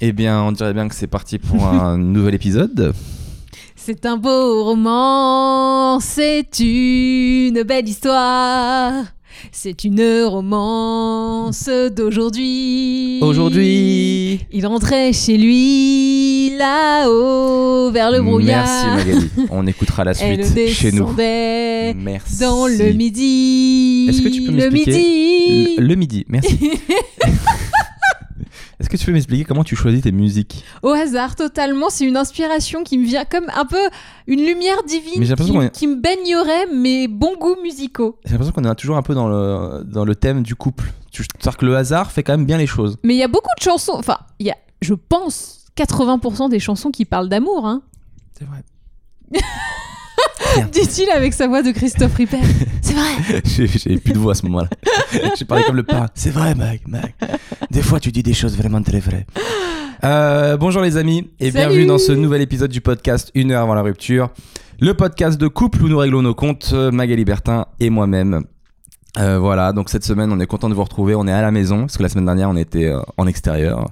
Eh bien, on dirait bien que c'est parti pour un nouvel épisode. C'est un beau roman, c'est une belle histoire. C'est une romance d'aujourd'hui. Aujourd'hui. Il rentrait chez lui là-haut vers le brouillard. Merci Magali. On écoutera la Elle suite chez nous. descendait Merci. Dans le midi. Est-ce que tu peux Le m'expliquer midi. Le, le midi, merci. Est-ce que tu peux m'expliquer comment tu choisis tes musiques Au hasard, totalement. C'est une inspiration qui me vient comme un peu une lumière divine Mais j'ai l'impression qui, qu'on est- qui me baignerait mes bons goûts musicaux. J'ai l'impression qu'on est toujours un peu dans le, dans le thème du couple. Tu cest que le hasard fait quand même bien les choses. Mais il y a beaucoup de chansons. Enfin, il y a, je pense, 80% des chansons qui parlent d'amour. C'est vrai. Hein, dit-il avec sa voix de Christophe Ripper. C'est vrai. J'ai plus de voix à ce moment-là. J'ai parlé comme le pas. C'est vrai, Mag, Mag. Des fois, tu dis des choses vraiment très vraies. Euh, bonjour les amis et Salut. bienvenue dans ce nouvel épisode du podcast Une heure avant la rupture, le podcast de couple où nous réglons nos comptes, euh, Magali Bertin et moi-même. Euh, voilà, donc cette semaine on est content de vous retrouver, on est à la maison parce que la semaine dernière on était euh, en extérieur.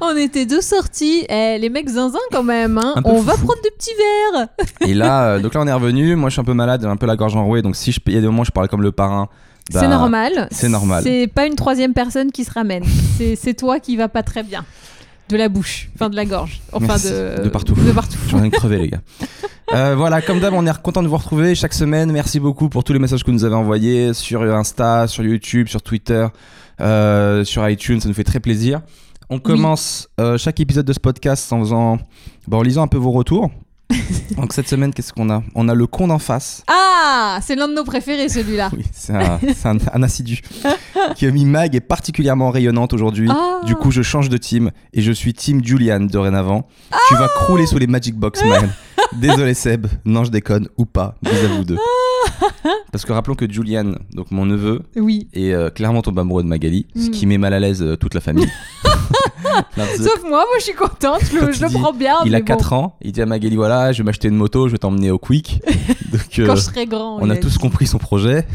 On était deux sorties. Eh, les mecs zinzin quand même. hein. Un peu On va foufou. prendre des petits verres. et là, euh, donc là on est revenu, moi je suis un peu malade, j'ai un peu la gorge enrouée, donc si je, il y a des moments où je parle comme le parrain. bah, c'est normal. c'est normal. C'est pas une troisième personne qui se ramène. C'est, c'est toi qui va pas très bien. De la bouche, enfin de la gorge, enfin Merci. de... De partout. De partout. Je suis en train de crever, les gars. Euh, voilà, comme d'hab, on est content de vous retrouver chaque semaine. Merci beaucoup pour tous les messages que vous nous avez envoyés sur Insta, sur YouTube, sur Twitter, euh, sur iTunes. Ça nous fait très plaisir. On commence euh, chaque épisode de ce podcast en faisant, bah, en lisant un peu vos retours. Donc cette semaine, qu'est-ce qu'on a On a le con d'en face. Ah, c'est l'un de nos préférés celui-là. Oui, c'est un, c'est un- un assidu qui a mis Mag est particulièrement rayonnante aujourd'hui. Ah. Du coup, je change de team et je suis team Julian dorénavant. tu vas crouler sous les Magic Box, man. Désolé Seb, non je déconne ou pas, vous à vous deux. Parce que rappelons que Julian, donc mon neveu, Oui. est euh, clairement tombé amoureux de Magali, ce Mm. qui met mal à l'aise euh, toute la famille. Parce que Sauf moi, moi je suis contente, je, Quand le- tu je le dis, prends bien. il a mais bon, 4 ans, il dit à Magali voilà, je vais m'acheter une moto, je vais t'emmener au Quick. Donc euh, Quand je serai grand. on il a dit. tous compris son projet.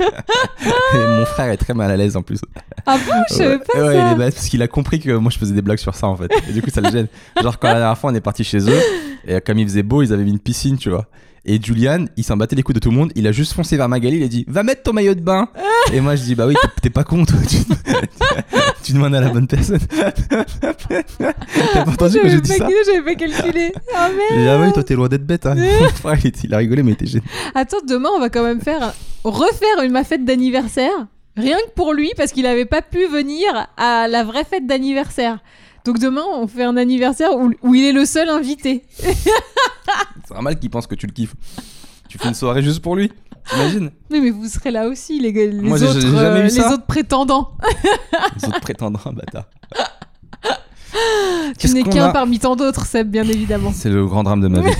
Et mon frère est très mal à l'aise en plus. Ah bon, je savais pas Ouais, ça. il est bête, parce qu'il a compris que moi je faisais des blagues sur ça en fait. Et du coup ça le gêne. Genre quand la dernière fois on est parti chez eux et comme il faisait beau, ils avaient mis une piscine, tu vois. Et Julian, il s'en battait les couilles de tout le monde, il a juste foncé vers Magali, il a dit "Va mettre ton maillot de bain." Ah Et moi je dis "Bah oui, t'es- t'es pas con toi. Tu, tu demandes à la bonne personne." T'as pas entendu que J'avais j'ai dit ça pas, j'avais pas calculé. Ah merde. J'ai dit, ah oui, toi t'es loin d'être bête. Hein. Mon frère, il, était- il a rigolé, mais il était gêné. Attends, demain, on va quand même faire un- refaire une ma fête d'anniversaire. Rien que pour lui, parce qu'il avait pas pu venir à la vraie fête d'anniversaire. Donc demain, on fait un anniversaire où, où il est le seul invité. C'est normal qu'il pense que tu le kiffes. Tu fais une soirée juste pour lui. T'imagines Mais, mais vous serez là aussi, les, gars- les Moi, j'ai- autres, euh, j'ai jamais eu les ça. autres prétendants. Les autres prétendants, bâtard. Tu Qu'est-ce n'es qu'on qu'un a parmi tant d'autres, Seb, bien évidemment. C'est le grand drame de ma vie.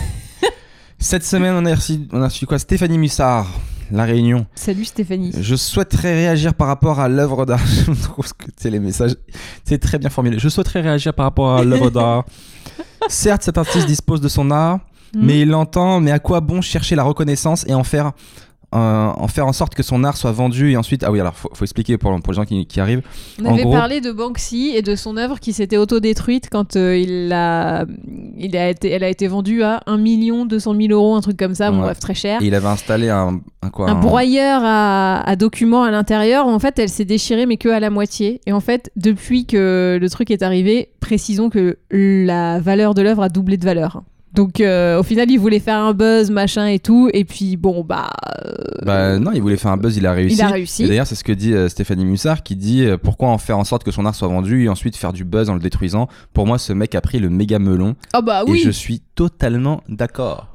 Cette semaine, on a reçu, on a reçu quoi Stéphanie Mussard, La Réunion. Salut Stéphanie. Je souhaiterais réagir par rapport à l'œuvre d'art. Je trouve que tu sais, les messages, c'est très bien formulé. Je souhaiterais réagir par rapport à l'œuvre d'art. Certes, cet artiste dispose de son art, Mm. mais il l'entend. Mais à quoi bon chercher la reconnaissance et en faire, euh, en faire en sorte que son art soit vendu et ensuite. Ah oui, alors faut, faut expliquer pour, pour les gens qui, qui arrivent. On En avait gros- parlé de Banksy et de son œuvre qui s'était autodétruite quand euh, il a, il a été, elle a été vendue à 1 200 000 euros, un truc comme ça, bon, Ouais. bref, très cher. Et il avait installé un, un quoi Ah. hein. un broyeur à, à documents à l'intérieur. En fait, elle s'est déchirée, mais que à la moitié. Et en fait, depuis que le truc est arrivé, précisons que la valeur de l'œuvre a doublé de valeur. Donc, euh, au final, il voulait faire un buzz, machin et tout. Et puis, bon, bah, euh, Bah non, il voulait faire un buzz, il a réussi. il a Et réussi. d'ailleurs, c'est ce que dit euh, Stéphanie Mussard qui dit euh, pourquoi en faire en sorte que son art soit vendu et ensuite faire du buzz en le détruisant. Pour moi, ce mec a pris le méga melon Ah bah et oui. je suis totalement d'accord.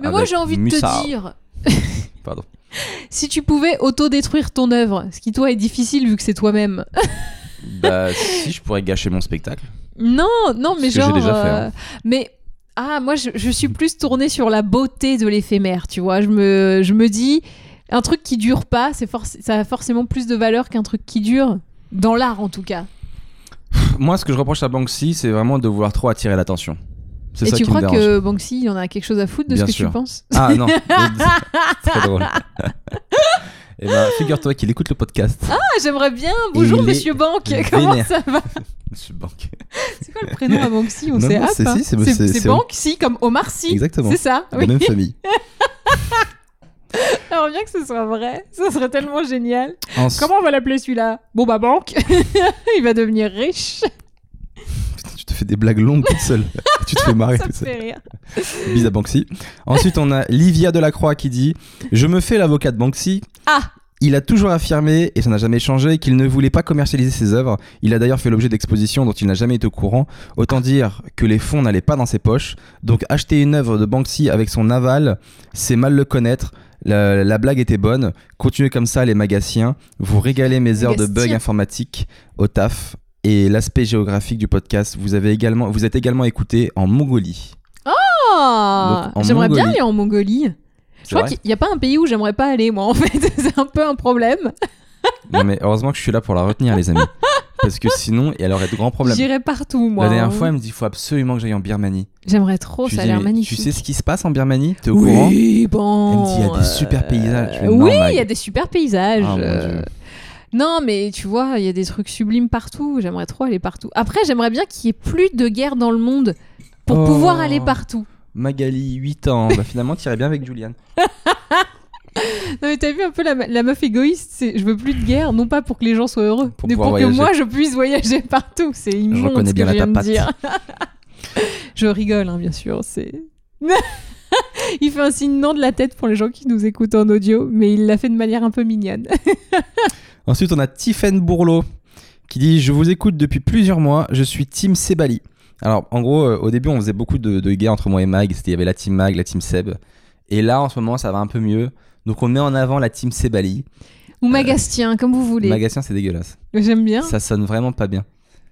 Mais moi, avec j'ai envie Mussard. de te dire, Pardon. si tu pouvais autodétruire ton œuvre, ce qui toi est difficile vu que c'est toi-même. bah si, je pourrais gâcher mon spectacle. Non, non, mais Ce que j'ai genre. déjà fait, hein. euh, Mais. Ah, moi, je, je suis plus tournée sur la beauté de l'éphémère, tu vois. Je me, je me dis, un truc qui dure pas, c'est forc- ça a forcément plus de valeur qu'un truc qui dure. Dans l'art, en tout cas. Moi, ce que je reproche à Banksy, c'est vraiment de vouloir trop attirer l'attention. C'est Et ça tu qui crois me dérange. Ah, que Banksy, il en a quelque chose à foutre de Bien ce que sûr. tu penses Ah non, C'est très drôle. Eh ben, figure-toi qu'il écoute le podcast. Ah, j'aimerais bien. Bonjour, Il est monsieur Banque. Comment vénère. ça va Monsieur Bank. C'est quoi le prénom à Banque Si On Non, sait non, hop, c'est- hein. si, c'est- c'est- c'est c'est- Banque Si, comme Omar Si. Exactement. C'est ça. De Oui. même famille. Alors bien que ce soit vrai, ça serait tellement génial. Ensuite- Comment on va l'appeler celui-là Bon bah Banque. Il va devenir riche. Putain, tu te fais des blagues longues toute seule. tu te fais marrer Ça me toute seule. fait rire. Bise à Banksy. Ensuite, on a Livia Delacroix qui dit Je me fais l'avocat de Banksy. Ah. Il a toujours affirmé, et ça n'a jamais changé, qu'il ne voulait pas commercialiser ses œuvres. Il a d'ailleurs fait l'objet d'expositions dont il n'a jamais été au courant. Autant dire que les fonds n'allaient pas dans ses poches. Donc acheter une œuvre de Banksy avec son aval, c'est mal le connaître. La, la blague était bonne. Continuez comme ça, les magaciens. Vous régalez mes heures de Magaciens. bugs informatiques au taf. Et l'aspect géographique du podcast, vous, avez également, vous êtes également écouté en Mongolie. Oh, Donc, en j'aimerais bien Mongolie. aller en Mongolie. C'est Je crois vrai qu'il n'y a pas un pays où j'aimerais pas aller, moi, en fait. C'est un peu un problème. Non mais heureusement que je suis là pour la retenir les amis. Parce que sinon, elle aurait de grands problèmes. J'irais partout, moi. La dernière fois, elle me dit il faut absolument que j'aille en Birmanie. J'aimerais trop, Je lui Oh, ça a dis, l'air mais magnifique. Tu sais ce qui se passe en Birmanie T'es au courant oui, Elle bon. me dit il y a des super paysages. Je fais, euh, Non, oui, Mag. il y a des super paysages. Ah, mon Dieu. euh, Non, mais tu vois, il y a des trucs sublimes partout. J'aimerais trop aller partout. Après, j'aimerais bien qu'il y ait plus de guerre dans le monde pour Oh. pouvoir aller partout. Magali, 8 ans. Bah, finalement, t'irais bien avec Julian. Non, mais t'as vu un peu la, me- la meuf égoïste c'est Je veux plus de guerre, non pas pour que les gens soient heureux, Pour mais pour pouvoir que voyager. moi je puisse voyager partout. C'est immonde reconnais ce bien que la je viens de tapate. dire. je rigole, hein, bien sûr. C'est. il fait un signe non de la tête pour les gens qui nous écoutent en audio, mais il l'a fait de manière un peu mignonne. Ensuite, on a Tiffen Bourlot qui dit Je vous écoute depuis plusieurs mois, je suis Team Sebali. Alors, en gros, euh, au début, on faisait beaucoup de, de guerres entre moi et Mag. C'était- Il y avait la Team Mag, la Team Seb. Et là, en ce moment, ça va un peu mieux. Donc, on met en avant la Team Sebali. Ou Magastien, comme vous voulez. Magacien, c'est dégueulasse. J'aime bien. Ça Ça, sonne vraiment pas bien.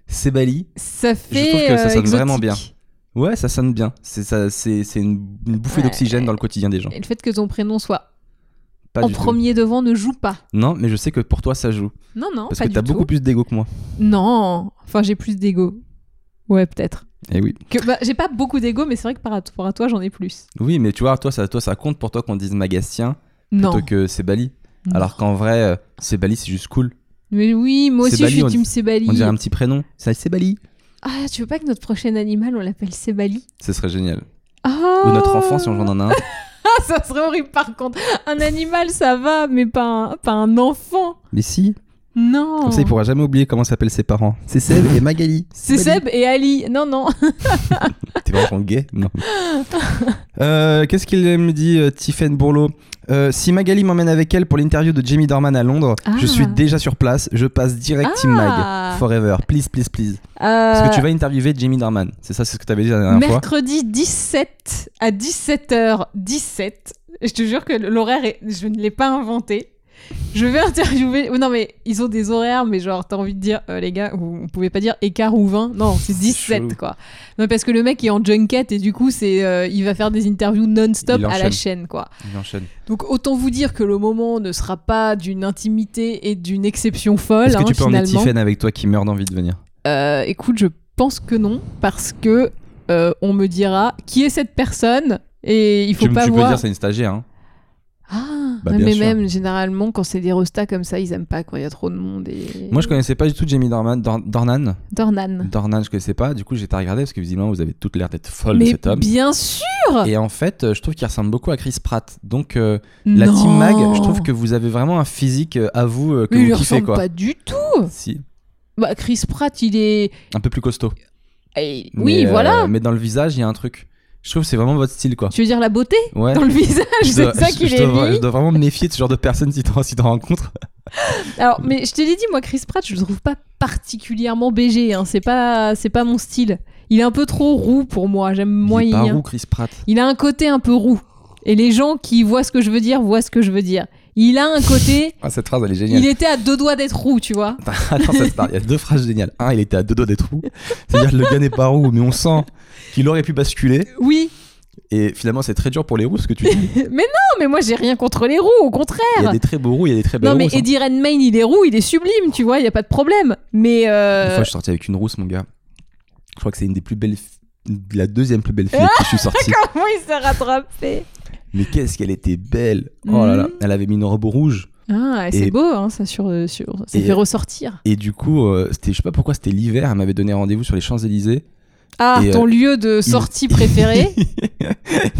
Sebali, fait. trouve que ça euh, sonne vraiment exotique. bien. Ouais, ça sonne bien. C'est ça, c'est c'est une, une bouffée Ouais. d'oxygène dans le quotidien des gens. Et le fait que ton prénom soit Pas en du tout. premier devant ne joue pas. Non, mais je sais que pour toi ça joue Non, non, parce pas que du t'as tout. beaucoup plus d'ego que moi. Non, enfin j'ai plus d'ego. Ouais, peut-être. Et Eh oui. Que- bah, j'ai pas beaucoup d'ego, mais c'est vrai que par rapport à toi, j'en ai plus. Oui, mais tu vois, toi ça, toi ça compte pour toi qu'on dise Magastien Non. plutôt que Sebali. Non. Alors qu'en vrai, euh, Sebali c'est juste cool. Mais oui, moi aussi, Sébali, je on suis Team dit- Sébali. On dirait un petit prénom. Ça Sebali. Ah, tu veux pas que notre prochain animal, on l'appelle Sébali Ce serait génial. Ah Ou notre enfant si on en a un. Ah, ça serait horrible par contre. Un animal, ça va, mais pas un, pas un enfant. Mais si. Non. Comme ça il pourra jamais oublier comment s'appellent ses parents. C'est Seb et Magali. Oh. C'est Sebali. Seb et Ali. Non, non. T'es vraiment gay Non. Euh, Qu'est-ce qu'il me dit, euh, Tiffaine Bourlot Euh, Si Magali m'emmène avec elle pour l'interview de Jamie Dorman à Londres, Ah. je suis déjà sur place. Je passe direct Team Ah. Euh. Mag. Forever. Please, please, please. Parce que tu vas interviewer Jamie Dorman. C'est ça, c'est ce que t'avais dit la dernière fois. Mercredi 17 à 17h17. Je te jure que l'horaire, est... je ne l'ai pas inventé. Je vais interviewer. oh Non, mais ils ont des horaires, mais genre, t'as envie de dire, euh, les gars, vous, on pouvait pas dire écart ou 20. Non, c'est 17, chelou. quoi. Non, parce que le mec est en junket et du coup, c'est, euh, il va faire des interviews non-stop Il à la enchaîne. chaîne, quoi. Il enchaîne. Donc, autant vous dire que le moment ne sera pas d'une intimité et d'une exception folle. Est-ce que hein, tu peux emmener finalement. Tiffaine avec toi qui meurt d'envie de venir Euh, écoute, je pense que non, parce que euh, on me dira qui est cette personne et il faut Tu, pas tu peux voir. dire c'est une stagiaire. hein. Ah, Bah, bien mais sûr. même généralement quand c'est des rostas comme ça, ils aiment pas quand il y a trop de monde et. Moi je connaissais pas du tout Jamie Dorman. Dor- Dornan. Dornan. Dornan, je connaissais pas. Du coup j'étais à regarder parce que visiblement vous avez toutes l'air d'être folle de mais cet homme. bien sûr. Et en fait, euh, je trouve qu'il ressemble beaucoup à Chris Pratt. Donc. euh, La non. Team Mag, je trouve que vous avez vraiment un physique euh, à vous euh, que Mais il lui vous kiffez ressemble quoi. pas du tout. Si, Bah, Chris Pratt, il est. un peu plus costaud. eh, Oui, Mais, euh, voilà. mais dans le visage, il y a un truc. Je trouve que c'est vraiment votre style quoi. Tu veux dire la beauté Ouais. dans le visage, Je c'est dois- ça je- qu'il je est. dois- mis. Je dois vraiment me méfier de ce genre de personnes si t'en si t'en rencontres. Alors, mais je te l'ai dit, moi, Chris Pratt, je le trouve pas particulièrement BG. Hein. C'est pas, c'est pas mon style. Il est un peu trop roux pour moi. J'aime Il est moyen. pas roux, Chris Pratt. Il a un côté un peu roux. Et les gens qui voient ce que je veux dire voient ce que je veux dire. Il a un côté. Ah, cette phrase elle est géniale. il était à deux doigts d'être roux, tu vois. Attends, ça se parle. Il y a deux phrases géniales. Un, il était à deux doigts des trous. C'est-à-dire le gars n'est pas roux, mais on sent qu'il aurait pu basculer. Oui. Et finalement, c'est très dur pour les roux ce que tu dis. mais non, mais moi, j'ai rien contre les roux, au contraire. Il y a des très beaux roux, il y a des très belles Non, mais rousses. hein. Eddie Redmayne, il est roux, il est sublime, tu vois, il y a pas de problème. Mais. euh, Une fois, je suis sorti avec une rousse, mon gars. Je crois que c'est une des plus belles. fi- La deuxième plus belle fille avec qui je suis Ah, sorti. Comment il s'est rattrapé Mais qu'est-ce qu'elle était belle! Oh là là, Mhm. elle avait mis une robe rouge. Ah, et Et- c'est beau, hein, ça, sur, sur, ça Et- fait ressortir. Et du coup, euh, c'était, je sais pas pourquoi, c'était l'hiver. Elle m'avait donné rendez-vous sur les Champs-Élysées. Ah, et, euh, ton lieu de sortie préféré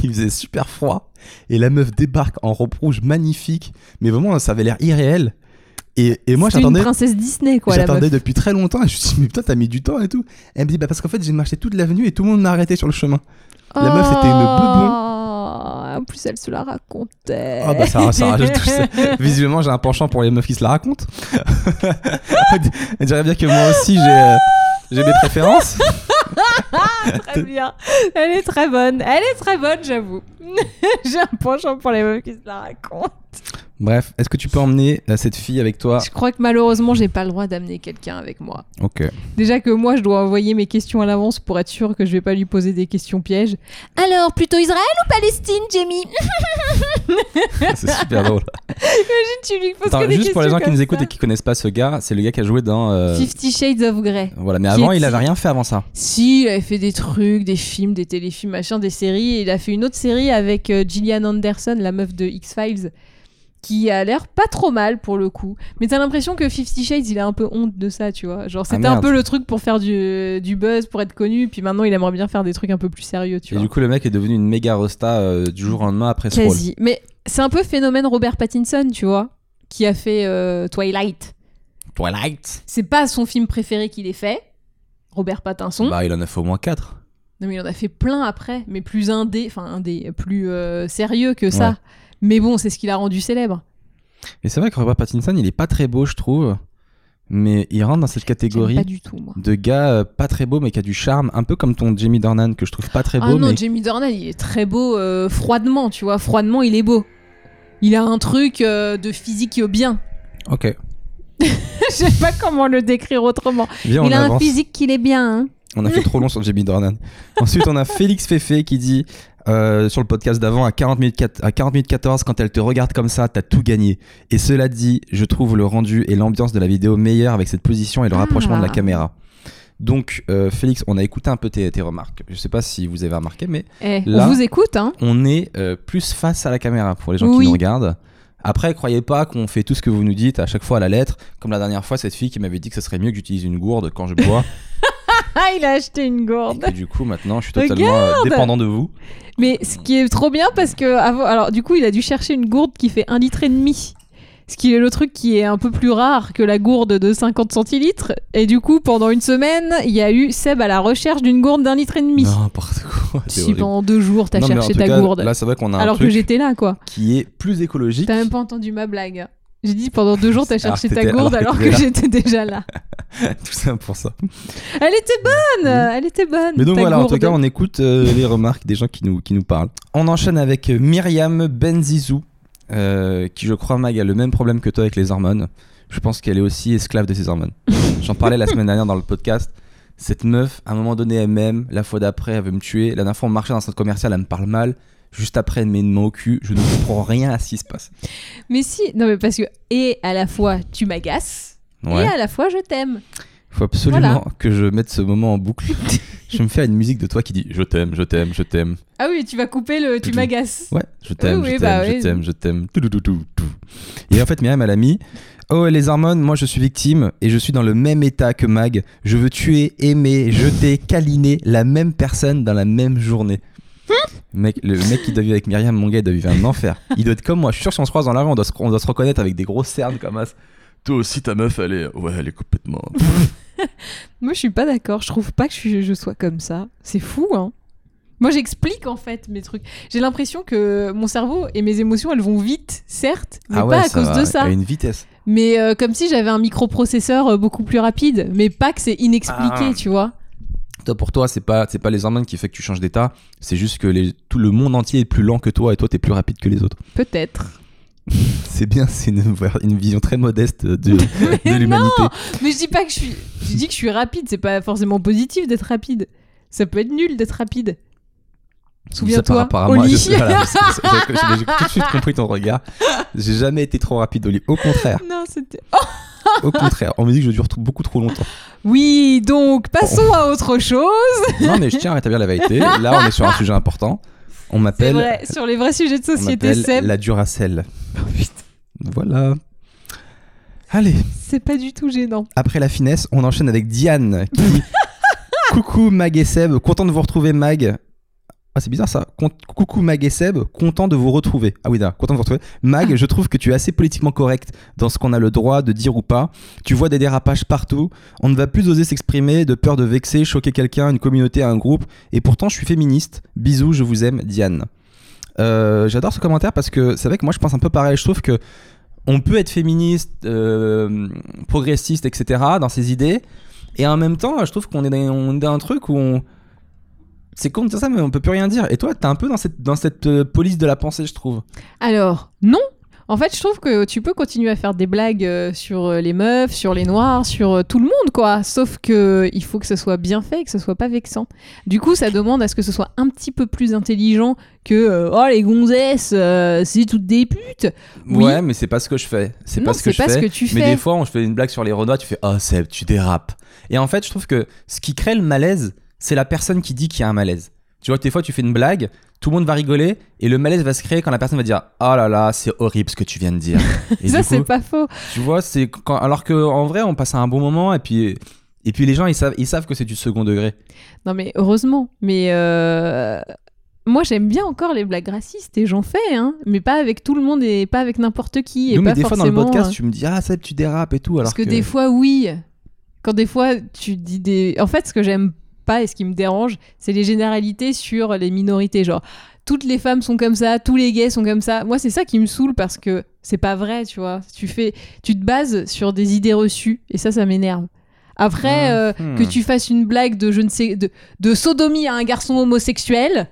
Il faisait super froid. Et la meuf débarque en robe rouge magnifique. Mais vraiment, ça avait l'air irréel. Et, et moi, C'était une j'attendais. princesse Disney, quoi, la meuf. J'attendais depuis très longtemps et je me suis dit, mais putain, t'as mis du temps et tout. Elle me dit, bah parce qu'en fait, j'ai marché toute l'avenue et tout le monde m'a arrêté sur le chemin. la meuf, c'était une bobon. Oh, En plus, elle se la racontait. Ah bah ça, ça rajoute tout ça. Visiblement, j'ai un penchant pour les meufs qui se la racontent. Elle dirait bien que moi aussi, j'ai euh, j'ai mes préférences. Très bien. Elle est très bonne. Elle est très bonne, j'avoue. J'ai un penchant pour les meufs qui se la racontent. Bref, est-ce que tu peux emmener euh, cette fille avec toi Je crois que malheureusement, j'ai pas le droit d'amener quelqu'un avec moi. Ok. Déjà que moi, je dois envoyer mes questions à l'avance pour être sûr que je vais pas lui poser des questions pièges. Alors, plutôt Israël ou Palestine, Jamie C'est super drôle. Imagine, tu lui poses Attends, que des juste pour les questions gens qui comme nous écoutent ça. et qui connaissent pas ce gars, c'est le gars qui a joué dans. euh, Fifty Shades of Grey. Voilà, mais Qui avant, est- il avait rien fait avant ça. Si, il avait fait des trucs, des films, des téléfilms, machin, des séries. Et il a fait une autre série avec euh, Gillian Anderson, la meuf de X-Files, qui a l'air pas trop mal pour le coup. Mais t'as l'impression que Fifty Shades, il a un peu honte de ça, tu vois. Genre, c'était un Ah, merde. peu le truc pour faire du, du buzz, pour être connu. Puis maintenant, il aimerait bien faire des trucs un peu plus sérieux, tu Et vois. du coup, le mec est devenu une méga resta euh, du jour au lendemain après ce rôle. Quasi. Mais c'est un peu phénomène Robert Pattinson, tu vois, qui a fait euh, Twilight. Twilight C'est pas son film préféré qu'il ait fait, Robert Pattinson. Bah, il en a fait au moins 4. Non, mais il en a fait plein après, mais plus indé, enfin indé, plus euh, sérieux que ça. Ouais. Mais bon, c'est ce qui l'a rendu célèbre. Et c'est vrai que Robert Pattinson, il est pas très beau, je trouve. Mais il rentre dans cette J'aime catégorie Pas du tout, moi. de gars euh, pas très beau, mais qui a du charme. Un peu comme ton Jamie Dornan, que je trouve pas très Ah beau, non, mais Jamie Dornan, il est très beau euh, froidement, tu vois. Froidement, il est beau. Il a un truc euh, de physique bien. Ok. Je sais pas comment le décrire autrement. Viens, on il a un avance. physique qu'il est bien. hein. On a fait trop long sur Jamie Dornan. Ensuite, on a Félix Féfé qui dit euh, sur le podcast d'avant à 40 minutes, quat- à 40 minutes 14 quand elle te regarde comme ça, t'as tout gagné. Et cela dit, je trouve le rendu et l'ambiance de la vidéo meilleure avec cette position et le Ah. rapprochement de la caméra. Donc, euh, Félix, on a écouté un peu tes, tes remarques. Je sais pas si vous avez remarqué, mais Eh, Là- on vous écoute, hein. on est euh, plus face à la caméra pour les gens Oui. qui nous regardent. Après, croyez pas qu'on fait tout ce que vous nous dites à chaque fois à la lettre, comme la dernière fois, cette fille qui m'avait dit que ce serait mieux que j'utilise une gourde quand je bois. Ah, il a acheté une et gourde. que du coup, maintenant, je suis totalement euh, dépendant de vous. Mais ce qui est trop bien parce que avant- alors du coup il a dû chercher une gourde qui fait un litre et demi. Ce qui est le truc qui est un peu plus rare que la gourde de 50 centilitres. Et du coup, pendant une semaine, il y a eu Seb à la recherche d'une gourde d'un litre et demi. N'importe quoi. c'est si horrible. pendant deux jours, t'as Non, mais en cherché tout ta cas, gourde. Là, c'est vrai qu'on a un alors que truc j'étais là, quoi. qui est plus écologique. T'as même pas entendu ma blague. J'ai dit pendant deux jours, t'as Alors cherché que ta t'étais- gourde alors alors que que t'étais j'étais déjà là. tout ça pour ça. Elle était bonne Oui. Elle était bonne Mais donc ta voilà, en tout gourde. cas, on écoute euh, les remarques des gens qui nous, qui nous parlent. On enchaîne avec euh, Myriam Benzizou, euh, qui, je crois, Mag, a le même problème que toi avec les hormones. Je pense qu'elle est aussi esclave de ses hormones. J'en parlais la semaine dernière dans le podcast. Cette meuf, à un moment donné, elle m'aime. La fois d'après, elle veut me tuer. La dernière fois, on marchait dans un centre commercial, elle me parle mal. Juste après, elle met une main au cul. Je ne comprends rien à ce qui se passe. Mais si, non mais parce que, et à la fois, tu m'agaces, et Ouais. à la fois, je t'aime. Faut absolument Voilà. que je mette ce moment en boucle. je me fais une musique de toi qui dit je t'aime, je t'aime, je t'aime. Ah oui, tu vas couper le tu Tout. m'agaces. Ouais, je t'aime, Oui, je oui, t'aime, bah je oui. t'aime, je t'aime. Tout, tout, tout, tout, tout. Et en fait, Myriam, elle a mis Oh, les hormones, moi je suis victime et je suis dans le même état que Mag. Je veux tuer, aimer, jeter, câliner la même personne dans la même journée. Le Mec, le mec qui doit vivre avec Myriam, mon gars, il doit vivre un enfer. Il doit être comme moi. Je suis sûr, si on se croise dans la rue, on doit se, on doit se reconnaître avec des grosses cernes comme as. Toi aussi, ta meuf, elle est. Ouais, elle est complètement. Moi, je suis pas d'accord. Je trouve pas que je, je sois comme ça. C'est fou, hein. Moi, j'explique en fait mes trucs. J'ai l'impression que mon cerveau et mes émotions, elles vont vite, certes, mais pas à Ah ça cause va de ça. À une vitesse. Mais euh, comme si j'avais un microprocesseur euh, beaucoup plus rapide, mais pas que c'est inexpliqué, Ah. tu vois. Toi, pour toi, c'est pas, c'est pas les hormones qui fait que tu changes d'état, c'est juste que les- tout le monde entier est plus lent que toi et toi, t'es plus rapide que les autres. Peut-être. C'est bien, c'est une, une vision très modeste de, de Mais l'humanité. Mais je dis pas que je suis. Je dis que je suis rapide. C'est pas forcément positif d'être rapide. Ça peut être nul d'être Ça rapide. par Souviens-toi. rapport à au moi, lit. je sais- voilà, c'est- c'est- c'est- j'ai j'ai tout de suite compris ton regard. J'ai jamais été trop rapide au lit. Au contraire, non, c'était. au contraire. On me dit que je dure trop- beaucoup trop longtemps. Oui, donc passons à autre chose. Non, mais je tiens à rétablir la vérité. Là, on est sur un sujet important. On C'est m'appelle vrai, sur les vrais sujets de on société, m'appelle Seb. la Duracell. Voilà. Allez, C'est pas du tout gênant. après la finesse, on enchaîne avec Diane qui. Coucou Mag et Seb, content de vous retrouver Mag. Ah, c'est bizarre ça. Con- Coucou Mag et Seb, content de vous retrouver. Ah oui, là, content de vous retrouver. Mag, je trouve que tu es assez politiquement correct dans ce qu'on a le droit de dire ou pas. Tu vois des dérapages partout. On ne va plus oser s'exprimer de peur de vexer, choquer quelqu'un, une communauté, un groupe. Et pourtant, je suis féministe. Bisous, je vous aime, Diane. Euh, J'adore ce commentaire parce que c'est vrai que moi je pense un peu pareil. Je trouve que on peut être féministe, euh, progressiste, etc. dans ses idées. Et en même temps, je trouve qu'on est dans, on est dans un truc où on. C'est con de dire ça, mais on peut plus rien dire. Et toi, t'es un peu dans cette, dans cette euh, police de la pensée, je trouve. Alors, non. En fait, je trouve que tu peux continuer à faire des blagues euh, sur euh, les meufs, sur les noirs, sur euh, tout le monde, quoi. Sauf que il faut que ce soit bien fait, et que ce soit pas vexant. Du coup, ça demande à ce que ce soit un petit peu plus intelligent que euh, oh les gonzesses, euh, c'est toutes des putes. Oui. Ouais, mais c'est pas ce que je fais. C'est Non, pas ce que je pas fais. ce que tu fais. Mais des fois, on je fais une blague sur les Renois, tu fais Oh Seb, tu dérapes. Et en fait, je trouve que ce qui crée le malaise, c'est la personne qui dit qu'il y a un malaise. Tu vois, des fois, tu fais une blague, tout le monde va rigoler, et le malaise va se créer quand la personne va dire Oh là là, c'est horrible ce que tu viens de dire. et ça, du c'est coup, pas faux. tu vois, c'est quand... alors que en vrai, on passe un bon moment, et puis, et puis les gens, ils savent, ils savent que c'est du second degré. Non, mais heureusement. Mais euh, moi, j'aime bien encore les blagues racistes et j'en fais, hein. Mais pas avec tout le monde et pas avec n'importe qui. Et Nous, pas mais des fois, dans le forcément, podcast, euh, tu me dis Ah Seb, tu dérapes et tout. Alors Parce que, des fois, oui. Quand des fois, tu dis des. En fait, ce que j'aime pas et ce qui me dérange, c'est les généralités sur les minorités. Genre, toutes les femmes sont comme ça, tous les gays sont comme ça. Moi, c'est ça qui me saoule parce que c'est pas vrai, tu vois. Tu, fais... tu te bases sur des idées reçues et ça, ça m'énerve. Après, euh, Mhm. que tu fasses une blague de je ne sais de, de sodomie à un garçon homosexuel, Ça-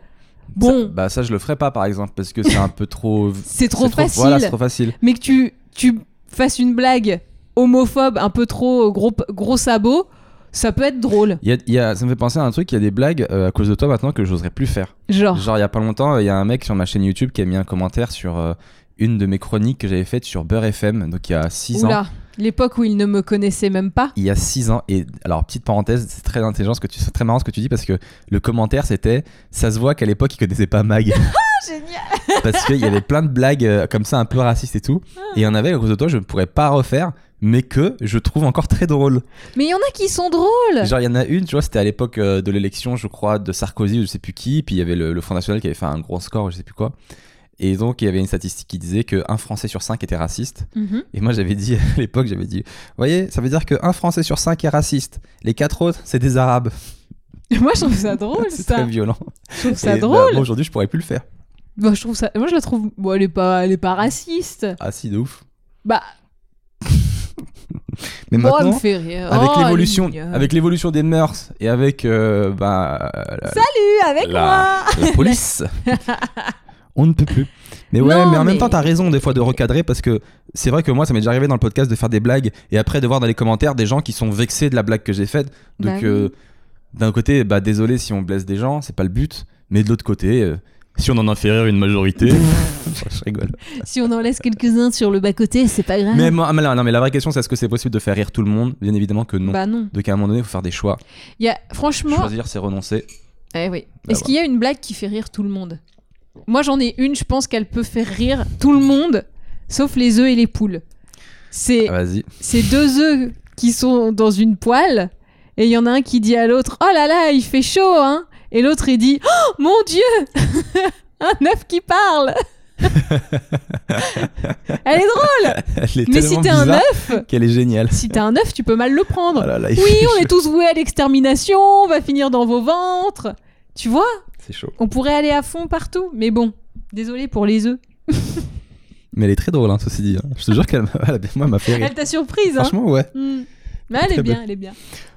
bon, bah, ça, je le ferai pas, par exemple, parce que c'est un peu trop. c'est trop c'est facile. Voilà, c'est trop facile. mais que tu, tu fasses une blague homophobe un peu trop gros, gros sabot, ça peut être drôle. Il y a- il y a- ça me fait penser à un truc, il y a des blagues euh, à cause de toi maintenant que j'oserais plus faire. Genre, Genre, il y a pas longtemps, euh, il y a un mec sur ma chaîne YouTube qui a mis un commentaire sur euh, une de mes chroniques que j'avais faites sur Beurre FM, donc il y a 6 ans. oula, l'époque où il ne me connaissait même pas. Il y a 6 ans, et alors petite parenthèse, c'est très intelligent ce que tu, c'est très marrant ce que tu dis parce que le commentaire c'était ça se voit qu'à l'époque il connaissait pas Mag Ah, Génial. parce qu'il y avait plein de blagues euh, comme ça un peu racistes et tout, et il y en avait à cause de toi je ne pourrais pas refaire, mais que je trouve encore très drôle. Mais il y en a qui sont drôles. Genre, il y en a une, tu vois, c'était à l'époque euh, de l'élection, je crois, de Sarkozy ou je sais plus qui. Puis il y avait le, le Front National qui avait fait un gros score ou je sais plus quoi. Et donc, il y avait une statistique qui disait qu'un Français sur cinq était raciste. Mhm. Et moi, j'avais dit, à l'époque, j'avais dit, voyez, ça veut dire qu'un Français sur cinq est raciste. Les quatre autres, c'est des Arabes. Moi, je trouve ça drôle, c'est ça. très violent. Je trouve ça Et, bah, drôle. moi, aujourd'hui, je pourrais plus le faire. Bah, je trouve ça. Moi, je la trouve. Bon, elle est pas, elle est pas raciste. Ah, si, de ouf. Bah, Mais bon, elle me maintenant. fait rire. Avec Oh, l'évolution, elle est mignonne. avec l'évolution des mœurs et avec euh, bah, la- Salut, avec La- moi. la police. On ne peut plus. Mais ouais, Non, mais en même mais- temps, t'as raison des fois de recadrer parce que c'est vrai que moi, ça m'est déjà arrivé dans le podcast de faire des blagues et après de voir dans les commentaires des gens qui sont vexés de la blague que j'ai faite. Bah Donc, oui. euh, d'un côté, bah désolé si on blesse des gens, c'est pas le but. Mais de l'autre côté, euh, si on en inférieure une majorité, je rigole. Si on en laisse quelques-uns sur le bas-côté, c'est pas grave. Mais, moi- ah, mais là, non, mais la vraie question, c'est est-ce que c'est possible de faire rire tout le monde Bien évidemment que non. Bah non. Donc à un moment donné, il faut faire des choix. Il y a, franchement, Choisir, c'est renoncer. eh oui. Bah est-ce qu'il y a une blague qui fait rire tout le monde Moi j'en ai une, je pense qu'elle peut faire rire tout le monde, sauf les œufs et les poules. C'est Ah, Vas-y. c'est deux œufs qui sont dans une poêle, et il y en a un qui dit à l'autre Oh là là, il fait chaud, hein Et l'autre il dit Oh mon dieu Un œuf qui parle Elle est drôle Elle est Mais si tellement t'es un bizarre œuf, Qu'elle est géniale. si t'es un œuf, tu peux mal le prendre. Ah là là, il Oui, fait on chaud. est tous voués à l'extermination, on va finir dans vos ventres. Tu vois, C'est chaud. on pourrait aller à fond partout, mais bon, désolé pour les œufs. Mais elle est très drôle, hein, ceci dit. hein. Je te jure qu'elle m'a- elle a- moi, elle m'a fait rire. Elle t'a surprise, hein Franchement, ouais. Hmm. Mais elle Très est belle. bien, elle est bien.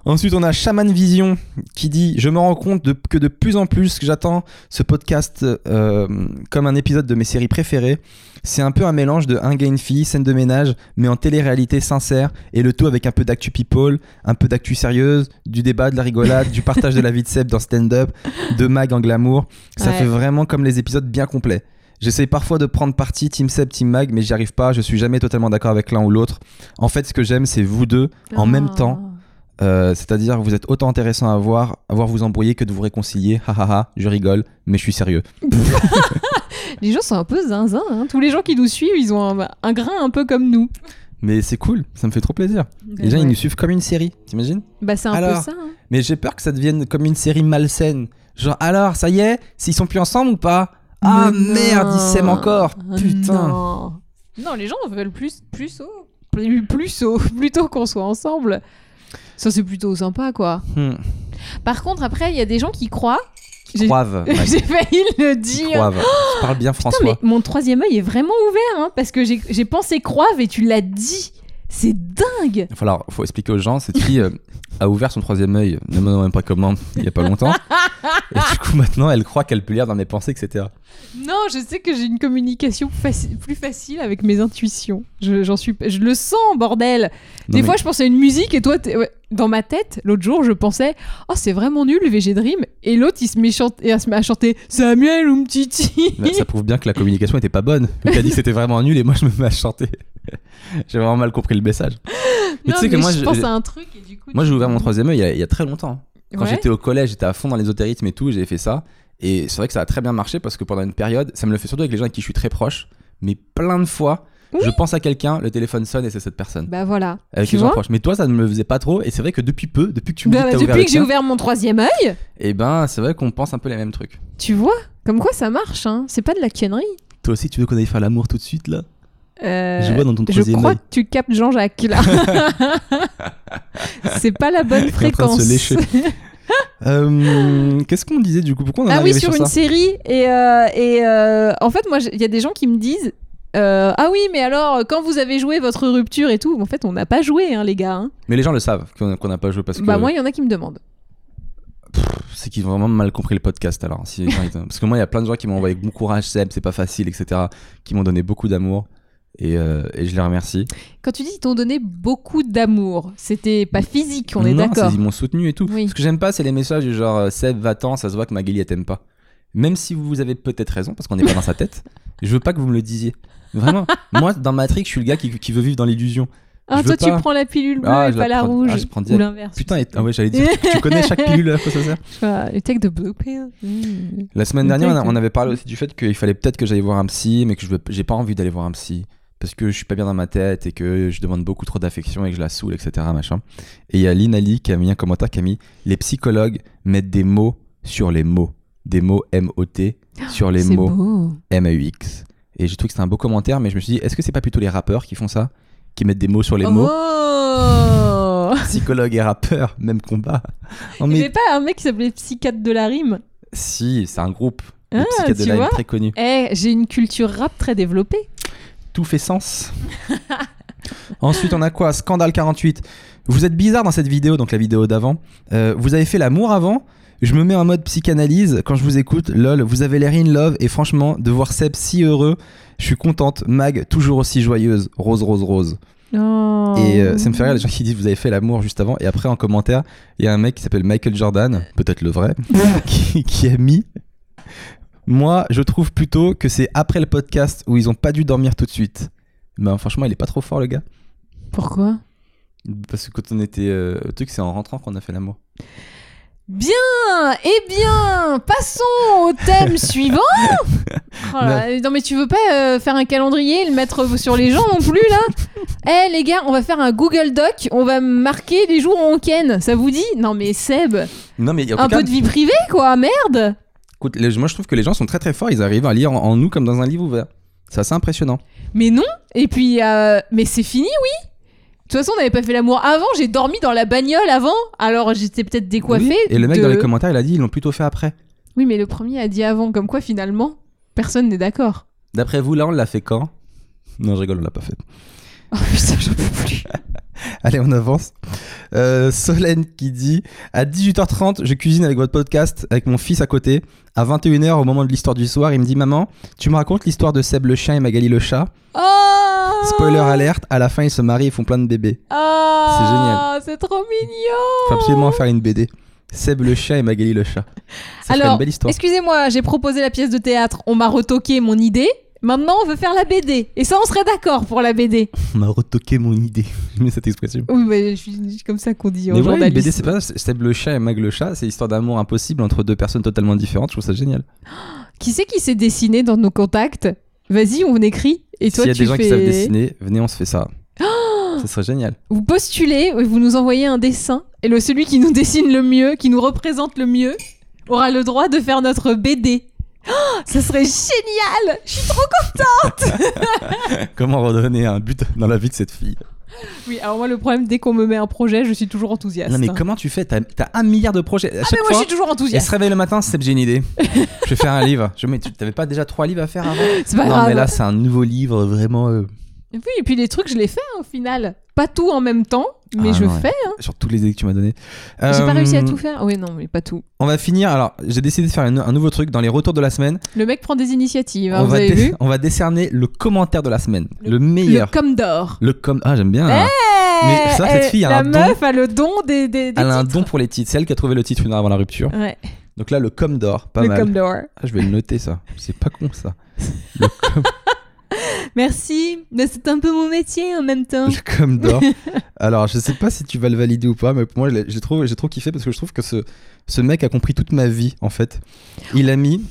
Ensuite, on a Shaman Vision qui dit Je me rends compte de- que de plus en plus que j'attends ce podcast euh, comme un épisode de mes séries préférées. C'est un peu un mélange de Un gars, une fille, scène de ménage, mais en télé-réalité sincère, et le tout avec un peu d'actu people, un peu d'actu sérieuse, du débat, de la rigolade, du partage de la vie de Seb dans stand-up, de Mag en glamour. Ça Ouais. fait vraiment comme les épisodes bien complets. J'essaye parfois de prendre parti Team Seb, Team Mag, mais j'y arrive pas, je suis jamais totalement d'accord avec l'un ou l'autre. En fait, ce que j'aime, c'est vous deux, en même Ah. temps, euh, c'est-à-dire vous êtes autant intéressant à voir, à voir vous embrouiller que de vous réconcilier. Ha ha ha, je rigole, mais je suis sérieux. Les gens sont un peu zinzin, hein. tous les gens qui nous suivent, ils ont un, un grain un peu comme nous. Mais c'est cool, ça me fait trop plaisir. Ben Les gens, ils ouais. nous suivent comme une série, t'imagines Bah, c'est un Alors, peu ça. hein. Mais j'ai peur que ça devienne comme une série malsaine. Genre, alors, ça y est, s'ils sont plus ensemble ou pas Ah Mais merde, ils non. s'aiment encore Ah, Putain Non. Non, les gens veulent plus, plus haut. Plus, plus haut. Plutôt qu'on soit ensemble. Ça, c'est plutôt sympa, quoi. Hmm. Par contre, après, il y a des gens qui croient. J'ai- Croave. ouais, J'ai failli le dire. Croave. Je parle bien Putain, François. mais mon troisième œil est vraiment ouvert, hein, parce que j'ai j'ai pensé croire et tu l'as dit. C'est dingue. Enfin, alors, faut expliquer aux gens, cette fille euh, a ouvert son troisième œil, ne me demande même pas comment, il y a pas longtemps. Et du coup, maintenant, elle croit qu'elle peut lire dans mes pensées, etc. Non, je sais que j'ai une communication faci- plus facile avec mes intuitions. Je, j'en suis, je le sens, bordel. Non, Des mais fois, je pensais à une musique et toi, t'es- ouais. dans ma tête, l'autre jour, je pensais Oh, c'est vraiment nul, VG Dream. Et l'autre, il se met chante- et elle se met à chanter Samuel ou Mtiti. bah, ça prouve bien que la communication était pas bonne. Elle a dit que c'était vraiment nul et moi, je me mets à chanter. J'ai vraiment mal compris le message. Mais Non, tu sais que moi, je, je- pense à un truc et du coup. Moi, tu- j'ai ouvert mon troisième œil il y a- il y a très longtemps. Quand Ouais. j'étais au collège, j'étais à fond dans l'ésotérisme et tout, j'ai fait ça. Et c'est vrai que ça a très bien marché parce que pendant une période, ça me le fait surtout avec les gens avec qui je suis très proche, mais plein de fois, Oui. je pense à quelqu'un, le téléphone sonne et c'est cette personne. Bah voilà. avec tu les gens vois proches. Mais toi, ça ne me le faisait pas trop. Et c'est vrai que depuis peu, depuis que tu me Bah, dis que t'as ouvert depuis le que j'ai tien, ouvert mon troisième œil, eh ben, c'est vrai qu'on pense un peu les mêmes trucs. tu vois, comme quoi ça marche, hein. C'est pas de la connerie. Toi aussi, tu veux qu'on aille faire l'amour tout de suite là Euh, Je vois dans ton je troisième crois œil. que tu captes Jean-Jacques là. c'est pas la est bonne en train fréquence. de se lécher. Euh, Qu'est-ce qu'on disait du coup Pourquoi on en est Ah oui, arrivé sur, sur, une ça série. Et, euh, et euh, en fait, moi, j'ai- il y a des gens qui me disent euh, Ah oui, mais alors, quand vous avez joué votre rupture et tout, en fait, on n'a pas joué, hein, les gars. hein. Mais les gens le savent qu'on qu'on n'a pas joué parce que Bah, moi, il y en a qui me demandent. C'est qu'ils ont vraiment mal compris le podcast alors. si- parce que moi, il y a plein de gens qui m'ont envoyé bon courage, Seb, c'est pas facile, etc. Qui m'ont donné beaucoup d'amour. Et, euh, et je les remercie. Quand tu dis qu'ils t'ont donné beaucoup d'amour, c'était pas physique, on est Non, d'accord. c'est- Ils m'ont soutenu et tout. Oui. Ce que j'aime pas, c'est les messages du genre euh, Seb, va-t'en, ça se voit que Magali, elle t'aime pas. Même si vous avez peut-être raison, parce qu'on n'est pas dans sa tête, je veux pas que vous me le disiez. Vraiment. moi, dans Matrix, je suis le gars qui, qui veut vivre dans l'illusion. Ah, je toi, veux tu pas. prends la pilule bleue Ah, et je pas la la prends- rouge. ah, je prends ou direct. l'inverse. Putain, et- ah ouais, j'allais dire, tu connais chaque pilule, à quoi ça sert Tu vois, le tech de Blue Pill. Mmh. La semaine Exact. dernière, on a- on avait parlé aussi du fait qu'il fallait peut-être que j'aille voir un psy, mais que je veux- j'ai pas envie d'aller voir un psy parce que je suis pas bien dans ma tête et que je demande beaucoup trop d'affection et que je la saoule, etc. Machin. Et il y a Lynn Ali qui a mis un commentaire qui a mis Les psychologues mettent des mots sur les mots. Des mots M-O-T sur les C'est mots beau. M-A-U-X. Et j'ai trouvé que c'était un beau commentaire, mais je me suis dit Est-ce que c'est pas plutôt les rappeurs qui font ça Qui mettent des mots sur les mots Oh Psychologue et rappeur, même combat. Non, Il n'y mais avait pas un mec qui s'appelait Psychiatre de la rime si, c'est un groupe. Les Ah, psychiatres de tu la haine vois. très connu. Eh, j'ai une culture rap très développée. tout fait sens. Ensuite, on a quoi Scandale 48. Vous êtes bizarre dans cette vidéo, donc la vidéo d'avant. Euh, vous avez fait l'amour avant. Je me mets en mode psychanalyse. Quand je vous écoute, lol, vous avez l'air in love. Et franchement, de voir Seb si heureux, je suis contente. Mag, toujours aussi joyeuse. Rose, rose, rose. Oh. Et euh, ça me fait rire les gens qui disent vous avez fait l'amour juste avant. Et après, en commentaire, il y a un mec qui s'appelle Michael Jordan, peut-être le vrai, qui, qui a mis. Moi, je trouve plutôt que c'est après le podcast où ils ont pas dû dormir tout de suite. Ben, franchement, il est pas trop fort, le gars. Pourquoi Parce que quand on était. euh, le truc, c'est en rentrant qu'on a fait l'amour. Bien Eh bien Passons au thème suivant Oh là là, non. mais tu veux pas euh, faire un calendrier et le mettre sur les gens non plus là Eh les gars, on va faire un Google Doc, on va marquer les jours où on ken, ça vous dit Non mais Seb, Non, mais en tout un cas, peu de vie privée quoi, merde écoute, les- moi, je trouve que les gens sont très très forts. Ils arrivent à lire en, en nous comme dans un livre ouvert. C'est assez impressionnant. Mais non Et puis, euh, mais c'est fini, oui De toute façon, on n'avait pas fait l'amour avant, j'ai dormi dans la bagnole avant, alors j'étais peut-être décoiffée. Oui, Et le mec de- dans les commentaires, il a dit ils l'ont plutôt fait après. Oui, mais le premier a dit avant, comme quoi finalement, personne n'est d'accord. D'après vous, là, on l'a fait quand Non, je rigole, on l'a pas fait. Oh putain, j'en peux plus. Allez, on avance. Euh, Solène qui dit À 18h30, je cuisine avec votre podcast, avec mon fils à côté. À 21h, au moment de l'histoire du soir, il me dit Maman, tu me racontes l'histoire de Seb le chien et Magali le chat Oh Spoiler alerte, à la fin, ils se marient et font plein de bébés. Oh C'est génial. C'est trop mignon Faut absolument faire une BD. Seb le chien et Magali le chat. Ça ferait Alors, une belle histoire. Excusez-moi, j'ai proposé la pièce de théâtre, on m'a retoqué mon idée. Maintenant, on veut faire la BD. Et ça, on serait d'accord pour la BD. On m'a retoqué mon idée. J'aime cette expression. Oui, mais je suis je suis comme ça qu'on dit en Mais voilà, une journaliste. BD, c'est pas ça. Seb le chat et Mag le chat, c'est l'histoire d'amour impossible entre deux personnes totalement différentes. Je trouve ça génial. Qui c'est qui s'est dessiné dans nos contacts Vas-y, on écrit. Et toi, S'il y a tu des gens fais... qui savent dessiner, venez, on se fait ça. Ce serait génial. Vous postulez, vous nous envoyez un dessin, et le celui qui nous dessine le mieux, qui nous représente le mieux, aura le droit de faire notre BD. Oh, ça serait génial Je suis trop... Comment redonner un but dans la vie de cette fille Oui, alors moi, le problème, dès qu'on me met un projet, je suis toujours enthousiaste. Non, mais hein. comment tu fais T'as t'as un milliard de projets. À Ah, chaque mais moi, fois, je suis toujours elle se enthousiaste. réveille le matin, c'est j'ai une idée. je vais faire un livre. Je, mais tu t'avais pas déjà trois livres à faire avant C'est pas Non, grave. mais là, c'est un nouveau livre vraiment. euh, Et puis, et puis les trucs, je les fais hein, au final. Pas tout en même temps, mais Ah, je non, ouais. fais. sur toutes les idées que tu m'as données. J'ai Euh, pas réussi à tout faire. Oui, non, mais pas tout. On va finir. Alors, j'ai décidé de faire une- un nouveau truc dans les retours de la semaine. Le mec prend des initiatives, hein, on, vous va avez dé- vu on va décerner le commentaire de la semaine. Le, Le- Eh, Le meilleur. comme d'or. Le com. Ah, j'aime bien. Mais ça, Eh, cette eh, fille a la un don. meuf a le don des, des, des Elle a un titres. don pour les titres. C'est elle qui a trouvé le titre une heure avant la rupture. Ouais, Donc là, le com d'or. Pas le mal. comme d'or. Ah, je vais le noter, ça. C'est pas con, ça. Merci, mais c'est un peu mon métier en même temps. Le com d'or. Alors, je sais pas si tu vas le valider ou pas, mais pour moi, je l'ai- j'ai trop, j'ai trop kiffé parce que je trouve que ce, ce mec a compris toute ma vie, en fait. Il a mis.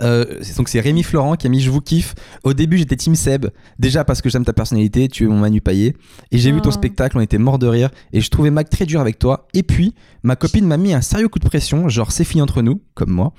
euh, c'est- donc c'est Rémi Florent qui a mis Je vous kiffe. Au début j'étais Team Seb, déjà parce que j'aime ta personnalité, tu es mon Manu Paillet. Et j'ai vu ton Oh. spectacle, on était mort de rire. Et je trouvais Mac très dur avec toi. Et puis ma copine m'a mis un sérieux coup de pression, genre c'est fini entre nous, comme moi.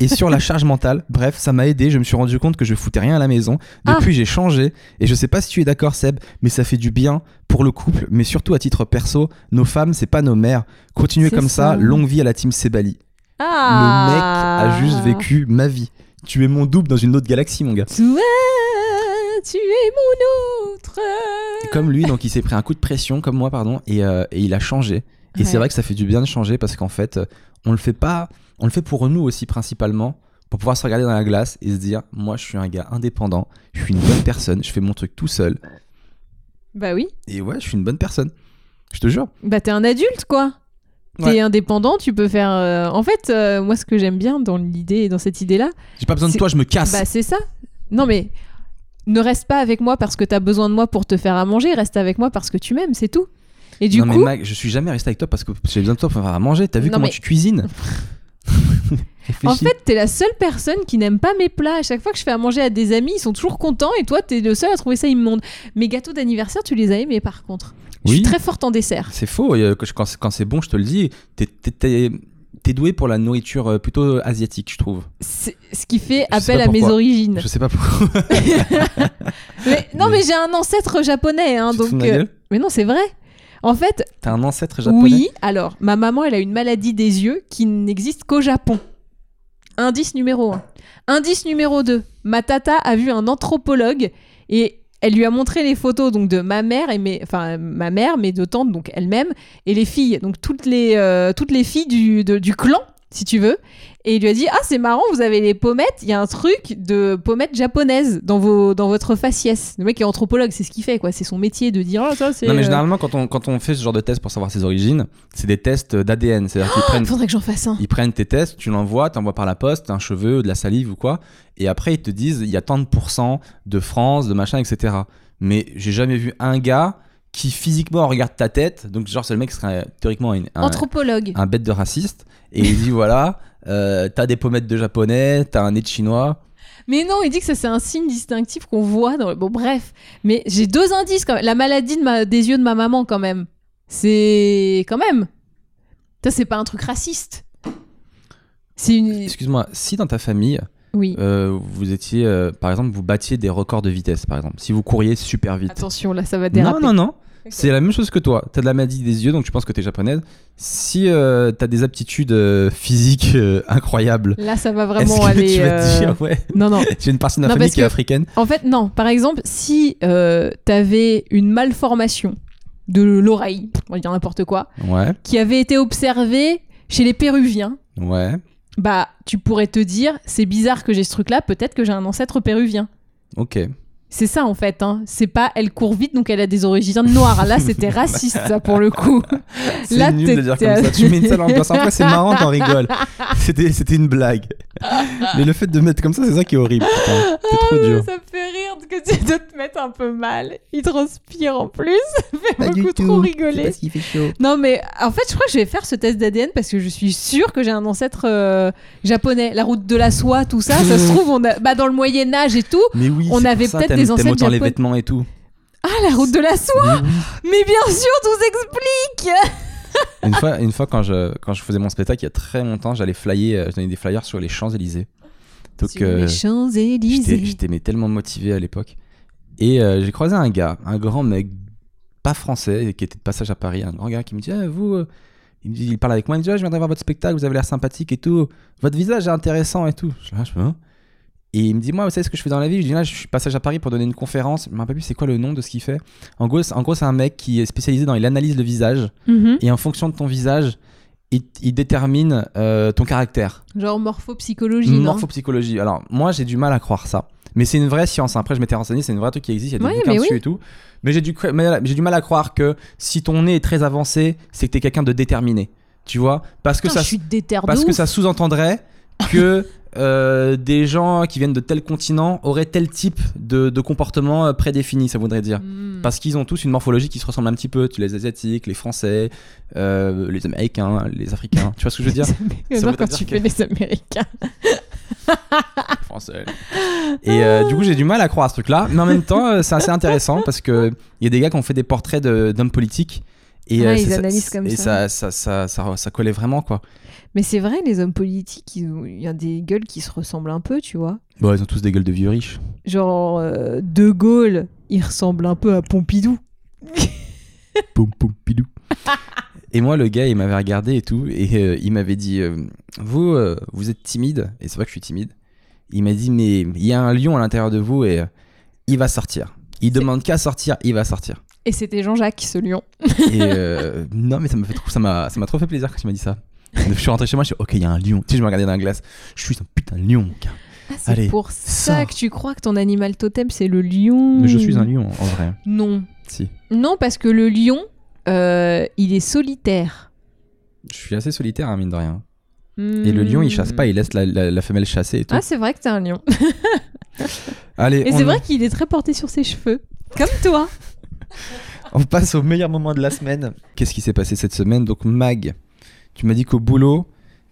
Et sur la charge mentale, bref, ça m'a aidé. Je me suis rendu compte que je foutais rien à la maison. Depuis j'ai changé. Et je sais pas si tu es d'accord Seb, mais ça fait du bien pour le couple, mais surtout à titre perso. Nos femmes, c'est pas nos mères. Continuez C'est comme ça. ça. Longue vie à la Team Sebali. Le mec Ah. a juste vécu ma vie. Tu es mon double dans une autre galaxie, mon gars. Toi, tu es mon autre. Et Comme lui, donc il s'est pris un coup de pression, comme moi, pardon, et, euh, et il a changé. Et c'est Ouais. vrai que ça fait du bien de changer parce qu'en fait, euh, on le fait pas, on le fait pour nous aussi principalement, pour pouvoir se regarder dans la glace et se dire, moi, je suis un gars indépendant, je suis une bonne personne, je fais mon truc tout seul. Bah oui, Et ouais, je suis une bonne personne. Je te jure. bah t'es un adulte quoi. T'es Ouais. indépendant, tu peux faire. euh, En fait, euh, moi, ce que j'aime bien dans l'idée, dans cette idée-là, J'ai pas besoin de C'est- toi, je me casse. Bah c'est ça. Non mais ne reste pas avec moi parce que t'as besoin de moi pour te faire à manger, reste avec moi parce que tu m'aimes, c'est tout. Et du non mais coup, Mag, je suis jamais resté avec toi parce que j'ai besoin de toi pour faire à manger. T'as vu Non, comment mais- tu cuisines en Réfléchis. fait, t'es la seule personne qui n'aime pas mes plats. À chaque fois que je fais à manger à des amis, ils sont toujours contents et toi, t'es le seul à trouver ça immonde. Mes gâteaux d'anniversaire, tu les as aimés par contre. Je Oui. suis très forte en dessert. C'est faux. euh, que je- Quand, c'est- quand c'est bon, je te le dis, t'es- t'es- t'es t'es doué pour la nourriture euh, plutôt asiatique, je trouve. C'est- Ce qui fait Je sais appel pas à mes pourquoi. origines. Je sais pas pourquoi. Mais- non Mais- mais, j'ai un ancêtre japonais, hein, Tu te donc. fous de ma euh, gueule Mais non, c'est vrai. En fait, T'as un ancêtre japonais. Oui, alors, ma maman, elle a une maladie des yeux qui n'existe qu'au Japon. Indice numéro 1. Indice numéro 2. Ma tata a vu un anthropologue et elle lui a montré les photos donc de ma mère et mes enfin ma mère mes deux tantes donc elle-même et les filles donc toutes les euh, toutes les filles du de- du clan si tu veux et il lui a dit ah c'est marrant vous avez les pommettes il y a un truc de pommettes japonaises dans vos dans votre faciès le mec est anthropologue c'est ce qu'il fait quoi c'est son métier de dire ah ça c'est Non mais euh, généralement quand on, quand on fait ce genre de test pour savoir ses origines, c'est des tests euh, d'ADN, c'est-à-dire qu'ils prennent faudrait que j'en fasse un ils prennent tes tests, tu l'envoies, t'envoies par la poste, un cheveu, de la salive ou quoi, et après ils te disent il y a tant de pourcents de France, de machin, etc. Mais j'ai jamais vu un gars qui physiquement regarde ta tête, donc genre c'est le mec qui serait théoriquement une- un, anthropologue un bête de raciste, et il dit voilà, euh, t'as des pommettes de japonais, t'as un nez de chinois. Mais non, il dit que ça c'est un signe distinctif qu'on voit dans le... Bon bref, mais j'ai deux indices quand même. La maladie de ma- des yeux de ma maman quand même. C'est quand même. Ça c'est pas un truc raciste. C'est une... Excuse-moi, si dans ta famille Oui. euh, vous étiez, euh, par exemple, vous battiez des records de vitesse, par exemple, si vous couriez super vite. Attention là, ça va Non, déraper. non, non. C'est la même chose que toi. T'as de la maladie des yeux, donc tu penses que t'es japonaise. Si euh, t'as des aptitudes euh, physiques euh, incroyables, Là ça va est-ce vraiment que aller... tu vas te euh, dire ouais, Non, non. j'ai une partie de ma Non, famille parce qui est que- africaine En fait, non. Par exemple, si euh, t'avais une malformation de l'oreille, on va dire n'importe quoi, Ouais, qui avait été observée chez les Péruviens, ouais, bah tu pourrais te dire, c'est bizarre que j'ai ce truc-là, peut-être que j'ai un ancêtre péruvien. ok. C'est ça en fait, hein. c'est pas elle court vite donc elle a des origines noires. Là c'était raciste ça pour le coup. C'est Là, nul t'es- de dire t'es- comme ça. Tu mets une telle ambiance. Après, c'est marrant, t'en rigoles. C'était, c'était une blague. Mais le fait de mettre comme ça, c'est ça qui est horrible. putain. Ah, C'est trop dur. Ça me fait rire que tu de te mettre un peu mal. Il transpire en plus, ça fait Pas du beaucoup tout. trop C'est rigoler. parce qu'il fait chaud. Non mais en fait je crois que je vais faire ce test d'ADN parce que je suis sûre que j'ai un ancêtre euh, japonais. La route de la soie, tout ça, ça se trouve on a... bah, dans le Moyen Âge et tout. Mais oui, On c'est avait pour ça, peut-être t'aimes- des t'aimes ancêtres autant les japonais. vêtements et tout. Ah, la route de la soie Oui, oui. Mais bien sûr, tout s'explique une fois, une fois quand, je, quand je faisais mon spectacle, il y a très longtemps, j'allais flyer, euh, je donnais des flyers sur les Champs-Élysées. Donc, Sur euh, les j'étais, Champs-Élysées. j'étais mais tellement motivé à l'époque. Et euh, j'ai croisé un gars, un grand mec, pas français, et qui était de passage à Paris, un grand gars qui me dit Ah, Vous, euh, il, me dit, il parle avec moi, il me dit Ah, Je viendrai voir votre spectacle, vous avez l'air sympathique et tout, votre visage est intéressant et tout. Je suis là, je fais, Hein Et il me dit Moi, vous savez ce que je fais dans la vie Je dis Là, je suis passage à Paris pour donner une conférence, je me rappelle plus c'est quoi le nom de ce qu'il fait. En gros, c'est- en gros, c'est un mec qui est spécialisé dans l'analyse de visage Mhm. et en fonction de ton visage, il, il détermine euh, ton caractère. Genre morphopsychologie. non Morphopsychologie. Alors, moi, j'ai du mal à croire ça. Mais c'est une vraie science. hein. Après, je m'étais renseigné, c'est une vraie truc qui existe, il y a des Ouais, bouquins mais dessus oui. et tout. Mais j'ai du, cr- mais là, j'ai du mal à croire que si ton nez est très avancé, c'est que t'es quelqu'un de déterminé. Tu vois Parce que Putain, ça je suis déter de parce que ouf. ça sous-entendrait que euh, des gens qui viennent de tel continent auraient tel type de, de comportement euh, prédéfini, ça voudrait dire. Mm. Mhm. Parce qu'ils ont tous une morphologie qui se ressemble un petit peu. Tu les Asiatiques, les Français, euh, les Américains, les Africains. Tu vois ce que je veux dire Les Américains, Ça veut quand dire tu que- fais les Américains. Français. Et euh, du coup, j'ai du mal à croire à ce truc-là. Mais en même temps, euh, c'est assez intéressant parce que il y a des gars qui ont fait des portraits de- d'hommes politiques. Et Ouais, euh, ils ça- analysent comme et ça. ça, ça, ça- ça collait vraiment, quoi. Mais c'est vrai, les hommes politiques, ils ont- il y a des gueules qui se ressemblent un peu, tu vois. Bon, ils ont tous des gueules de vieux riches. Genre, euh, De Gaulle, il ressemble un peu à Pompidou. Poum, poum, pidou. et moi, le gars, il m'avait regardé et tout. Et euh, il m'avait dit euh, Vous, euh, vous êtes timide. Et c'est vrai que je suis timide. Il m'a dit Mais il y a un lion à l'intérieur de vous et euh, il va sortir. Il demande qu'à sortir, il va sortir. Et c'était Jean-Jacques, ce lion. Et euh, non, mais ça m'a fait trop, ça m'a, ça m'a trop fait plaisir quand tu m'as dit ça. Je suis rentré chez moi, je suis ok, il y a un lion. Tu sais, je me regardais dans la glace. Je suis un putain de lion, mon gars. Ah, c'est Allez, pour ça sors. que tu crois que ton animal totem, c'est le lion. Mais je suis un lion en vrai. Non. Mm. Si. Non, parce que le lion, euh, il est solitaire. Je suis assez solitaire, hein, mine de rien. Et le Hmm. lion, il chasse pas, il laisse la, la- la femelle chasser et tout. Ah, c'est vrai que t'es un lion. Allez, Et on, c'est vrai qu'il est très porté sur ses cheveux. Comme toi. on passe au meilleur moment de la semaine. Qu'est-ce qui s'est passé cette semaine Donc, Mag, tu m'as dit qu'au boulot,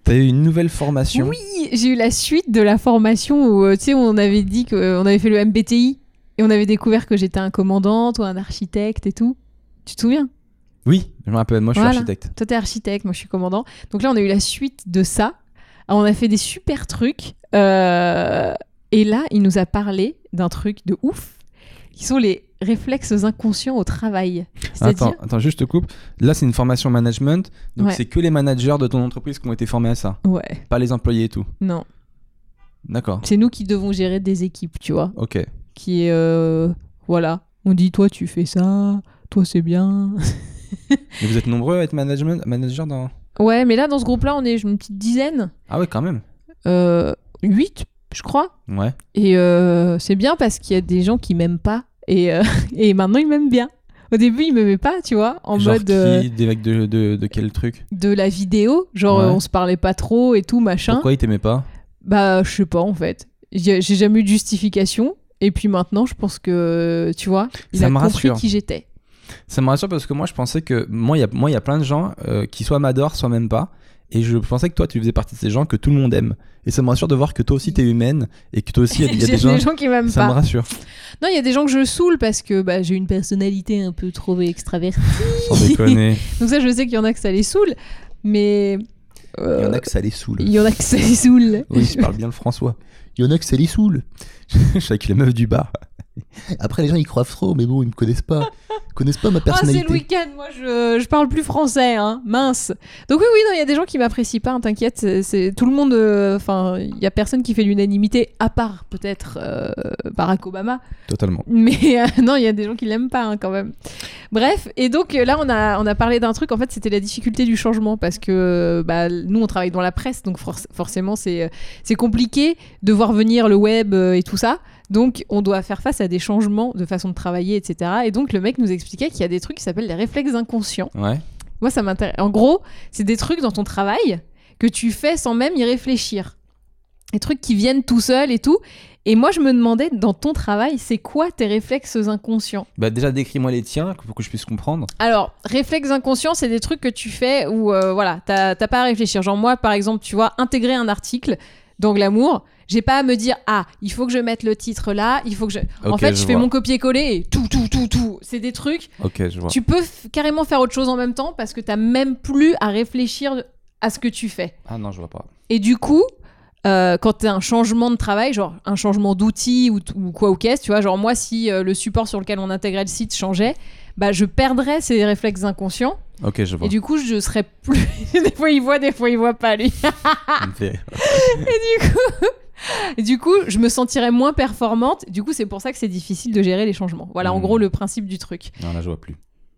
t'as eu une nouvelle formation. Oui, j'ai eu la suite de la formation où, euh, tu sais, on avait dit qu'on avait fait le MBTI et on avait découvert que j'étais un commandant, toi un architecte et tout. Tu te souviens Oui, je me rappelle, moi je suis Voilà. architecte. Toi, t'es architecte, moi, je suis commandant. Donc là, on a eu la suite de ça. Alors, on a fait des super trucs. euh, et là, il nous a parlé d'un truc de ouf, qui sont les réflexes inconscients au travail. Attends, C'est-à-dire, attends, juste je te coupe. Là, c'est une formation management, donc Ouais. c'est que les managers de ton entreprise qui ont été formés à ça, ouais, pas les employés et tout. non, D'accord. c'est nous qui devons gérer des équipes, tu vois. Ok. Qui est, euh, voilà, on dit toi, tu fais ça, toi, c'est bien. Mais vous êtes nombreux à être management, manager dans. Ouais, mais là, dans ce groupe-là, on est une petite dizaine, Ah ouais, quand même. euh, huit, je crois. Ouais. Et euh, c'est bien parce qu'il y a des gens qui m'aiment pas. Et, euh, et maintenant, ils m'aiment bien. Au début, ils m'aimaient pas, tu vois, en Genre mode qui, euh, des mecs de, de, de quel truc de la vidéo. Genre, Ouais. euh, on se parlait pas trop et tout, machin. Pourquoi ils t'aimaient pas bah, je sais pas, en fait. J'ai j'ai jamais eu de justification. Et puis maintenant, je pense que, tu vois, il Ça a me compris rassure. qui j'étais. Ça me rassure parce que moi je pensais que moi il y a moi il y a plein de gens euh, qui soit m'adorent soit même pas et je pensais que toi tu faisais partie de ces gens que tout le monde aime et ça me rassure de voir que toi aussi t'es humaine et que toi aussi il y a- il y J'ai a des gens. qui m'aiment Ça me pas. rassure. Non, il y a des gens que je saoule parce que bah, j'ai une personnalité un peu trop extravertie. Sans déconner. Donc ça, je sais qu'il y en a que ça les saoule. Mais... euh, Il y en a que ça les saoule. il y en a que ça les saoule. Ah, Oui, je parle bien le François. Il y en a que ça les saoule. je suis avec la meuf du bar. Après, les gens ils croient trop, mais bon, ils me connaissent pas. Ils connaissent pas ma Ah, c'est personnalité. le week-end, moi je, je parle plus français, hein, mince. Donc oui, oui, non, il y a des gens qui m'apprécient pas, hein, t'inquiète, c'est- c'est tout le monde, euh, enfin, il y a personne qui fait l'unanimité, à part peut-être euh, Barack Obama, Totalement. mais euh, non, il y a des gens qui l'aiment pas hein, quand même. Bref, et donc euh, là, on a, on a parlé d'un truc, en fait, c'était la difficulté du changement, parce que euh, bah, nous, on travaille dans la presse, donc forc- forcément, c'est euh, c'est compliqué de voir venir le web euh, et tout ça. Donc, on doit faire face à des changements de façon de travailler, etc. Et donc, le mec nous expliquait qu'il y a des trucs qui s'appellent les réflexes inconscients. Ouais. Moi, ça m'intéresse. En gros, c'est des trucs dans ton travail que tu fais sans même y réfléchir. Des trucs qui viennent tout seuls et tout. Et moi, je me demandais, dans ton travail, c'est quoi tes réflexes inconscients Bah déjà décris-moi les tiens pour que je puisse comprendre. Alors, réflexes inconscients, c'est des trucs que tu fais où, euh, voilà, t'as t'as pas à réfléchir. Genre, moi, par exemple, tu vois, intégrer un article, dans Glamour, j'ai pas à me dire ah il faut que je mette le titre là, il faut que je. en Ok, fait, je, je fais vois. mon copier-coller et tout tout tout tout. C'est des trucs. Ok, je vois. Tu peux f- carrément faire autre chose en même temps parce que t'as même plus à réfléchir à ce que tu fais. Ah non, je vois pas. Et du coup, euh, quand tu as un changement de travail, genre un changement d'outil ou, t- ou quoi ou qu'est-ce, tu vois, genre moi, si euh, le support sur lequel on intégrait le site changeait, bah je perdrais ces réflexes inconscients Ok, je vois. et du coup, je serais plus. des fois, il voit, des fois, il voit pas, lui. Ok. et du coup. et du coup, je me sentirais moins performante. Du coup, c'est pour ça que c'est difficile de gérer les changements. Voilà, en Mm. gros, le principe du truc. Non, là, je vois plus.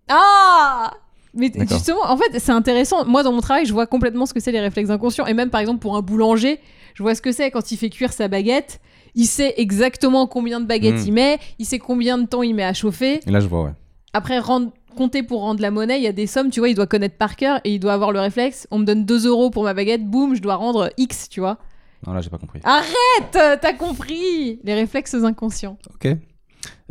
Ah mais t- D'accord. justement, en fait, c'est intéressant. Moi, dans mon travail, je vois complètement ce que c'est les réflexes inconscients. Et même, par exemple, pour un boulanger, je vois ce que c'est quand il fait cuire sa baguette. Il sait exactement combien de baguettes Mm. il met, il sait combien de temps il met à chauffer. Là, je vois, ouais. Après, rendre- compter pour rendre la monnaie, il y a des sommes, tu vois, il doit connaître par cœur et il doit avoir le réflexe. On me donne 2 euros pour ma baguette, boum, je dois rendre X, tu vois. Non, là, j'ai pas compris. Arrête euh, T'as compris Les réflexes inconscients. Ok.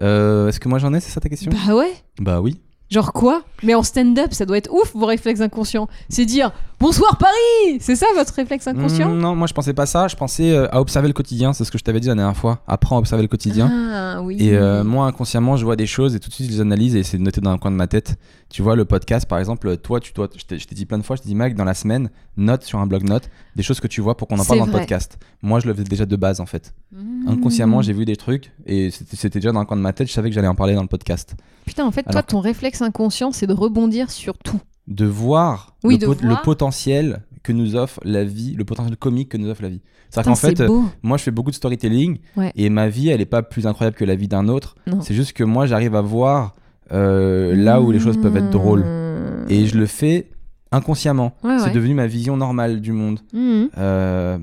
Euh, Est-ce que moi j'en ai, c'est ça ta question Bah ouais Bah oui. Genre quoi Mais en stand-up, ça doit être ouf vos réflexes inconscients. C'est dire bonsoir Paris C'est ça votre réflexe inconscient Mm, non, moi je pensais pas ça. Je pensais euh, à observer le quotidien. C'est ce que je t'avais dit la dernière fois. Apprends à observer le quotidien. Ah oui. Et euh, moi, inconsciemment, je vois des choses et tout de suite je les analyse et c'est noté dans un coin de ma tête. Tu vois, le podcast, par exemple, euh, toi, tu dois, je t'ai je t'ai dit plein de fois, je t'ai dit, Mac, dans la semaine, note sur un blog note des choses que tu vois pour qu'on en C'est parle dans le vrai. podcast. Moi, je le faisais déjà de base en fait. Mmh. Inconsciemment, j'ai vu des trucs et c'était c'était déjà dans un coin de ma tête. Je savais que j'allais en parler dans le podcast. Putain, en fait, toi, Alors- ton réflexe inconscient, c'est de rebondir sur tout. de voir, Oui, le, de pot- voir. le potentiel que nous offre la vie, le potentiel comique que nous offre la vie. C'est-à-dire Putain, qu'en c'est fait, euh, beau. moi je fais beaucoup de storytelling Ouais. et ma vie elle est pas plus incroyable que la vie d'un autre. Non. C'est juste que moi j'arrive à voir euh, là où les choses peuvent être drôles. Mmh. Et je le fais inconsciemment. Ouais, c'est ouais. devenu ma vision normale du monde. Mmh. Euh,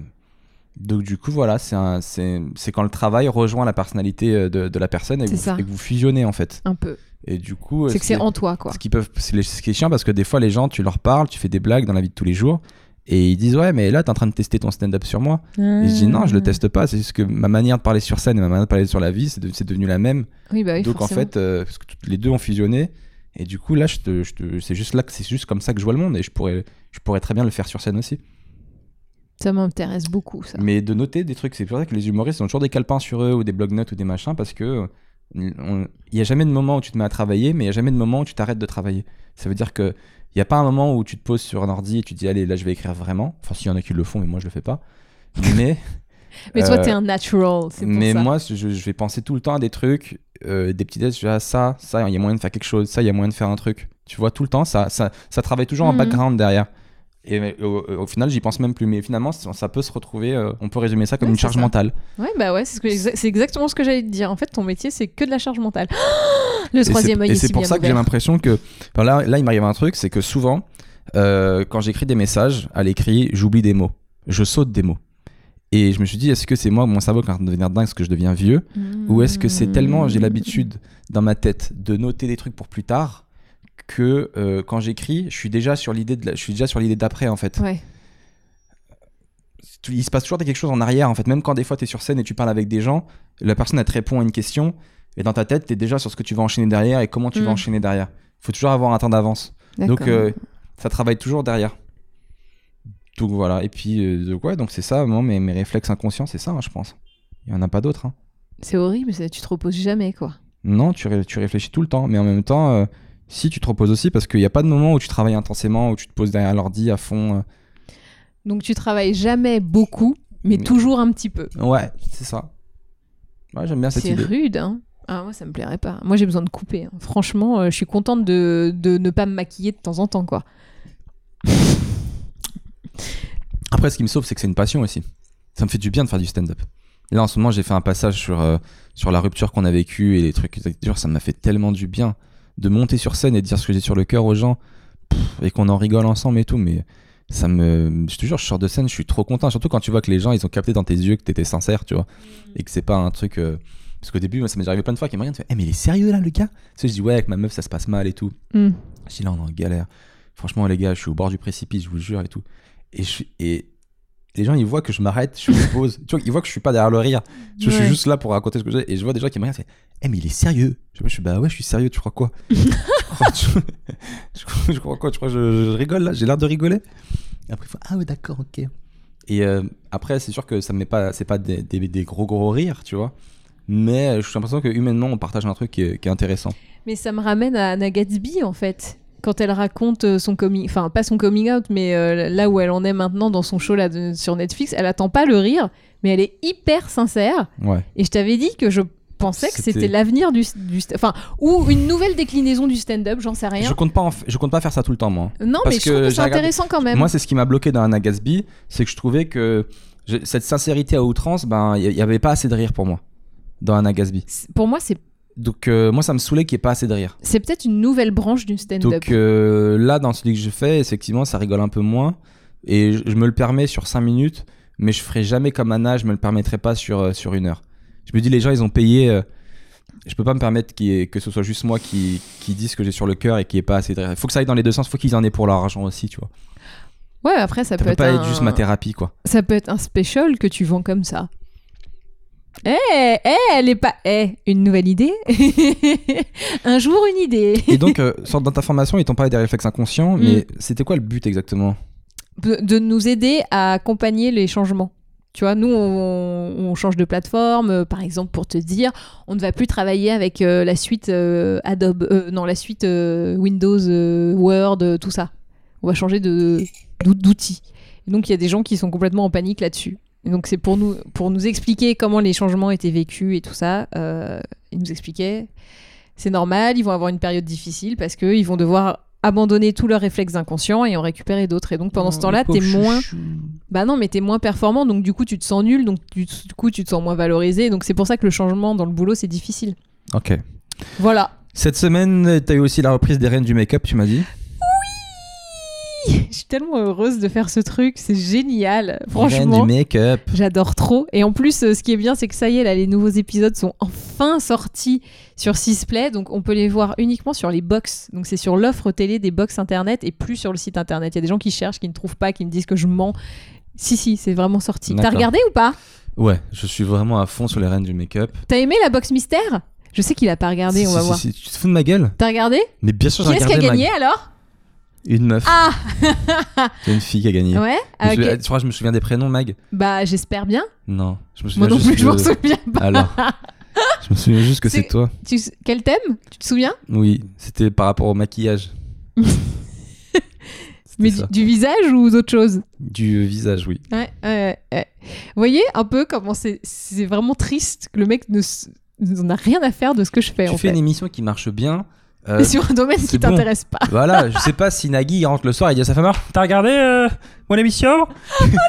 donc du coup voilà, c'est un- c'est c'est quand le travail rejoint la personnalité euh, de, de la personne et que, C'est vous, ça. et que vous fusionnez en fait. Un peu. Et du coup, euh, C'est que c'est en toi, quoi. ce qui peuvent c'est les- ce qui est chiant parce que des fois les gens tu leur parles tu fais des blagues dans la vie de tous les jours et ils disent ouais mais là t'es en train de tester ton stand-up sur moi et je dis non Mmh. je le teste pas c'est juste que ma manière de parler sur scène et ma manière de parler sur la vie c'est de- c'est devenu la même Oui, bah oui, donc forcément. en fait euh, parce que toutes- les deux ont fusionné et du coup là je te, je te- c'est juste là que c'est juste comme ça que je vois le monde et je pourrais je pourrais très bien le faire sur scène aussi Ça m'intéresse beaucoup, ça. mais de noter des trucs c'est pour ça que les humoristes ont toujours des calepins sur eux ou des blog notes ou des machins parce que euh, on- il y a jamais de moment où tu te mets à travailler mais il y a jamais de moment où tu t'arrêtes de travailler ça veut dire que il y a pas un moment où tu te poses sur un ordi et tu te dis allez là je vais écrire vraiment enfin s'il y en a qui le font mais moi je le fais pas mais Mais toi, euh, t'es un natural, c'est pour mais ça. moi je, je vais penser tout le temps à des trucs euh, des petites tests à ça ça il y a moyen de faire quelque chose ça il y a moyen de faire un truc tu vois tout le temps ça ça, ça travaille toujours en Mhm. background derrière et euh, au, au final j'y pense même plus mais finalement ça ça peut se retrouver euh, on peut résumer ça comme Ouais, une c'est charge ça. mentale Ouais, bah ouais, c'est ce que- exa- c'est exactement ce que j'allais te dire. En fait, ton métier, c'est que de la charge mentale. Le Et c'est- troisième œil Et est c'est si pour bien ça que j'ai ouvert. l'impression que. enfin, là, là, il m'arrive un truc, c'est que souvent, euh, quand j'écris des messages à l'écrit, j'oublie des mots. Je saute des mots. Et je me suis dit, est-ce que c'est moi, mon cerveau, qui est en train de devenir dingue parce que je deviens vieux Ou est-ce que c'est tellement. J'ai l'habitude dans ma tête de noter des trucs pour plus tard que euh, quand j'écris, je suis déjà sur l'idée de la- je suis déjà sur l'idée d'après en fait. Ouais. Tout- Il se passe toujours quelque chose en arrière en fait, même quand des fois tu es sur scène et tu parles avec des gens, la personne elle te répond à une question et dans ta tête, tu es déjà sur ce que tu vas enchaîner derrière et comment tu Mm. vas enchaîner derrière. Il faut toujours avoir un temps d'avance. Donc euh, ça travaille toujours derrière. Donc voilà, et puis euh, donc, ouais, donc c'est ça, moi mes, mes réflexes inconscients, c'est ça hein, je pense. Il y en a pas d'autres hein. c'est horrible, ça, tu te reposes jamais, quoi. Non, tu, ré- tu réfléchis tout le temps, mais en même temps, euh, si tu te reposes aussi, parce qu'il n'y a pas de moment où tu travailles intensément, où tu te poses derrière l'ordi à fond. Donc tu travailles jamais beaucoup, mais Mais- toujours un petit peu. euh. Ouais, c'est ça. Ouais, j'aime bien cette C'est idée. rude, hein. Ah, moi, ça me plairait pas. Moi, j'ai besoin de couper. hein. Franchement, euh, je suis contente de, de ne pas me maquiller de temps en temps, quoi. Après, ce qui me sauve, c'est que c'est une passion aussi. Ça me fait du bien de faire du stand-up. Là, en ce moment, j'ai fait un passage sur, euh, sur la rupture qu'on a vécue et les trucs durs. Ça m'a fait tellement du bien de monter sur scène et de dire ce que j'ai sur le cœur aux gens pff, et qu'on en rigole ensemble et tout. Mais ça me. Je te jure, je sors de scène, je suis trop content. Surtout quand tu vois que les gens, ils ont capté dans tes yeux que t'étais sincère, tu vois. Et que c'est pas un truc. euh, Parce qu'au début, moi, ça m'est déjà arrivé plein de fois qu'il me regarde, il me fait, Eh, mais il est sérieux là, le gars Tu sais, je dis, ouais, avec ma meuf, ça se passe mal et tout. Hmm. Je dis là, on est en galère. Franchement, les gars, je suis au bord du précipice, je vous le jure et tout. Et, je suis- et les gens, ils voient que je m'arrête, je me pose. tu vois, ils voient que je suis pas derrière le rire. Tu vois, Je Ouais. suis juste là pour raconter ce que j'ai. Et je vois des gens qui me regardent, c'est Eh, mais il est sérieux. Je, je suis Bah ouais, je suis sérieux, tu crois quoi tu, crois, tu- je crois- je crois quoi Tu crois que je, je rigole là J'ai l'air de rigoler Et après, il faut, ah ouais, d'accord, ok. Et euh, après, c'est sûr que ça me met pas, c'est pas des, des- des gros gros rires, tu vois. Mais euh, j'ai l'impression que humainement, on partage un truc qui est, qui est intéressant. Mais ça me ramène à Anna Gatsby, en fait. Quand elle raconte euh, son coming, enfin pas son coming out, mais euh, là où elle en est maintenant dans son show là de- sur Netflix, elle attend pas le rire, mais elle est hyper sincère. Ouais. Et je t'avais dit que je pensais que C'était- c'était l'avenir du, du sta- enfin ou une nouvelle déclinaison du stand-up, j'en sais rien. Je compte pas, en f- je compte pas faire ça tout le temps, moi. Non, parce mais je que trouve que j'ai c'est regardé- intéressant quand même. Moi, c'est ce qui m'a bloqué dans Anna Gatsby, c'est que je trouvais que j'ai- cette sincérité à outrance, ben, il y avait pas assez de rire pour moi dans Anna Gatsby. C'est- Pour moi, c'est Donc euh, moi, ça me saoulait qu'il n'y ait pas assez de rire. c'est peut-être une nouvelle branche du stand-up. Donc euh, là, dans celui que je fais, effectivement, ça rigole un peu moins. Et je, je me le permets sur 5 minutes, mais je ferai jamais comme Anna, je me le permettrai pas sur, euh, sur une heure. Je me dis, les gens, ils ont payé. euh, je peux pas me permettre qu'il y ait- que ce soit juste moi qui, qui dise ce que j'ai sur le cœur et qui ait pas assez de rire. Faut que ça aille dans les deux sens, faut qu'ils en aient pour leur argent aussi, tu vois. Ouais, après ça Ça peut, peut être pas un... être juste ma thérapie, quoi. Ça peut être un special que tu vends comme ça. Eh, eh, elle est pas. Eh, une nouvelle idée Un jour, une idée Et donc, euh, sur- dans ta formation, ils t'ont parlé des réflexes inconscients, Mm. mais c'était quoi le but exactement De de nous aider à accompagner les changements. Tu vois, nous, on, on change de plateforme, euh, par exemple, pour te dire, on ne va plus travailler avec euh, la suite euh, Adobe, euh, non, la suite euh, Windows, euh, Word, euh, tout ça. On va changer de- d'ou- d'outil. Et Donc, il y a des gens qui sont complètement en panique là-dessus. Et donc, c'est pour nous, pour nous expliquer comment les changements étaient vécus et tout ça. euh, ils nous expliquaient, c'est normal, ils vont avoir une période difficile parce qu'ils vont devoir abandonner tous leurs réflexes inconscients et en récupérer d'autres. Et donc, pendant Mmh, ce temps-là, t'es moins... Bah non, mais t'es moins performant, donc du coup tu te sens nul, donc du du coup tu te sens moins valorisé, donc c'est pour ça que le changement dans le boulot c'est difficile. Ok. Voilà. Cette semaine, t'as eu aussi la reprise des reines du make-up, tu m'as dit. Je suis tellement heureuse de faire ce truc, c'est génial, Reines du franchement. make-up. J'adore trop. Et en plus, euh, ce qui est bien, c'est que ça y est, là, les nouveaux épisodes sont enfin sortis sur Sisplay. Donc, on peut les voir uniquement sur les box. Donc, c'est sur l'offre télé des box internet et plus sur le site internet. Il y a des gens qui cherchent, qui ne trouvent pas, qui me disent que je mens. Si, si, c'est vraiment sorti. T'as D'accord. regardé ou pas Ouais, je suis vraiment à fond sur les reines du make-up. T'as aimé la box mystère Je sais qu'il a pas regardé, Si, on si, va si, voir. si, Tu te fous de ma gueule T'as regardé Mais bien sûr, j'ai Qui est-ce qui regardé a ma- gagné alors une meuf. Ah C'est une fille qui a gagné. Ouais Je me ah, ok. souviens- Je crois que je me souviens des prénoms, Mag. Bah j'espère bien. Non, je me souviens Ah. Moi non juste plus, je de- m'en souviens pas. Alors, je me souviens juste que c'est C'est- toi. Tu s- Quel thème Tu te souviens Oui, c'était par rapport au maquillage. C'était Mais du, ça. du visage ou d'autres choses Du euh, visage, oui. Ouais, ouais, ouais. Vous voyez un peu comment c'est c'est vraiment triste que le mec ne s- n'en a rien à faire de ce que je fais tu en fais Ben, fait. une émission qui marche bien. euh, Mais sur un domaine c'est qui bon. t'intéresse pas. voilà, je sais pas si Nagui il rentre le soir et dit à sa femme Ah, T'as regardé euh, mon émission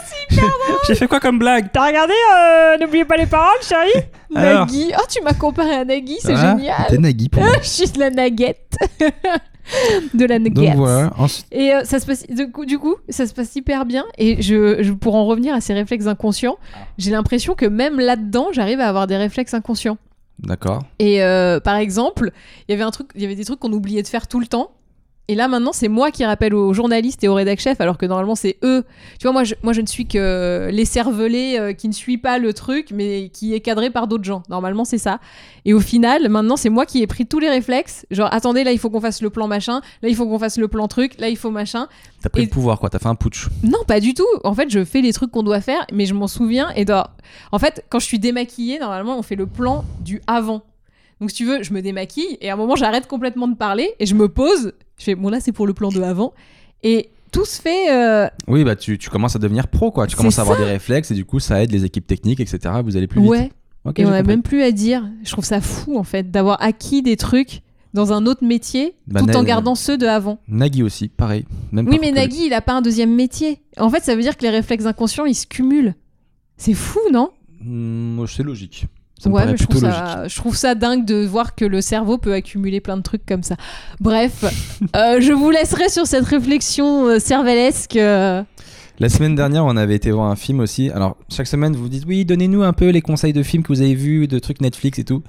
J'ai fait quoi comme blague Oh, T'as regardé euh, N'oubliez pas les paroles, chérie Alors Nagui. Oh, tu m'as comparé à Nagui, c'est Ah, génial. T'es Nagui pour moi. je suis de la naguette. de la naguette. Donc voilà, ensuite. Et euh, ça se passe, du coup, du coup, ça se passe hyper bien. Et je, je- pour en revenir à ces réflexes inconscients, j'ai l'impression que même là-dedans, j'arrive à avoir des réflexes inconscients. D'accord. Et euh, par exemple, il y avait un truc, il y avait des trucs qu'on oubliait de faire tout le temps. Et là maintenant, c'est moi qui rappelle aux journalistes et aux rédac chefs, alors que normalement c'est eux. Tu vois, moi je, moi je ne suis que les cervelés euh, qui ne suit pas le truc, mais qui est cadré par d'autres gens. Normalement c'est ça. Et au final, maintenant c'est moi qui ai pris tous les réflexes. Genre attendez, là il faut qu'on fasse le plan machin, là il faut qu'on fasse le plan truc, là il faut machin. T'as pris Et- le pouvoir, quoi. T'as fait un putsch. Non, pas du tout. En fait, je fais les trucs qu'on doit faire, mais je m'en souviens. Et dans- en fait, quand je suis démaquillée, normalement, on fait le plan du avant. Donc, si tu veux, je me démaquille et à un moment, j'arrête complètement de parler et je me pose. Je fais, bon, là, c'est pour le plan de avant. Et tout se fait. euh, Oui, bah tu, tu commences à devenir pro, quoi. Tu C'est commences à avoir des réflexes et du coup, ça aide les équipes techniques, etc. Vous allez plus Ouais. vite. Ok, et j'ai on a compris. même plus à dire. Je trouve ça fou, en fait, d'avoir acquis des trucs dans un autre métier Bah, tout en Nel- gardant ceux de avant. Nagui aussi, pareil. Même Oui, parcours mais que- Nagui, il a pas un deuxième métier. En fait, ça veut dire que les réflexes inconscients, ils se cumulent. C'est fou, non Hmm, c'est logique. Ça me ouais, paraît mais je plutôt trouve, logique. ça, je trouve ça dingue de voir que le cerveau peut accumuler plein de trucs comme ça. Bref, euh, je vous laisserai sur cette réflexion euh, cervellesque. euh. La semaine dernière, on avait été voir un film aussi. Alors, chaque semaine, vous dites oui, donnez-nous un peu les conseils de films que vous avez vus, de trucs Netflix et tout.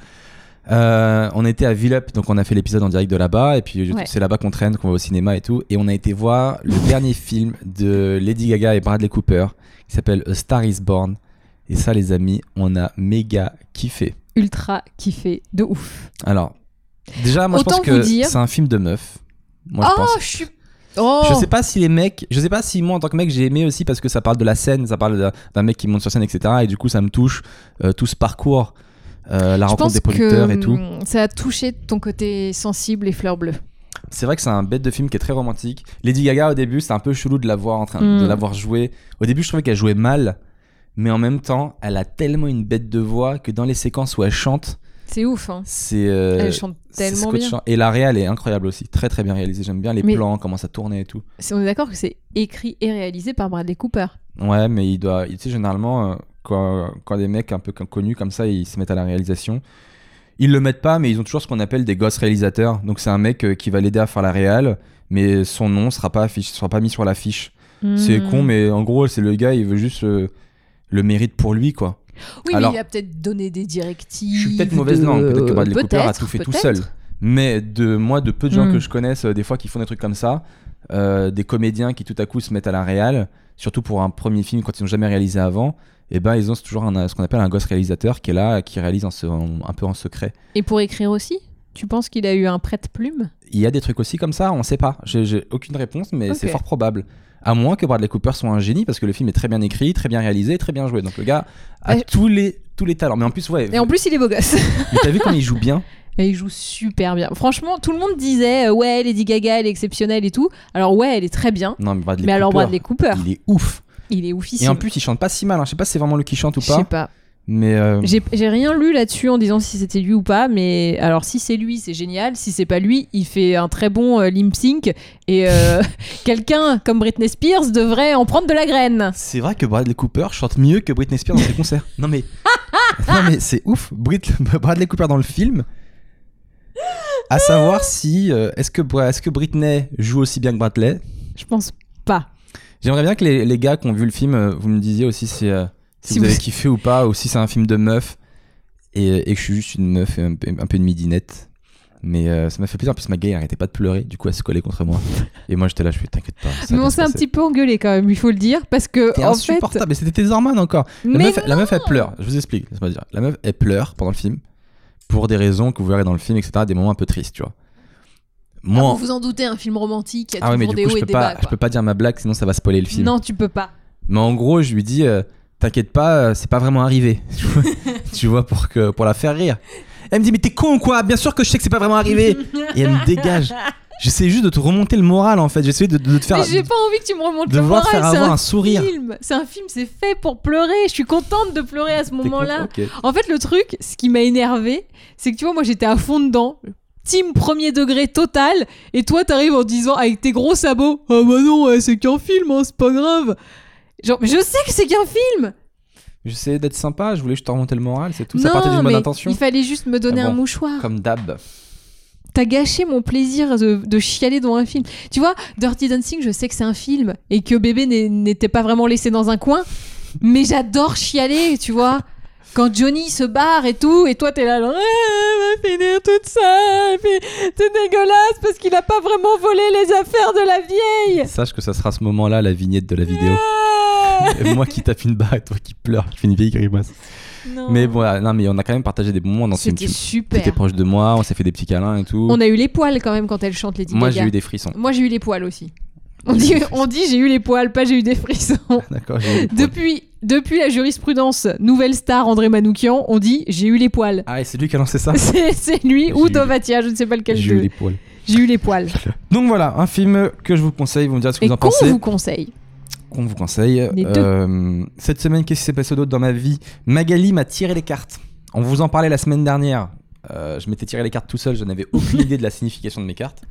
Euh, on était à Villup, donc on a fait l'épisode en direct de là-bas. Et puis, Ouais. c'est là-bas qu'on traîne, qu'on va au cinéma et tout. Et on a été voir le dernier film de Lady Gaga et Bradley Cooper qui s'appelle A Star is Born. Et ça, les amis, on a méga kiffé. Ultra kiffé de ouf. Alors, déjà, moi, Autant je pense que vous dire- c'est un film de meuf. Moi, je oh, pense. je suis Oh Je sais pas si les mecs, je sais pas si moi en tant que mec j'ai aimé aussi parce que ça parle de la scène, ça parle d'un- d'un mec qui monte sur scène, etc. Et du coup ça me touche euh, tout ce parcours, euh, la Je rencontre pense des producteurs que et tout. mm, ça a touché ton côté sensible et fleur bleue. C'est vrai que c'est un bête de film qui est très romantique. Lady Gaga au début c'est un peu chelou de l'avoir en train de Mm. l'avoir joué. Au début je trouvais qu'elle jouait mal, mais en même temps elle a tellement une bête de voix que dans les séquences où elle chante, C'est ouf. hein. c'est euh, Elle chante c'est tellement bien. scotchant. Et la réal est incroyable aussi, très très bien réalisée. J'aime bien les Mais- plans, comment ça tournait et tout. C'est- On est d'accord que c'est écrit et réalisé par Bradley Cooper. Ouais, mais il doit. Tu sais, généralement, euh, quand, quand des mecs un peu con- connus comme ça, ils se mettent à la réalisation. Ils le mettent pas, mais ils ont toujours ce qu'on appelle des gosses réalisateurs. Donc c'est un mec euh, qui va l'aider à faire la réal, mais son nom sera pas affiché, sera pas mis sur l'affiche. C'est Mm. con, mais en gros, c'est le gars, il veut juste euh, le mérite pour lui, quoi. Oui, Alors- mais il a peut-être donné des directives. Je suis peut-être mauvaise de- langue, peut-être que Bradley Cooper a Peut-être, tout fait tout peut-être. seul. Mais de moi, de peu de gens Mm. que je connaisse, euh, des fois qui font des trucs comme ça, euh, des comédiens qui tout à coup se mettent à la réal, surtout pour un premier film quand ils n'ont jamais réalisé avant, et ben ils ont toujours un, euh, ce qu'on appelle un gosse réalisateur qui est là, qui réalise en se- en- un peu en secret. Et pour écrire aussi Tu penses qu'il a eu un prête-plume Il y a des trucs aussi comme ça, on sait pas. J'ai j'ai aucune réponse, mais c'est Ok. fort probable. À moins que Bradley Cooper soit un génie, parce que le film est très bien écrit, très bien réalisé, très bien joué. Donc le gars a Bah, je- tous les tous les talents. Mais en plus, ouais. Et en plus, il est beau gosse. mais T'as vu comment il joue bien Et il joue super bien. Franchement, tout le monde disait euh, ouais, Lady Gaga, elle est exceptionnelle et tout. Alors ouais, elle est très bien. Non, mais Bradley mais alors Cooper, Bradley Cooper, il est ouf. il est oufissime. Et en plus, il chante pas si mal. hein. Je sais pas si c'est vraiment lui qui chante ou je sais pas. pas. Mais euh, J'ai j'ai rien lu là-dessus en disant si c'était lui ou pas. Mais alors si c'est lui, c'est génial. Si c'est pas lui, il fait un très bon euh, lip sync. Et euh, quelqu'un comme Britney Spears devrait en prendre de la graine. c'est vrai que Bradley Cooper chante mieux que Britney Spears dans ses concerts. Non mais, non mais c'est ouf. Brit- Bradley Cooper dans le film. À savoir si euh, est-ce que Bra- est-ce que Britney joue aussi bien que Bradley Je pense pas. J'aimerais bien que les, les gars qui ont vu le film, euh, vous me disiez aussi si, euh, si Si vous vous- avez kiffé ou pas, ou si c'est un film de meuf et, et que je suis juste une meuf et un, peu- un peu une midinette. Mais euh, ça m'a fait plaisir, en plus ma gueule arrêtait pas de pleurer, du coup elle se collait contre moi. Et moi j'étais là, je fais t'inquiète pas. ça Mais va bien on se s'est un passer. petit peu engueulé quand même, il faut le dire, parce que T'es en fait. insupportable. Mais c'était tes hormones encore. La, Mais meuf, la meuf, elle pleure. Je vous explique, laisse-moi dire. La meuf, elle pleure pendant le film pour des raisons que vous verrez dans le film, etc. Des moments un peu tristes, tu vois. Moi. Ah, vous en doutez, un film romantique, il y a ah ouais, mais toujours du des coup, hauts je et peux, des pas, bas. je peux pas dire ma blague, sinon ça va spoiler le film. Non, tu peux pas. Mais en gros, je lui dis, euh, t'inquiète pas, euh, c'est pas vraiment arrivé. Tu vois, tu vois, pour, que, pour la faire rire. Elle me dit, mais t'es con ou quoi Bien sûr que je sais que c'est pas vraiment arrivé. Et elle me dégage. J'essaie juste de te remonter le moral, en fait. J'essaie de, de te faire. Mais j'ai pas envie que tu me remontes de le vouloir moral. te faire c'est avoir un, un sourire. film. C'est un film, c'est fait pour pleurer. Je suis contente de pleurer à ce T'es con- oh. moment-là. ok. En fait, le truc, ce qui m'a énervé, c'est que tu vois, moi j'étais à fond dedans. Team premier degré total. Et toi, t'arrives en disant avec tes gros sabots Ah bah non, ouais, c'est qu'un film, hein, c'est pas grave. Genre, mais je sais que c'est qu'un film J'essayais d'être sympa, je voulais juste te remonter le moral, c'est tout. ça partait Non, d'une bonne mais intention. Il fallait juste me donner Ah bon. un mouchoir. Comme d'hab. T'as gâché mon plaisir de, de chialer dans un film. Tu vois, Dirty Dancing, je sais que c'est un film et que bébé n'est- n'était pas vraiment laissé dans un coin, mais j'adore chialer, tu vois. Quand Johnny se barre et tout, et toi t'es là, genre, Ah, elle va finir toute seule, et puis c'est dégueulasse parce qu'il a pas vraiment volé les affaires de la vieille. Sache que ça sera à ce moment-là la vignette de la vidéo. Ah Et moi qui tape une barre et toi qui pleure, je fais une vieille grimace. Non. Mais voilà, non, mais on a quand même partagé des bons moments dans ce film. c'était Tu super. étais proche de moi, on s'est fait des petits câlins et tout. On a eu les poils quand même quand elle chante les Moi j'ai eu des frissons. Moi, j'ai eu les poils aussi. On dit, on dit j'ai eu les poils, pas j'ai eu des frissons. D'accord, j'ai eu des poils. Depuis, depuis la jurisprudence Nouvelle Star André Manoukian, on dit j'ai eu les poils. Ah, et c'est lui qui a lancé ça C'est c'est lui J'ai eu ou les- Dovatia, je ne sais pas lequel J'ai d'eux. eu les poils. J'ai eu les poils. Donc voilà, un film que je vous conseille, vous me direz ce que Et vous en qu'on pensez. vous conseille Qu'on vous conseille. Les deux. Euh, cette semaine, qu'est-ce qui s'est passé d'autre dans ma vie Magali m'a tiré les cartes. On vous en parlait la semaine dernière. Euh, je m'étais tiré les cartes tout seul, je n'avais aucune idée de la signification de mes cartes.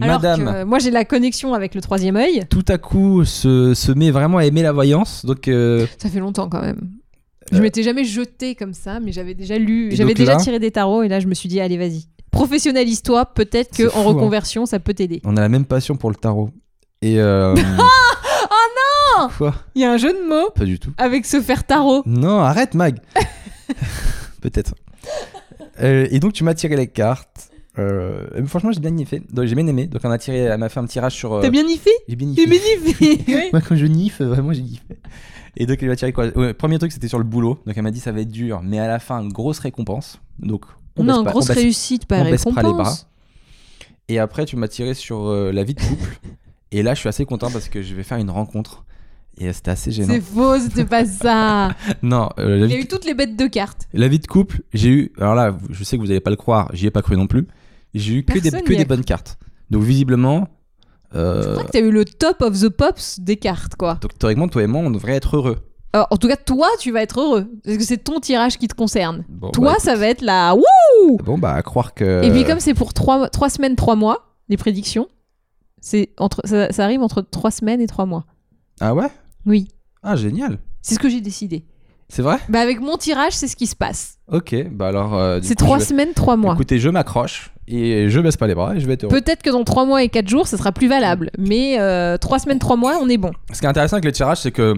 Alors Madame. que euh, moi, j'ai la connexion avec le troisième œil. tout à coup se, se met vraiment à aimer la voyance. Donc, euh, Ça fait longtemps quand même. Euh. Je m'étais jamais jetée comme ça, mais j'avais déjà lu, Et j'avais donc déjà là- tiré des tarots et là, je me suis dit allez, vas-y. Professionnalise-toi, peut-être C'est que fou, en hein. reconversion, ça peut t'aider. on a la même passion pour le tarot. Et. Euh... Oh non Quoi Il y a un jeu de mots Pas du tout. avec se faire tarot. Non, arrête, Mag Peut-être. Euh, et donc, tu m'as tiré les cartes. Euh, mais franchement, j'ai bien fait. Donc, j'ai bien aimé. Donc, on a tiré, elle m'a fait un tirage sur. euh, T'as bien niffé J'ai bien T'es niffé. magnifique oui. Moi, quand je niffe, vraiment, j'ai niffé. Et donc, elle m'a tiré quoi Ouais, Premier truc, c'était sur le boulot. Donc, elle m'a dit ça va être dur, mais à la fin, grosse récompense. Donc, on baisse non, pas- on grosse baisse réussite, pas on baisse récompense. pas les bras. Et après, tu m'as tiré sur euh, la vie de couple. Et là, je suis assez content parce que je vais faire une rencontre. Et euh, c'était assez gênant. C'est faux, c'était pas ça. Non, euh, la, Il y a vie, eu toutes les bêtes de cartes. la vie de couple, j'ai eu. Alors là, vous- je sais que vous n'allez pas le croire, j'y ai pas cru non plus. J'ai eu que des, Personne que n'y a des cru. bonnes cartes. Donc visiblement. euh, Je crois que t'as eu le top of the pops des cartes, quoi. donc théoriquement, toi et moi, on devrait être heureux. Alors, en tout cas, toi, tu vas être heureux. Parce que c'est ton tirage qui te concerne. Bon, toi, bah, ça va être la. Wouh écoute, Bon, bah, à croire que. Et puis, comme c'est pour 3, semaines, 3 mois, les prédictions, c'est entre, ça, ça arrive entre 3 semaines et 3 mois. Ah ouais Oui. Ah, génial. C'est ce que j'ai décidé. C'est vrai Bah, avec mon tirage, c'est ce qui se passe. Ok, bah alors. euh, du C'est coup, 3 je vais- semaines, 3 mois. Écoutez, je m'accroche et je baisse pas les bras et je vais être heureux. Peut-être que dans 3 mois et 4 jours, ça sera plus valable. Mais 3 semaines, 3 mois, on est bon. Ce qui est intéressant avec les tirages, c'est que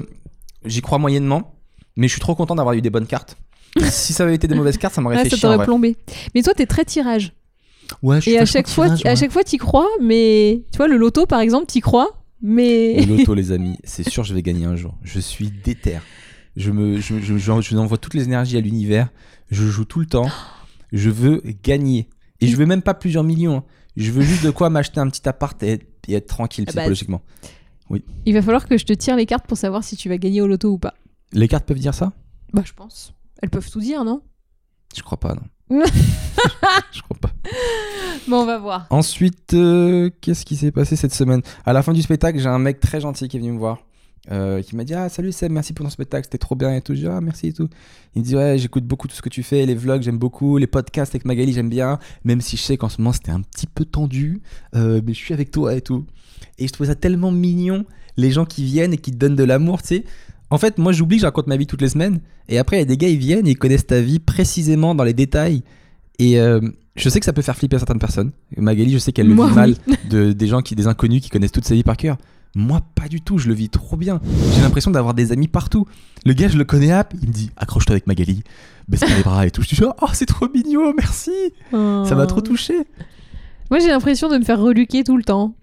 j'y crois moyennement, mais je suis trop content d'avoir eu des bonnes cartes. si ça avait été des mauvaises cartes, ça m'aurait Là, fait Ah, ça chier. en t'aurait vrai. plombé. Mais toi, t'es très tirage. Ouais, je suis Et à vachement chaque, fois, tirage, à ouais. chaque fois, t'y crois, mais tu vois, le loto, par exemple, t'y crois, mais. Le loto, les amis, c'est sûr, je vais gagner un jour. Je suis déter. Je me, je, je, je- je envoie toutes les énergies à l'univers. Je joue tout le temps. Je veux gagner. Et je veux même pas plusieurs millions. hein. Je veux juste de quoi m'acheter un petit appart et, et être tranquille Ah bah, psychologiquement. Il va falloir que je te tire les cartes pour savoir si tu vas gagner au loto ou pas. Les cartes peuvent dire ça Bah, je pense. Elles peuvent tout dire, non Je crois pas, non. je crois pas. Bon, on va voir. Ensuite, euh, qu'est-ce qui s'est passé cette semaine À la fin du spectacle, j'ai un mec très gentil qui est venu me voir. euh, qui m'a dit ah salut Seb merci pour ton spectacle c'était trop bien et tout j'ai dit ah merci et tout il me dit ouais j'écoute beaucoup tout ce que tu fais les vlogs j'aime beaucoup les podcasts avec Magali j'aime bien même si je sais qu'en ce moment c'était un petit peu tendu euh, mais je suis avec toi et tout et je trouvais ça tellement mignon les gens qui viennent et qui te donnent de l'amour tu sais en fait moi j'oublie que je raconte ma vie toutes les semaines et après il y a des gars ils viennent et ils connaissent ta vie précisément dans les détails et euh, je sais que ça peut faire flipper certaines personnes. Magali, je sais qu'elle le Moi, vit mal de, des gens qui, des inconnus qui connaissent toute sa vie par cœur. Moi, pas du tout. Je le vis trop bien. J'ai l'impression d'avoir des amis partout. Le gars, je le connais hop, il me dit accroche-toi avec Magali, baisse pas les bras et tout. Je suis genre oh c'est trop mignon, merci. Ça m'a trop touché. Euh, Moi, j'ai l'impression de me faire reluquer tout le temps.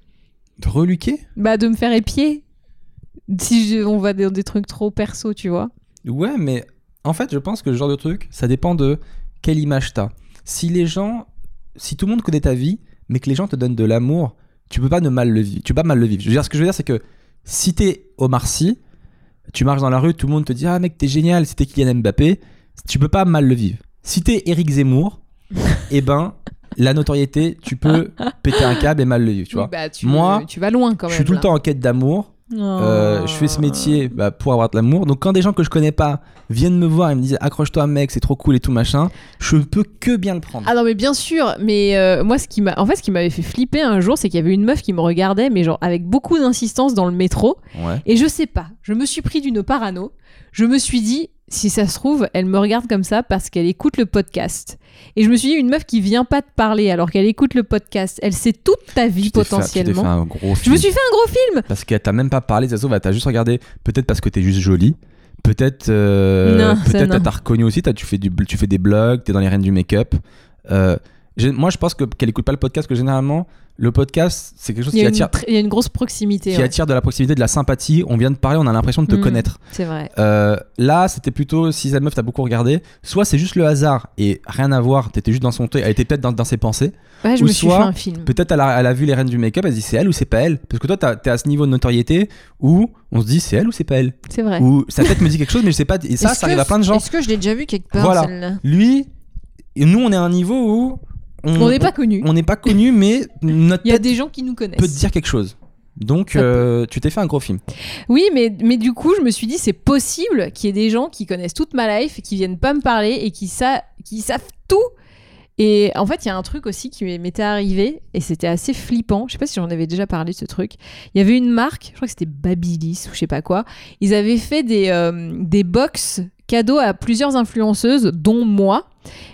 Reluqué Bah, de me faire épier. Si je- on va dans des trucs trop perso, tu vois. Ouais, mais en fait, je pense que le genre de truc, ça dépend de quelle image t'as. Si les gens, si tout le monde connaît ta vie, mais que les gens te donnent de l'amour, tu peux pas ne mal le vivre. Tu peux pas mal le vivre. Je veux dire, ce que je veux dire, c'est que si t'es Omar Sy, tu marches dans la rue, tout le monde te dit ah mec t'es génial, si t'es Kylian Mbappé, tu peux pas mal le vivre. Si t'es Eric Zemmour, eh ben la notoriété, tu peux péter un câble et mal le vivre, tu vois. Bah, tu, Moi, tu vas loin quand je même. suis tout le là. temps en quête d'amour. Oh. Euh, je fais Ah. ce métier bah, pour avoir de l'amour. Donc quand des gens que je connais pas viennent me voir et me disent accroche-toi mec, c'est trop cool et tout machin, je ne peux que bien le prendre. Ah non mais bien sûr, mais euh, moi ce qui m'a en fait ce qui m'avait fait flipper un jour, c'est qu'il y avait une meuf qui me regardait mais genre avec beaucoup d'insistance dans le métro Ouais. et je sais pas, je me suis pris d'une parano. Je me suis dit si ça se trouve, elle me regarde comme ça parce qu'elle écoute le podcast. Et je me suis dit une meuf qui vient pas te parler alors qu'elle écoute le podcast, elle sait toute ta vie potentiellement. un gros je me suis fait un gros film. Parce qu'elle t'a même pas parlé, ça se trouve, elle t'a juste regardé. Peut-être parce que t'es juste jolie. Peut-être euh, Non, ça, peut-être non. elle t'a reconnu aussi. t'as- tu, fais du, tu fais des blogs, t'es dans les reines du make-up. Euh, j'ai- moi je pense que- qu'elle écoute pas le podcast, que généralement le podcast c'est quelque chose Il y, qui a une attire, tr- il y a une grosse proximité. hein. qui ouais. attire de la proximité, de la sympathie. On vient de parler, on a l'impression de te Mm. connaître. C'est vrai. Euh, là, c'était plutôt si la meuf t'a beaucoup regardé, soit c'est juste le hasard et rien à voir, t'étais juste dans son thé, elle était peut-être dans, dans ses pensées, Ouais, je Ou me suis fait soit, un film. peut-être elle a, elle a vu les reines du make-up, elle se dit c'est elle ou c'est pas elle, parce que toi t'as- t'es à ce niveau de notoriété où on se dit c'est elle ou c'est pas elle, C'est vrai. ou sa tête me dit quelque chose mais je sais pas, et ça, Est-ce ça arrive que- à plein de gens. Est-ce que je l'ai déjà vu quelque part Voilà. celle-là Lui, et nous on est à un niveau où On n'est pas connus. on n'est pas connu, mais notre Il y a tête des gens qui nous peut te connaissent. dire quelque chose. Donc Ça peut. euh, tu t'es fait un gros film. Oui, mais, mais du coup, je me suis dit, c'est possible qu'il y ait des gens qui connaissent toute ma life, qui viennent pas me parler et qui, sa- qui savent tout. Et en fait, il y a un truc aussi qui m'était arrivé et c'était assez flippant. Je sais pas si j'en avais déjà parlé de ce truc. Il y avait une marque, je crois que c'était Babyliss ou je sais pas quoi. Ils avaient fait des, euh, des box cadeaux à plusieurs influenceuses, dont moi.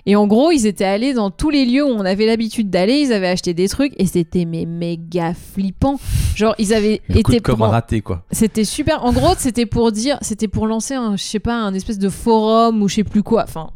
Et en gros, ils étaient allés dans tous les lieux où on avait l'habitude d'aller. Ils avaient acheté des trucs et c'était mais méga flippant. Genre, ils avaient été comme prendre- raté quoi. c'était super. En gros, c'était pour dire, c'était pour lancer un, je sais pas, un espèce de forum ou je sais plus quoi. Enfin,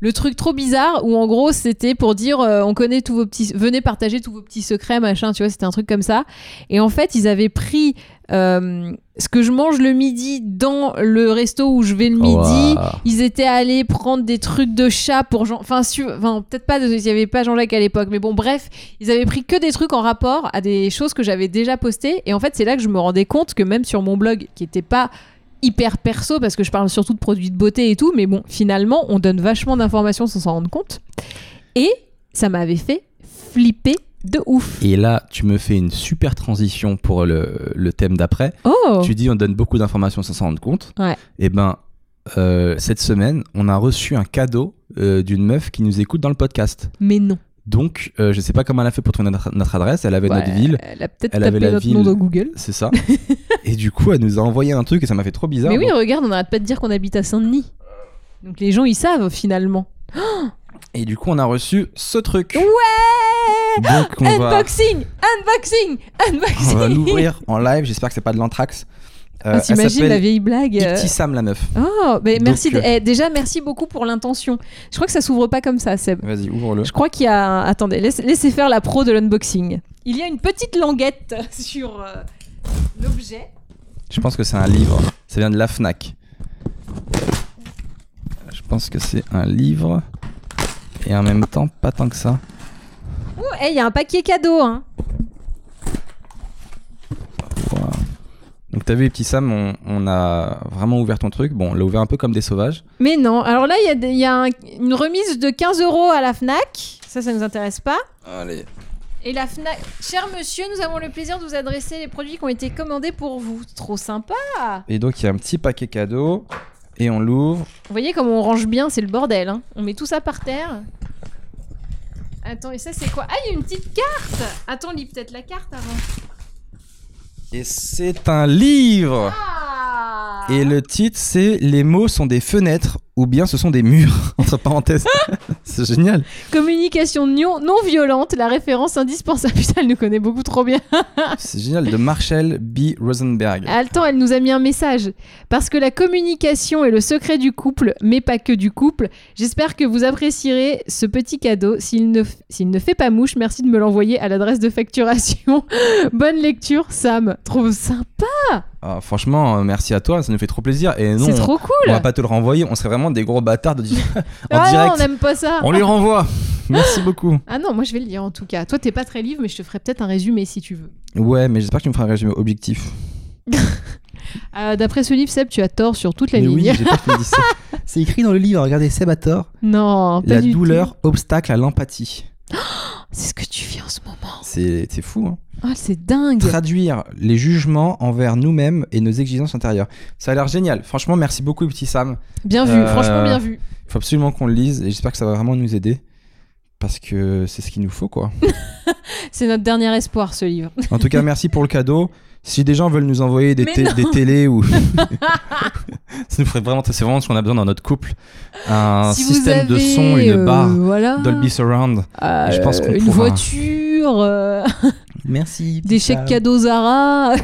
le truc trop bizarre où en gros, c'était pour dire, euh, on connaît tous vos petits, venez partager tous vos petits secrets, machin. Tu vois, c'était un truc comme ça. Et en fait, ils avaient pris euh, ce que je mange le midi dans le resto où je vais le Oh midi. Ouah. Ils étaient allés prendre des trucs de chat pour Jean. Enfin, su- enfin, peut-être pas, de- il n'y avait pas Jean-Jacques à l'époque, mais bon, bref, ils avaient pris que des trucs en rapport à des choses que j'avais déjà postées. Et en fait, c'est là que je me rendais compte que même sur mon blog, qui n'était pas hyper perso, parce que je parle surtout de produits de beauté et tout, mais bon, finalement, on donne vachement d'informations sans s'en rendre compte. Et ça m'avait fait flipper de ouf. Et là, tu me fais une super transition pour le, le thème d'après. Oh Tu dis on donne beaucoup d'informations sans s'en rendre compte. Ouais. Et ben, euh, cette semaine, on a reçu un cadeau euh, d'une meuf qui nous écoute dans le podcast. Mais non. Donc, euh, je sais pas comment elle a fait pour trouver notre, notre adresse. Elle avait notre Ouais, ville, Elle a peut-être Elle tapé avait la notre nom ville. dans Google. c'est ça. et du coup, elle nous a envoyé un truc et ça m'a fait trop bizarre. Mais oui, Donc- regarde, on n'arrête pas de dire qu'on habite à Saint-Denis. Donc les gens, ils savent finalement. Et du coup, on a reçu ce truc. Ouais Donc, on va, Unboxing Unboxing on va Unboxing l'ouvrir en live. J'espère que c'est pas de l'anthrax. Euh, On elle s'imagine la s'appelle vieille blague. euh. Ipti Sam la meuf. Oh, mais Donc, merci. d- euh, eh, déjà, merci beaucoup pour l'intention. Je crois que ça s'ouvre pas comme ça, Seb. Vas-y, ouvre-le. Je crois qu'il y a. un- Attendez, laisse- laissez faire la pro de l'unboxing. Il y a une petite languette sur euh, l'objet. Je pense que c'est un livre. Ça vient de la FNAC. Je pense que c'est un livre. Et en même temps, pas tant que ça. Oh, eh, il y a un paquet cadeau. Hein. Voilà. Donc t'as vu, petit Sam, on, on a vraiment ouvert ton truc. Bon, on l'a ouvert un peu comme des sauvages. Mais non. Alors là, il y a, des- il y a un- une remise de 15 euros à la Fnac. Ça, ça nous intéresse pas. Allez. Et la FNAC... Cher monsieur, nous avons le plaisir de vous adresser les produits qui ont été commandés pour vous. Trop sympa Et donc il y a un petit paquet cadeau. Et on l'ouvre. Vous voyez comme on range bien, c'est le bordel. hein. On met tout ça par terre. Attends, et ça c'est quoi Ah, il y a une petite carte Attends, lis peut-être la carte avant. Et c'est un livre Ah Et le titre, c'est Les mots sont des fenêtres ou bien ce sont des murs. Entre parenthèses. c'est génial. Communication non, non violente, la référence indispensable. Putain, elle nous connaît beaucoup trop bien. C'est génial. De Marshall B. Rosenberg. Attends, elle nous a mis un message. Parce que la communication est le secret du couple, mais pas que du couple. J'espère que vous apprécierez ce petit cadeau. S'il ne, f- s'il ne fait pas mouche, merci de me l'envoyer à l'adresse de facturation. Bonne lecture, Sam. Trop sympa. Ah, franchement, euh, merci à toi, ça nous fait trop plaisir. Et non, C'est trop on cool. va pas te le renvoyer, on serait vraiment des gros bâtards de dire en ah non, on direct. n'aime pas ça. on lui renvoie. merci beaucoup. Ah non, moi je vais le lire en tout cas. Toi, t'es pas très livre, mais je te ferai peut-être un résumé si tu veux. Ouais, mais j'espère que tu me feras un résumé objectif. Euh, D'après ce livre, Seb, tu as tort sur toute la mais ligne. oui, j'ai pas que tu me dises ça. C'est écrit dans le livre, regardez, Seb a tort. Non, pas La du tout. douleur, obstacle à l'empathie. C'est ce que tu vis en ce moment. C'est c'est fou. hein. Ah, c'est dingue. Traduire les jugements envers nous-mêmes et nos exigences intérieures. Ça a l'air génial. Franchement, merci beaucoup, petit Sam. Bien vu, Euh, franchement bien vu. Faut absolument qu'on le lise et j'espère que ça va vraiment nous aider. Parce que c'est ce qu'il nous faut, quoi. C'est notre dernier espoir, ce livre. En tout cas, merci pour le cadeau. Si des gens veulent nous envoyer des, Mais té- non. des télés ou. Ça nous ferait vraiment, c'est vraiment ce qu'on a besoin dans notre couple. Un Si vous système de avez, son, une euh, barre, voilà, Dolby Surround. euh, je pense qu'on une pourra. voiture, euh, Merci. des chèques cadeaux Zara.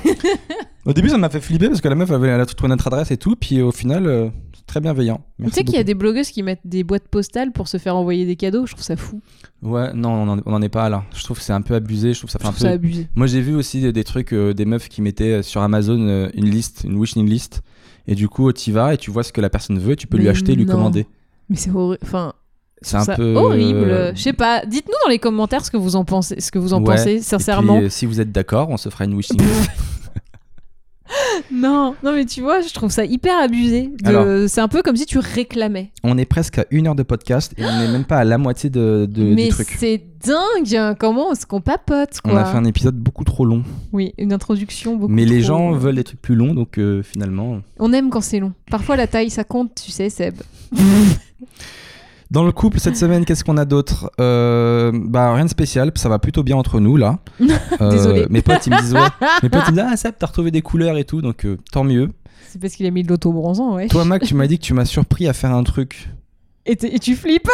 Au début, ça m'a fait flipper parce que la meuf avait la trouvé notre adresse et tout. Puis au final, euh, c'est très bienveillant. tu Merci sais qu'il y a beaucoup. des blogueuses qui mettent des boîtes postales pour se faire envoyer des cadeaux. Je trouve ça fou. Ouais, non, on en- on en est pas là. Je trouve que c'est un peu abusé. Je trouve que ça Je fait un trouve peu. ça abusé. Moi, j'ai vu aussi des, des trucs, euh, des meufs qui mettaient euh, sur Amazon euh, une liste, une wishing list. Et du coup, tu vas et tu vois ce que la personne veut, tu peux lui Mais acheter, lui non. commander. Mais c'est horrible. Enfin, C'est un ça peu. euh, horrible. Je sais pas. Dites-nous dans les commentaires ce que vous en pensez. Ce que vous en Ouais. pensez, Et sincèrement. puis, euh, si vous êtes d'accord, on se fera une wishing list. Non, non, mais tu vois, je trouve ça hyper abusé. de- Alors. C'est un peu comme si tu réclamais. on est presque à une heure de podcast et on n'est même pas à la moitié de, de- mais du truc. c'est dingue. Comment est-ce qu'on papote quoi On a fait un épisode beaucoup trop long. Oui, une introduction beaucoup. mais les trop- gens euh, veulent des trucs plus longs, donc euh, finalement. On aime quand c'est long. Parfois, la taille, ça compte, tu sais, Seb. Dans le couple, cette semaine, qu'est-ce qu'on a d'autre Euh, Bah, rien de spécial, ça va plutôt bien entre nous, là. Euh, Désolée. mes potes, ils me disent, ouais. Mes potes, ils me disent, ah, Seb, t'as retrouvé des couleurs et tout, donc euh, tant mieux. C'est parce qu'il a mis de l'auto-bronzant, ouais. Toi, Mac, tu m'as dit que tu m'as surpris à faire un truc. Et, t'es- et tu flippes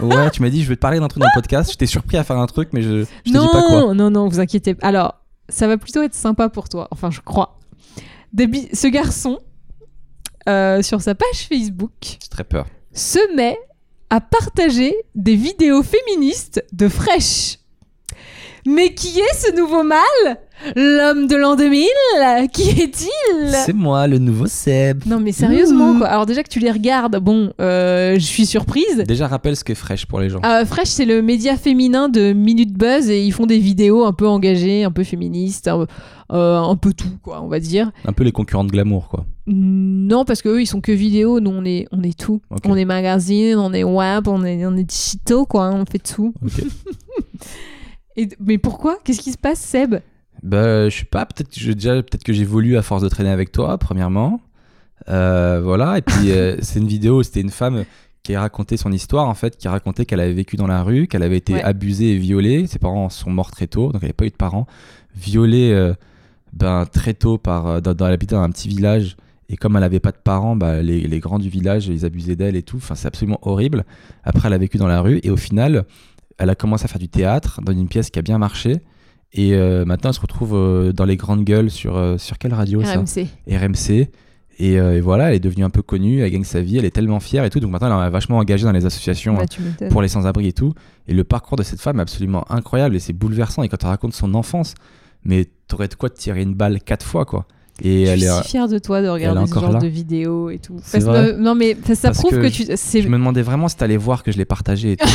Ouais, tu m'as dit, je vais te parler d'un truc dans le podcast. Je t'ai surpris à faire un truc, mais je, je te Non, dis pas quoi. non, non, vous inquiétez pas. Alors, ça va plutôt être sympa pour toi. Enfin, je crois. Débi- ce garçon, euh, sur sa page Facebook, J'ai très peur. se met à partager des vidéos féministes de Fresh. Mais qui est ce nouveau mâle L'homme de l'an 2000 Qui est-il C'est moi, le nouveau Seb. Non mais sérieusement Mmh. quoi. Alors déjà que tu les regardes, bon, euh, je suis surprise. Déjà, rappelle ce qui est fraîche pour Ah. les gens. Euh, Fresh, c'est le média féminin de Minute Buzz et ils font des vidéos un peu engagées, un peu féministes, un, euh, un peu tout quoi, on va dire. Un peu les concurrents de glamour, quoi. Non parce que eux ils sont que vidéos, nous on est on est tout. Ok. On est magazine, on est web, on est on est chito quoi, hein, on fait tout. Ok. Et, mais pourquoi Qu'est-ce qui se passe Seb Bah, je sais pas, peut-être que j'ai déjà, peut-être que j'évolue à force de traîner avec toi, premièrement. Euh, voilà, et puis euh, c'est une vidéo, où c'était une femme qui a raconté son histoire en fait, qui a raconté qu'elle avait vécu dans la rue, qu'elle avait été Ouais. abusée et violée, ses parents sont morts très tôt, donc elle n'avait pas eu de parents, violée euh, ben, très tôt par euh, dans, dans elle habitait dans un petit village et comme elle n'avait pas de parents, bah, les, les grands du village, ils abusaient d'elle et tout, enfin c'est absolument horrible. Après elle a vécu dans la rue et au final, elle a commencé à faire du théâtre dans une pièce qui a bien marché. Et euh, maintenant, elle se retrouve euh, dans les grandes gueules sur, euh, sur quelle radio ça RMC. RMC. Et, euh, et voilà, elle est devenue un peu connue, elle gagne sa vie, elle est tellement fière et tout. Donc maintenant, elle est vachement engagée dans les associations Bah, tu m'étonnes. pour les sans-abri et tout. Et le parcours de cette femme est absolument incroyable et c'est bouleversant. Et quand elle raconte son enfance, mais t'aurais de quoi te tirer une balle quatre fois, quoi. Et je elle suis est, euh, si fière de toi de regarder ce encore genre là. de vidéos et tout. C'est Parce vrai. que- non mais ça, ça Parce prouve que que, tu. C'est... je me demandais vraiment si t'allais voir que je l'ai partagé. Et tout.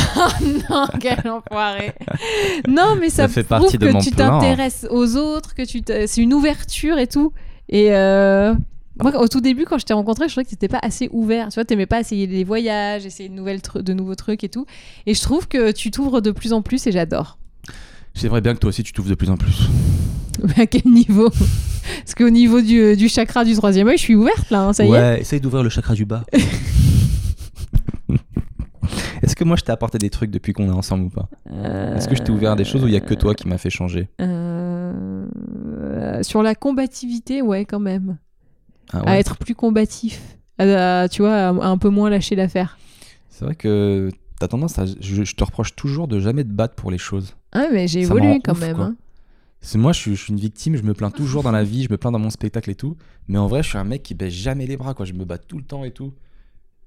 non, quel enfoiré. non mais ça, Ça fait prouve partie de que mon tu plan. hein. t'intéresses aux autres, que tu. t'es- C'est une ouverture et tout. Et euh, moi, au tout début, quand je t'ai rencontré, je trouvais que t'étais pas assez ouvert. Tu vois, t'aimais pas essayer les voyages, essayer de, nouvelles tru- de nouveaux trucs et tout. Et je trouve que tu t'ouvres de plus en plus et j'adore. J'aimerais bien que toi aussi tu t'ouvres de plus en plus. Mais à quel niveau Parce qu'au niveau du, du chakra du troisième œil, je suis ouverte là. hein, ça y est. ouais, essaye d'ouvrir le chakra du bas. Est-ce que moi je t'ai apporté des trucs depuis qu'on est ensemble ou pas Est-ce que je t'ai ouvert des choses où il y a que toi qui m'a fait changer Euh, euh, sur la combativité, ouais, quand même. Ah ouais. À être plus combatif. À- à- tu vois, à, à un peu moins lâcher l'affaire. C'est vrai que t'as tendance à. Je, je te reproche toujours de jamais te battre pour les choses. Ah, mais j'ai Ça me rend évolué quand ouf, même. quoi. hein. C'est moi, je suis, je suis une victime, je me plains toujours dans la vie, je me plains dans mon spectacle et tout. Mais en vrai, je suis un mec qui baisse jamais les bras, quoi. Je me bats tout le temps et tout.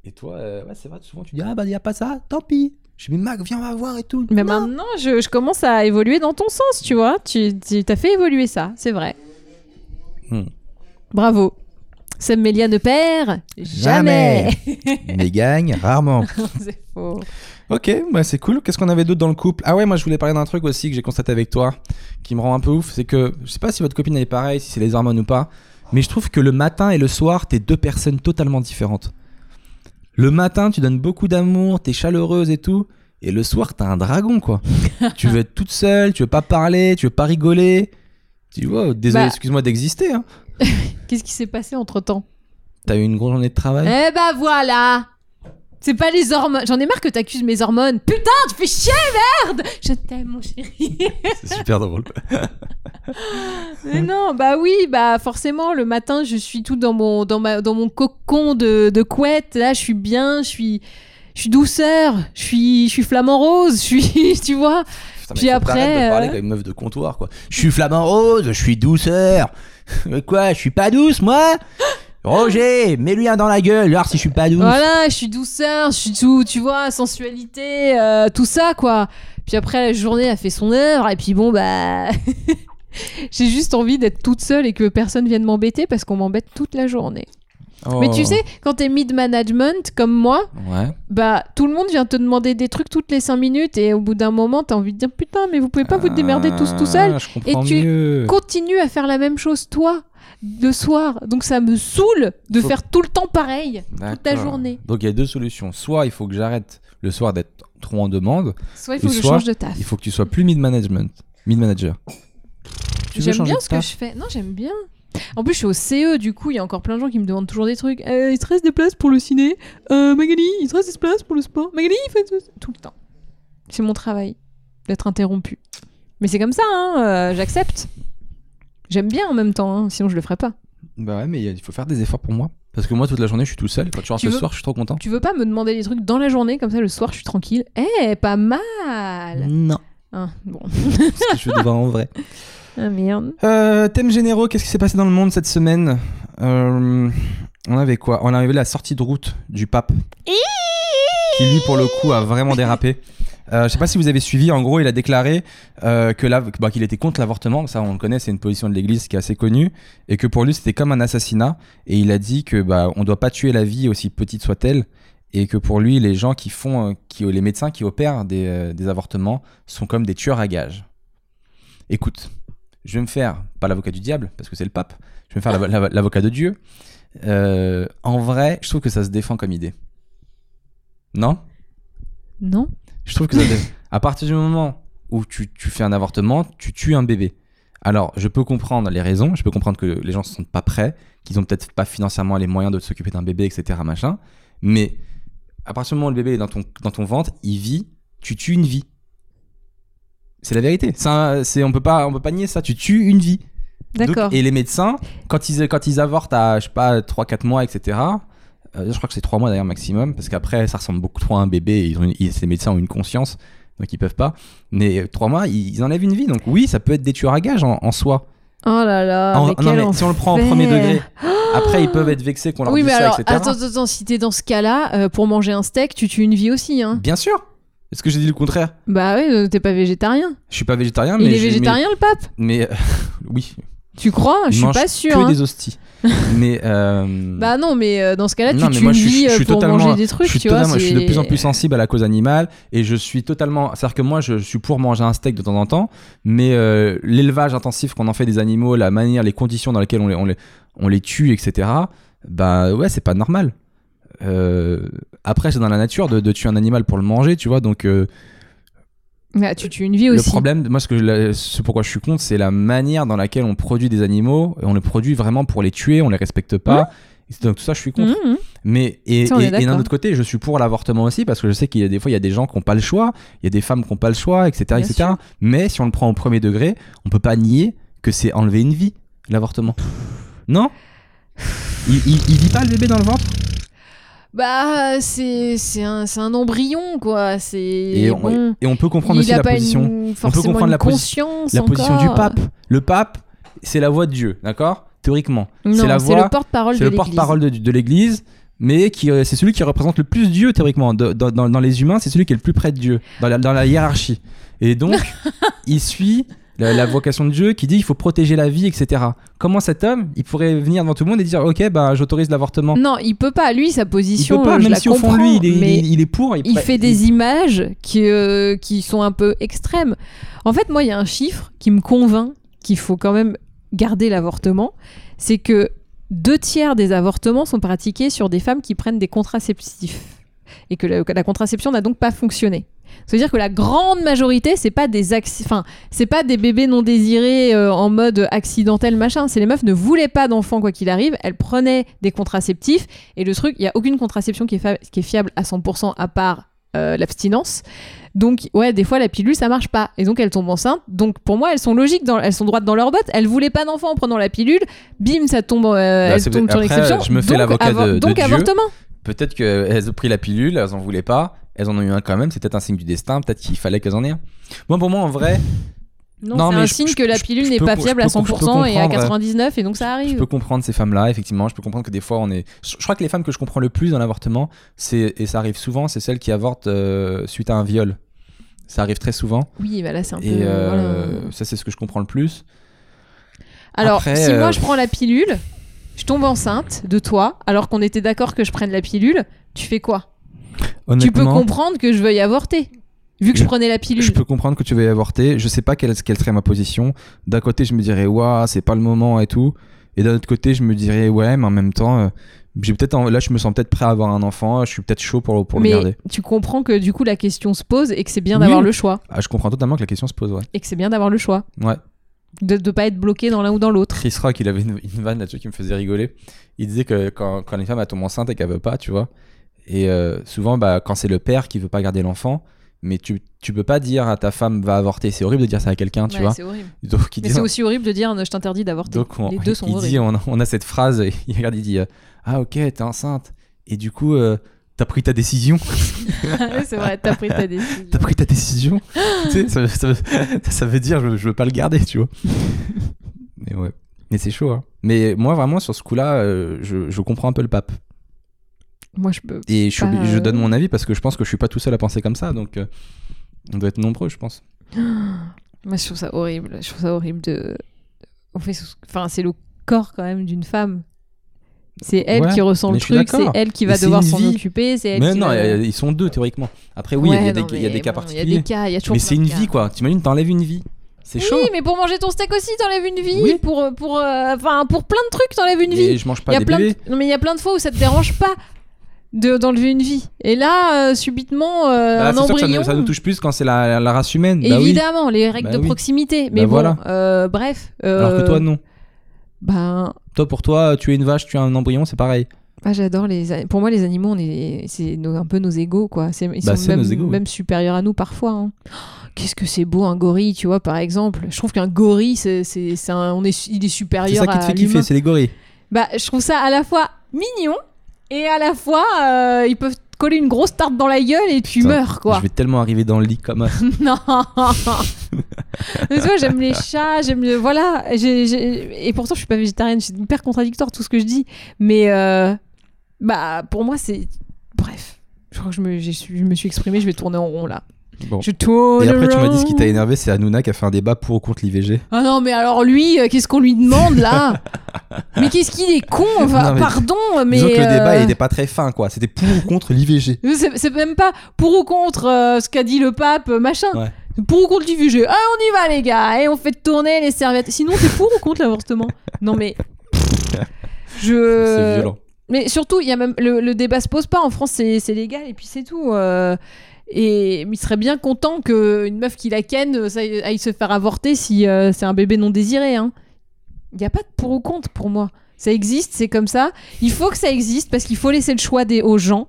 Et toi, euh, ouais, c'est vrai, souvent tu dis Ah bah y a pas ça, tant pis. Je dis Mais Mac, viens, on va voir et tout. Mais Non. maintenant, je, je commence à évoluer dans ton sens, tu vois. Tu, tu t'as fait évoluer ça, c'est vrai. Hmm. Bravo. Sam Melia ne perd jamais. Mais gagne rarement. c'est faux. Ok, bah c'est cool. Qu'est-ce qu'on avait d'autre dans le couple Ah ouais, moi je voulais parler d'un truc aussi que j'ai constaté avec toi, qui me rend un peu ouf, c'est que je sais pas si votre copine elle est pareille, si c'est les hormones ou pas, mais je trouve que le matin et le soir, t'es deux personnes totalement différentes. Le matin, tu donnes beaucoup d'amour, t'es chaleureuse et tout, et le soir, t'as un dragon quoi. tu veux être toute seule, tu veux pas parler, tu veux pas rigoler. Tu vois, désolé, Bah. excuse-moi d'exister. Hein. Qu'est-ce qui s'est passé entre temps T'as eu une grosse journée de travail. Eh bah voilà C'est pas les hormones. J'en ai marre que t'accuses mes hormones. Putain, tu fais chier, merde Je t'aime, mon chéri. C'est super drôle. Mais non, bah oui, bah forcément, le matin, je suis tout dans mon, dans ma, dans mon cocon de, de couette. Là, je suis bien, je suis... Je suis douceur, je suis, je suis flamant rose, je suis, tu vois. Putain, Puis faut après, t'arrêter de parler euh, comme une meuf de comptoir, quoi. Je suis flamant rose, je suis douceur. Mais quoi, je suis pas douce, moi Roger, mets-lui un dans la gueule, alors si je suis pas douce. Voilà, je suis douceur, je suis tout, tu vois, sensualité, euh, tout ça, quoi. Puis après, la journée a fait son œuvre, et puis bon, bah. J'ai juste envie d'être toute seule et que personne vienne m'embêter parce qu'on m'embête toute la journée. Mais tu sais, quand t'es mid-management comme moi, Oh, Ouais. bah tout le monde vient te demander des trucs toutes les 5 minutes et au bout d'un moment, t'as envie de dire putain, mais vous pouvez pas vous démerder tous tout seul Ah, Je comprends tu- mieux. Continue à faire la même chose toi le soir. Donc ça me saoule de Faut- faire tout le temps pareil. Toute la journée. Donc il y a deux solutions. Soit il faut que j'arrête le soir d'être trop en demande, Soit il faut Et que je soit, change de taf. il faut que tu sois plus mid-management. Mid-manager. Tu veux J'aime changer bien de ce que taf je fais. Non, j'aime bien. En plus, je suis au CE, du coup, il y a encore plein de gens qui me demandent toujours des trucs. Euh, il te reste des places pour le ciné Euh, Magali, il te reste des places pour le sport Magali, il fait tout- tout le temps. C'est mon travail d'être interrompu. Mais c'est comme ça, hein, euh, j'accepte. J'aime bien en même temps, hein, sinon je le ferais pas. Bah ouais, mais il faut faire des efforts pour moi. Parce que moi, toute la journée, je suis tout seul. Quand tu rentres Tu le veux- soir, je suis trop content. Tu veux pas me demander des trucs dans la journée, comme ça le soir je suis tranquille. Eh, pas mal Non, Hein, Bon, parce que je veux devoir en vrai. ah merde. Euh, thème généraux, qu'est-ce qui s'est passé dans le monde cette semaine Euh, On avait quoi On est arrivé à la sortie de route du pape. Qui lui, pour le coup, a vraiment dérapé. Euh, je sais pas si vous avez suivi. En gros, il a déclaré euh, que la- bah, qu'il était contre l'avortement. Ça, on le connaît, c'est une position de l'Église qui est assez connue, et que pour lui, c'était comme un assassinat. Et il a dit que bah, on doit pas tuer la vie aussi petite soit-elle, et que pour lui, les gens qui font, euh, qui, les médecins qui opèrent des, euh, des avortements sont comme des tueurs à gages. Écoute, je vais me faire pas l'avocat du diable parce que c'est le pape. Je vais me faire l'avo- l'avo- l'avocat de Dieu. Euh, en vrai, je trouve que ça se défend comme idée. Non Non je trouve que ça dé- à partir du moment où tu, tu fais un avortement, tu tues un bébé. Alors, je peux comprendre les raisons, je peux comprendre que les gens ne se sentent pas prêts, qu'ils ont peut-être pas financièrement les moyens de s'occuper d'un bébé, etc. Machin. Mais à partir du moment où le bébé est dans ton, dans ton ventre, il vit, tu tues une vie. C'est la vérité. C'est un- c'est- on peut pas, on peut pas nier ça. Tu tues une vie. Donc- D'accord. Et les médecins, quand ils, quand ils avortent à, je sais pas, 3-4 mois, etc., euh, je crois que c'est 3 mois d'ailleurs maximum, parce qu'après, ça ressemble beaucoup trop à un bébé, et ils ont une- ils- ces médecins ont une conscience, donc ils peuvent pas. Mais 3 mois, ils, ils enlèvent une vie, donc oui, ça peut être des tueurs à gages en, en soi. Oh là là, En- mais non, quel mais si on le prend en premier enfer. degré, après, ils peuvent être vexés qu'on leur Oui, dise mais ça, alors, etc. attends, attends, attends, si t'es dans ce cas-là, euh, pour manger un steak, tu tues une vie aussi, hein Bien sûr Est-ce que j'ai dit le contraire Bah oui, euh, t'es pas végétarien. Je suis pas végétarien, Il mais. est je- végétarien, le pape Mais, mais, oui, Tu crois Il Je suis mange pas que sûr. hein. des hosties. mais. euh, Bah non, mais euh, dans ce cas-là, Non, tu mais tues moi, une je suis- vie je euh, suis pour totalement- manger des trucs, je, suis tu vois. totalement- je suis de c'est- plus en plus sensible à la cause animale et je suis totalement. C'est-à-dire que moi, je, je suis pour manger un steak de temps en temps, mais euh, l'élevage intensif qu'on en fait des animaux, la manière, les conditions dans lesquelles on les, on les, on les tue, etc., bah ouais, c'est pas normal. Euh, après, c'est dans la nature de, de tuer un animal pour le manger, tu vois, donc. euh, Ah, tu tues une vie le aussi. problème, moi, ce, que, la- ce pourquoi je suis contre, c'est la manière dans laquelle on produit des animaux. et On les produit vraiment pour les tuer, on les respecte pas. Et Donc tout ça, je suis contre. Mhm. Mais et, Ça, on et- est et d'accord. d'un autre côté, je suis pour l'avortement aussi parce que je sais qu'il y a des fois il y a des gens qui n'ont pas le choix, il y a des femmes qui n'ont pas le choix, etc., Bien etc. sûr. Mais si on le prend au premier degré, on peut pas nier que c'est enlever une vie l'avortement. Non il, il, il vit pas le bébé dans le ventre Bah, c'est c'est un, c'est un embryon, quoi. C'est. et on, bon, et on peut comprendre aussi il a la pas position, Une, forcément comprendre une la posi- conscience la position du encore. pape. Le pape, c'est la voix de Dieu, d'accord Théoriquement, Non, c'est la c'est le voix, porte-parole c'est de le l'Église. porte-parole de, de l'Église, mais qui euh, c'est celui qui représente le plus Dieu théoriquement De- dans, dans- dans les humains, c'est celui qui est le plus près de Dieu dans la, dans la hiérarchie. Et donc, il suit la, la vocation de Dieu qui dit il faut protéger la vie, etc. Comment cet homme, il pourrait venir devant tout le monde et dire ok, bah j'autorise l'avortement. Non, il peut pas. Lui, sa Il position, peut pas, euh, je même la si au fond de comprends, lui, il est, il mais est- il est pour. Il, il prête- fait des images qui, euh, qui sont un peu extrêmes. En fait, moi, il y a un chiffre qui me convainc qu'il faut quand même garder l'avortement. C'est que deux tiers des avortements sont pratiqués sur des femmes qui prennent des contraceptifs. Et que la, la contraception n'a donc pas fonctionné. Ça veut dire que la grande majorité, c'est pas des acc- enfin, c'est pas des bébés non désirés euh, en mode accidentel machin. C'est les meufs ne voulaient pas d'enfants quoi qu'il arrive. Elles prenaient des contraceptifs et le truc, il y a aucune contraception qui est, fa- qui est fiable à 100% à part euh, l'abstinence. Donc, ouais, des fois, la pilule, ça marche pas. Et donc, elles tombent enceintes. Donc, pour moi, elles sont logiques, dans, elles sont droites dans leur bottes. Elles voulaient pas d'enfants en prenant la pilule. Bim, ça tombe, euh, elles c'est- tombent sur après, l'exception. je me fais Donc, l'avocat de- de Donc, Dieu. avortement. Peut-être qu'elles ont pris la pilule, elles en voulaient pas, elles en ont eu un quand même. C'est peut-être un signe du destin. Peut-être qu'il fallait qu'elles en aient un. Moi, pour moi, en vrai, Non, Non, c'est mais un je- signe je- que la je- pilule je n'est peux pas com- fiable je à peux com- je peux 100% et à comprendre, euh, 99, et donc ça Je arrive. peux comprendre ces femmes-là, effectivement. Je peux comprendre que des fois, on est. Je je crois que les femmes que je comprends le plus dans l'avortement, c'est et ça arrive souvent, c'est celles qui avortent euh, suite à un viol. Ça arrive très souvent. Oui, bah là, c'est un peu. Et euh, voilà. ça, c'est ce que je comprends le plus. Alors, Après, si euh, moi je prends la pilule, je tombe enceinte de toi, alors qu'on était d'accord que je prenne la pilule, tu fais quoi Tu peux Honnêtement, comprendre que je veuille avorter, vu que je, prenais la pilule. je peux comprendre que tu veux y avorter. Je sais pas quelle, quelle serait ma position. D'un côté, je me dirais, waouh, c'est pas le moment et tout. Et d'un autre côté, je me dirais, ouais, mais en même temps, euh, j'ai peut-être en- là, je me sens peut-être prêt à avoir un enfant. Je suis peut-être chaud pour, le- pour Mais le garder. tu comprends que du coup la question se pose et que c'est bien Oui. d'avoir le choix. Ah, je comprends totalement que la question se pose, ouais. Et que c'est bien d'avoir le choix. Ouais. De ne pas être bloqué dans l'un ou dans l'autre. Chris Rock, il avait une, une vanne là-dessus qui me faisait rigoler. Il disait que quand, quand une femme elle tombe enceinte et qu'elle veut pas, tu vois. Et euh, souvent, bah, quand c'est le père qui veut pas garder l'enfant, mais tu, tu peux pas dire à ta femme va avorter. C'est horrible de dire ça à quelqu'un, tu vois. c'est horrible. Donc, il Mais dit- c'est aussi horrible de dire euh, je t'interdis d'avorter. donc on, Les deux sont il horribles. dit, on, a- on a cette phrase, il regarde, il dit euh, Ah, ok, t'es enceinte. Et du coup, euh, t'as pris ta décision. Ouais, c'est vrai, t'as pris ta décision. T'as pris ta décision. tu sais, ça, ça- ça veut dire je, je veux pas le garder, tu vois. Mais ouais. Mais c'est chaud, hein. Mais moi, vraiment, sur ce coup-là, euh, je, je comprends un peu le pape. Moi je peux. Et je, suis Bah, obligé- je euh. donne mon avis parce que je pense que je suis pas tout seul à penser comme ça. Donc, euh, On doit être nombreux, je pense. Moi, je trouve ça horrible. Je trouve ça horrible de. On fait. sous- Enfin, c'est le corps quand même d'une femme. C'est elle Ouais, qui ressent mais le je suis truc, c'est d'accord. elle qui Mais va c'est devoir une s'en vie. occuper, c'est elle Mais qui non, va- il y a- ils sont deux théoriquement. Après, oui, il y a euh, Ouais, des, non, il y a mais des cas bon, particuliers. Il y a des cas, il y a toujours mais plein c'est de une cas. vie, quoi. T'imagines, t'enlèves une vie. C'est chaud. hein. Oui, mais pour manger ton steak aussi, t'enlèves une vie. Oui. Pour, pour, euh, enfin, pour plein de trucs, t'enlèves une vie. Et je mange Il y pas a des plein de... bébés. Non, mais il y a plein de fois où ça te dérange pas de- d'enlever une vie. Et là, euh, subitement, euh, Ah, un c'est sûr que ça nous, embryon. ça nous touche plus quand c'est la, la race humaine. Bah oui. Évidemment, les règles Bah de oui. proximité. Mais Bah bon, voilà. euh, bref. Alors euh, que toi, non. Ben, Toi, pour toi, tuer une vache, tuer un embryon, c'est pareil. moi, Ah, j'adore les. a- Pour moi, les animaux, on est, c'est nos- un peu nos égaux, quoi. C'est, ils Bah, sont c'est même, nos égaux, oui. même supérieurs à nous parfois. hein. Oh, Qu'est-ce que c'est beau un gorille, tu vois, par exemple. Je trouve qu'un gorille, c'est, c'est, c'est un- on est, su- il est C'est supérieur ça qui te à fait l'humain. kiffer, c'est les gorilles. Bah, je trouve ça à la fois mignon et à la fois euh, ils peuvent te coller une grosse tarte dans la gueule et tu Putain, meurs, quoi. Je vais tellement arriver dans le lit comme un. Non. Mais tu vois, j'aime les chats, j'aime le. Voilà. j'ai- j'ai- Et pourtant, je suis pas végétarienne. C'est hyper contradictoire tout ce que je dis. Mais euh, bah, pour moi, c'est. Bref. Je crois que je me, j'ai- je me suis exprimée. Je vais tourner en rond là. Bon. Je tourne. Et après, tu m'as dit ce qui en t'a rond. énervé, c'est Hanouna qui a fait un débat pour ou contre l'IVG. Ah non, mais alors lui, euh, qu'est-ce qu'on lui demande là Mais qu'est-ce qu'il est con enfin, Non, mais- Pardon, mais. Disons que le débat, euh, il était pas très fin, quoi. C'était pour ou contre L'IVG. C'est c'est même pas pour ou contre euh, ce qu'a dit le pape, euh, machin. Ouais. Pour ou contre du vieux jeu. Ah, on y va, les gars. Et on fait tourner les serviettes. Sinon, t'es pour ou contre l'avortement Non, mais. C'est Je. violent. Mais surtout, il y a même le, le débat se pose pas. En France, c'est c'est légal et puis c'est tout. euh. Et il serait bien content qu'une meuf qui la ken euh, ça aille aille se faire avorter si euh, c'est un bébé non désiré. hein. Il n'y a pas de pour ou contre pour moi. Ça existe, c'est comme ça. Il faut que ça existe parce qu'il faut laisser le choix des, aux gens.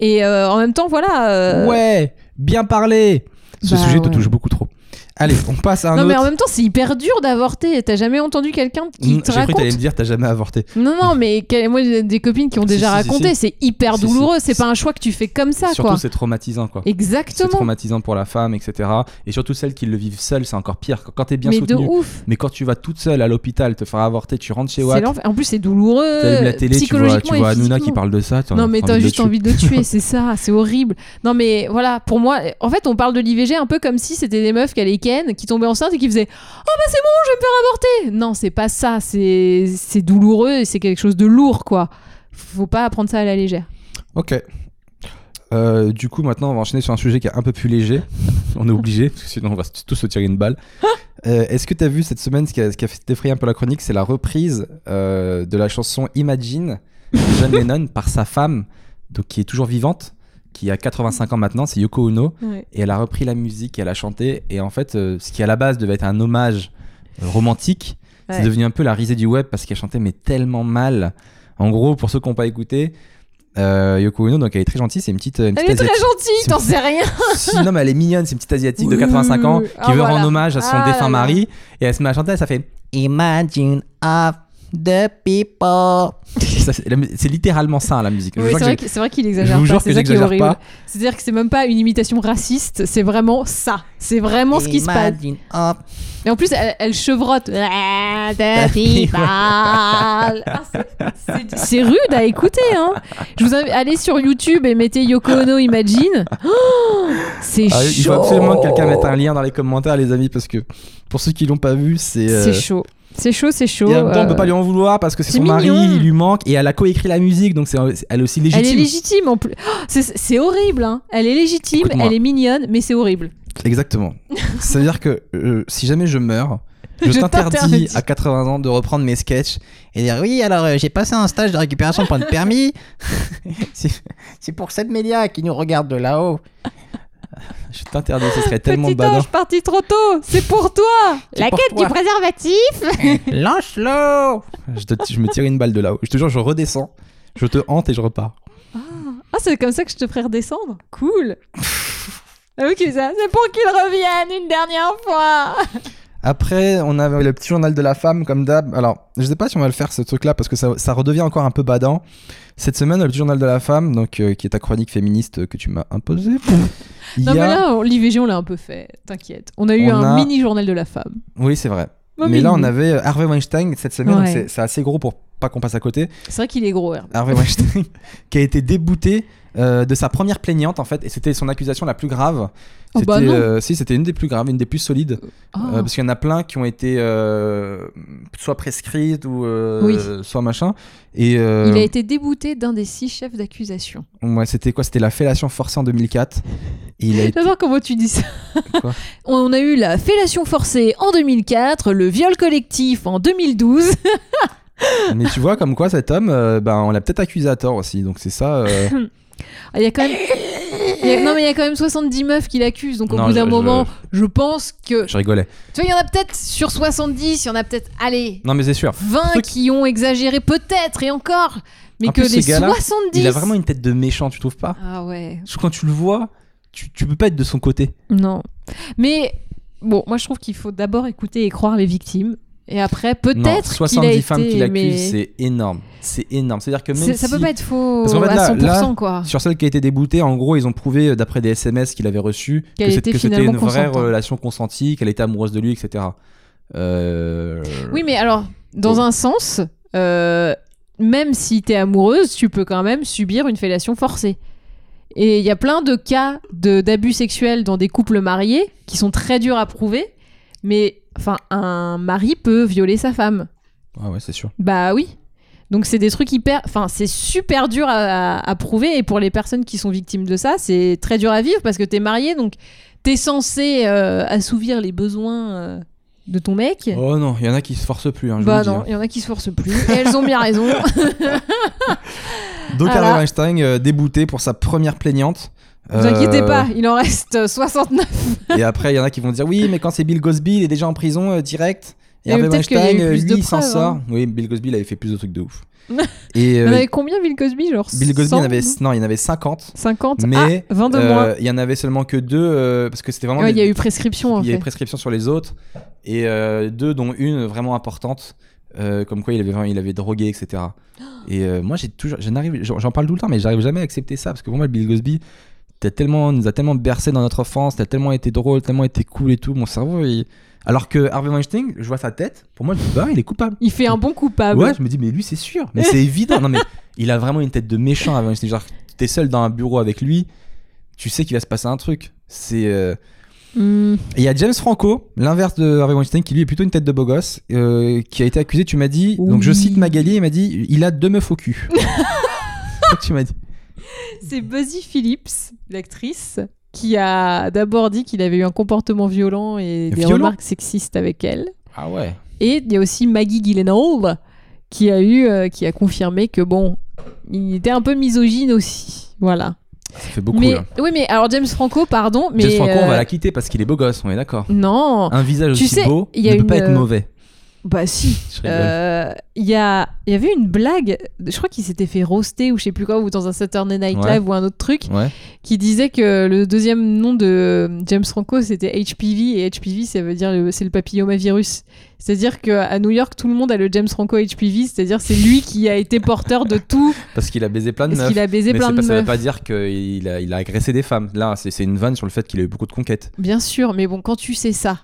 Et euh, en même temps, voilà. euh, Ouais, bien parlé. Ce Bah sujet te ouais. touche beaucoup trop. Allez, on passe à un non, mais en autre. Mm, même temps, c'est hyper dur d'avorter. T'as jamais entendu quelqu'un qui J'ai te cru que raconte t'allais me dire, t'as jamais avorté. Non, non, mais quel- moi, j'ai des copines qui ont Si, déjà si, si, raconté. si. C'est hyper Si, si. douloureux. C'est pas un choix que tu fais comme ça, Surtout, quoi. c'est traumatisant, quoi. C'est Exactement. traumatisant pour la femme, etc. Et surtout, celles qui le vivent seules, c'est encore pire. Quand- Quand t'es bien Mais de soutenue. ouf. Mais quand tu vas toute seule à l'hôpital te faire avorter, tu rentres chez C'est Watt, l'enfer. En plus, c'est douloureux. t'allumes la télé, tu vois, Euh, psychologiquement tu vois et Hanouna qui physiquement. parle de ça. t'as- Non, mais de t'as le juste tuer. envie de le tuer, c'est ça, c'est horrible. Non, mais voilà, pour moi, en fait, on parle de l'IVG un peu comme si c'était des meufs qui allaient ken, qui tombaient enceintes et qui faisaient Oh bah c'est bon, je vais me faire avorter Non, c'est pas ça, c'est c'est douloureux et c'est quelque chose de lourd, quoi. Faut pas prendre ça à la légère. Ok. Euh, du coup, maintenant, on va enchaîner sur un sujet qui est un peu plus léger. on est obligé, parce que sinon, on va s- tous se tirer une balle. Euh, Est-ce que tu as vu cette semaine ce qui a, ce qui a fait défrayer un peu la chronique C'est la reprise euh, de la chanson Imagine de John Lennon par sa femme, donc qui est toujours vivante, qui a 85 ans maintenant, c'est Yoko Ono. Et elle a repris la musique, elle a chanté. Et en fait, euh, ce qui à la base devait être un hommage euh, romantique, c'est Ouais. devenu un peu la risée du web parce qu'elle chantait mais tellement mal. En gros, pour ceux qui n'ont pas écouté, euh, Yoko Ono, donc elle est très gentille, c'est une petite, euh, une Elle petite est très asiatique. gentille, C'est- t'en sais rien. Si, non, mais elle est mignonne, c'est une petite asiatique de Oui, 85 ans oui, qui oui. Ah, veut voilà. rendre hommage à son Ah là défunt là. mari et elle se met à chanter, et ça fait Imagine of the people. Ça, c'est la mu- c'est littéralement ça la musique. Je Oui, vous jure c'est que vrai j'ai- que- c'est vrai qu'il je exagère vous pas, jure que c'est ça qui est j'exagère horrible. pas. C'est-à-dire que c'est même pas une imitation raciste, c'est vraiment ça. C'est vraiment ce qui se passe. Imagine of Et en plus, elle, elle chevrotte. Ah, the people. Ah, c'est- c'est- C'est rude à écouter. Hein. Je vous invite allez sur YouTube et mettez Yoko Ono Imagine. Oh, c'est Ah, chaud. il faut absolument que quelqu'un mette un lien dans les commentaires, les amis, parce que pour ceux qui l'ont pas vu, c'est. euh, C'est chaud. C'est chaud, c'est chaud. Et en même temps, on peut pas Euh, lui en vouloir parce que c'est c'est son mari, mignon. il lui manque, et elle a coécrit la musique, donc c'est elle est aussi légitime. Elle est légitime en plus. Oh, c'est- c'est horrible. Hein. Elle est légitime, Écoute-moi. elle est mignonne, mais c'est horrible. Exactement. C'est-à-dire que euh, si jamais je meurs, je, Je t'interdis t'interdis. à 80 ans de reprendre mes sketchs. Et dire oui, alors euh, j'ai passé un stage de récupération de points de permis. c'est c'est pour cette média qui nous regarde de là-haut. Je t'interdis, ce serait tellement Petit badant. ange parti trop tôt, c'est pour toi. La pour quête toi. du préservatif. Lance-l'eau Je, te- je me tire une balle de là-haut. Je te jure, je redescends, je te hante et je repars. Ah, c'est comme ça que je te ferai redescendre Cool Ah oui, qui ça C'est pour qu'il revienne une dernière fois Après, on avait le petit journal de la femme, comme d'hab. Alors, je sais pas si on va le faire ce truc-là parce que ça, ça redevient encore un peu badant. Cette semaine, le petit journal de la femme, donc euh, qui est ta chronique féministe euh, que tu m'as imposée. il Non, y mais a- là, on- l'IVG, on l'a un peu fait, t'inquiète. On a eu On un a- mini journal de la femme. Oui, c'est vrai. Mais là, on Momine. avait euh, Harvey Weinstein cette semaine, donc Ouais. c'est- c'est assez gros pour pas qu'on passe à côté. C'est vrai qu'il est gros. Herb. Harvey Weinstein, qui a été débouté euh, de sa première plaignante, en fait, et c'était son accusation la plus grave. Oh, C'était, bah non. euh, si, c'était une des plus graves, une des plus solides, Ah. euh, parce qu'il y en a plein qui ont été euh, soit prescrites ou euh, Oui. soit machin. Et euh, Il a été débouté d'un des six chefs d'accusation. ouais, c'était quoi C'était la fellation forcée en 2004. Et il a été- D'abord, comment tu dis ça Quoi On a eu la fellation forcée en 2004, le viol collectif en 2012. Mais tu vois, comme quoi cet homme, euh, ben, on l'a peut-être accusé à tort aussi. Donc c'est ça. euh, Ah, Il y a quand même. il y a- Non, mais il y a quand même 70 meufs qui l'accusent. Donc, au Non, bout je- d'un je- moment, je pense que. je rigolais. Tu vois, il y en a peut-être sur 70, il y en a peut-être. Allez, Non, mais c'est sûr. 20 Truc- qui ont exagéré peut-être et encore, mais En que plus, ce les gars-là, 70. Il a vraiment une tête de méchant, tu trouves pas Ah ouais, Parce que Quand tu le vois, tu, tu peux pas être de son côté. non. Mais bon, moi je trouve qu'il faut d'abord écouter et croire les victimes. Et après, Non, peut-être qu'il 70 a été, femmes qui l'accusent, mais c'est énorme. C'est énorme. C'est-à-dire que même c'est- ça si- peut pas être faux Parce qu'en fait, à là- 100%, là, quoi. sur celle qui a été déboutée, en gros, ils ont prouvé, euh, d'après des SMS qu'il avait reçus, Qu'elle que c'est- était que c'était finalement une vraie consentante. relation consentie, qu'elle était amoureuse de lui, etc. Euh, Oui, mais alors, dans un sens, euh, même si t'es amoureuse, tu peux quand même subir une fellation forcée. Et il y a plein de cas de- d'abus sexuels dans des couples mariés qui sont très durs à prouver, mais enfin, un mari peut violer sa femme. Ah ouais, c'est sûr. Bah oui. Donc c'est des trucs hyper, enfin c'est super dur à, à- à prouver et pour les personnes qui sont victimes de ça, c'est très dur à vivre parce que t'es marié donc t'es censé euh, assouvir les besoins euh, de ton mec. Oh non, il y en a qui se forcent plus. hein, je Bah vous le dis, non, il y en a qui se forcent plus. Et elles ont bien raison. hein. Donc Voilà. Harvey Weinstein euh, débouté pour sa première plaignante. Vous inquiétez Euh, pas, il en reste euh, 69. Et après, il y en a qui vont dire oui, mais quand c'est Bill Cosby, il est déjà en prison euh, direct. Et Et Harvey peut-être qu'il y a eu Weinstein, euh, plus de lui, il s'en preuves, sort. hein. Oui, Bill Cosby, il avait fait plus de trucs de ouf. et Il y euh, en avait combien, Bill Cosby Genre Bill Cosby, il y 100, en avait, non non, il y en avait 50. 50 Mais Ah, 22 euh, moins. il y en avait seulement que deux euh, parce que c'était vraiment. Ouais, des- il y a eu prescription en il y a eu fait. prescription sur les autres et euh, deux dont une vraiment importante euh, comme quoi il avait vraiment- il avait drogué etc et euh, moi j'ai toujours je n'arrive- j'en j'en parle tout le temps mais j'arrive jamais à accepter ça parce que pour moi Bill Cosby t'as tellement nous a tellement bercé dans notre enfance t'as tellement été drôle tellement été cool et tout mon cerveau il- alors que Harvey Weinstein je vois sa tête pour moi je me dis bah il est coupable Il fait un Ah bon coupable. ouais je me dis mais lui c'est sûr mais c'est évident non mais il a vraiment une tête de méchant Harvey Weinstein genre t'es seul dans un bureau avec lui tu sais qu'il va se passer un truc c'est euh, Hmm. et Il y a James Franco, l'inverse de Harvey Weinstein, qui lui est plutôt une tête de beau gosse, euh, qui a été accusé, tu m'as dit, donc je Oui. cite Magali, il m'a dit, il a deux meufs au cul. C'est ça que tu m'as dit. C'est Buzzy Phillips, l'actrice, qui a d'abord dit qu'il avait eu un comportement violent et des Violent remarques sexistes avec elle. Ah ouais. Et il y a aussi Maggie Gyllenhaal qui a eu, euh, qui a confirmé que bon, il était un peu misogyne aussi. Voilà. Ça fait beaucoup. mais là. oui, mais alors James Franco, pardon, mais James Franco, on va euh, la quitter parce qu'il est beau gosse, on est d'accord. non, Un visage Tu aussi sais, beau, il y a ne peut une, pas être euh, mauvais. bah si. Je rigole. Euh, Il y, a, il y avait une blague, je crois qu'il s'était fait roaster ou je sais plus quoi, ou dans un Saturday Night Ouais. Live ou un autre truc, Ouais. qui disait que le deuxième nom de James Franco c'était HPV et HPV ça veut dire le- c'est le papillomavirus. C'est-à-dire qu'à New York tout le monde a le James Franco HPV, c'est-à-dire c'est lui qui a été porteur de tout, Parce qu'il a baisé plein de parce meufs. qu'il a baisé mais plein c'est de pas- ça veut meufs. pas dire qu'il a, il a agressé des femmes. Là, c'est c'est une vanne sur le fait qu'il a eu beaucoup de conquêtes. Bien sûr, mais bon quand tu sais ça,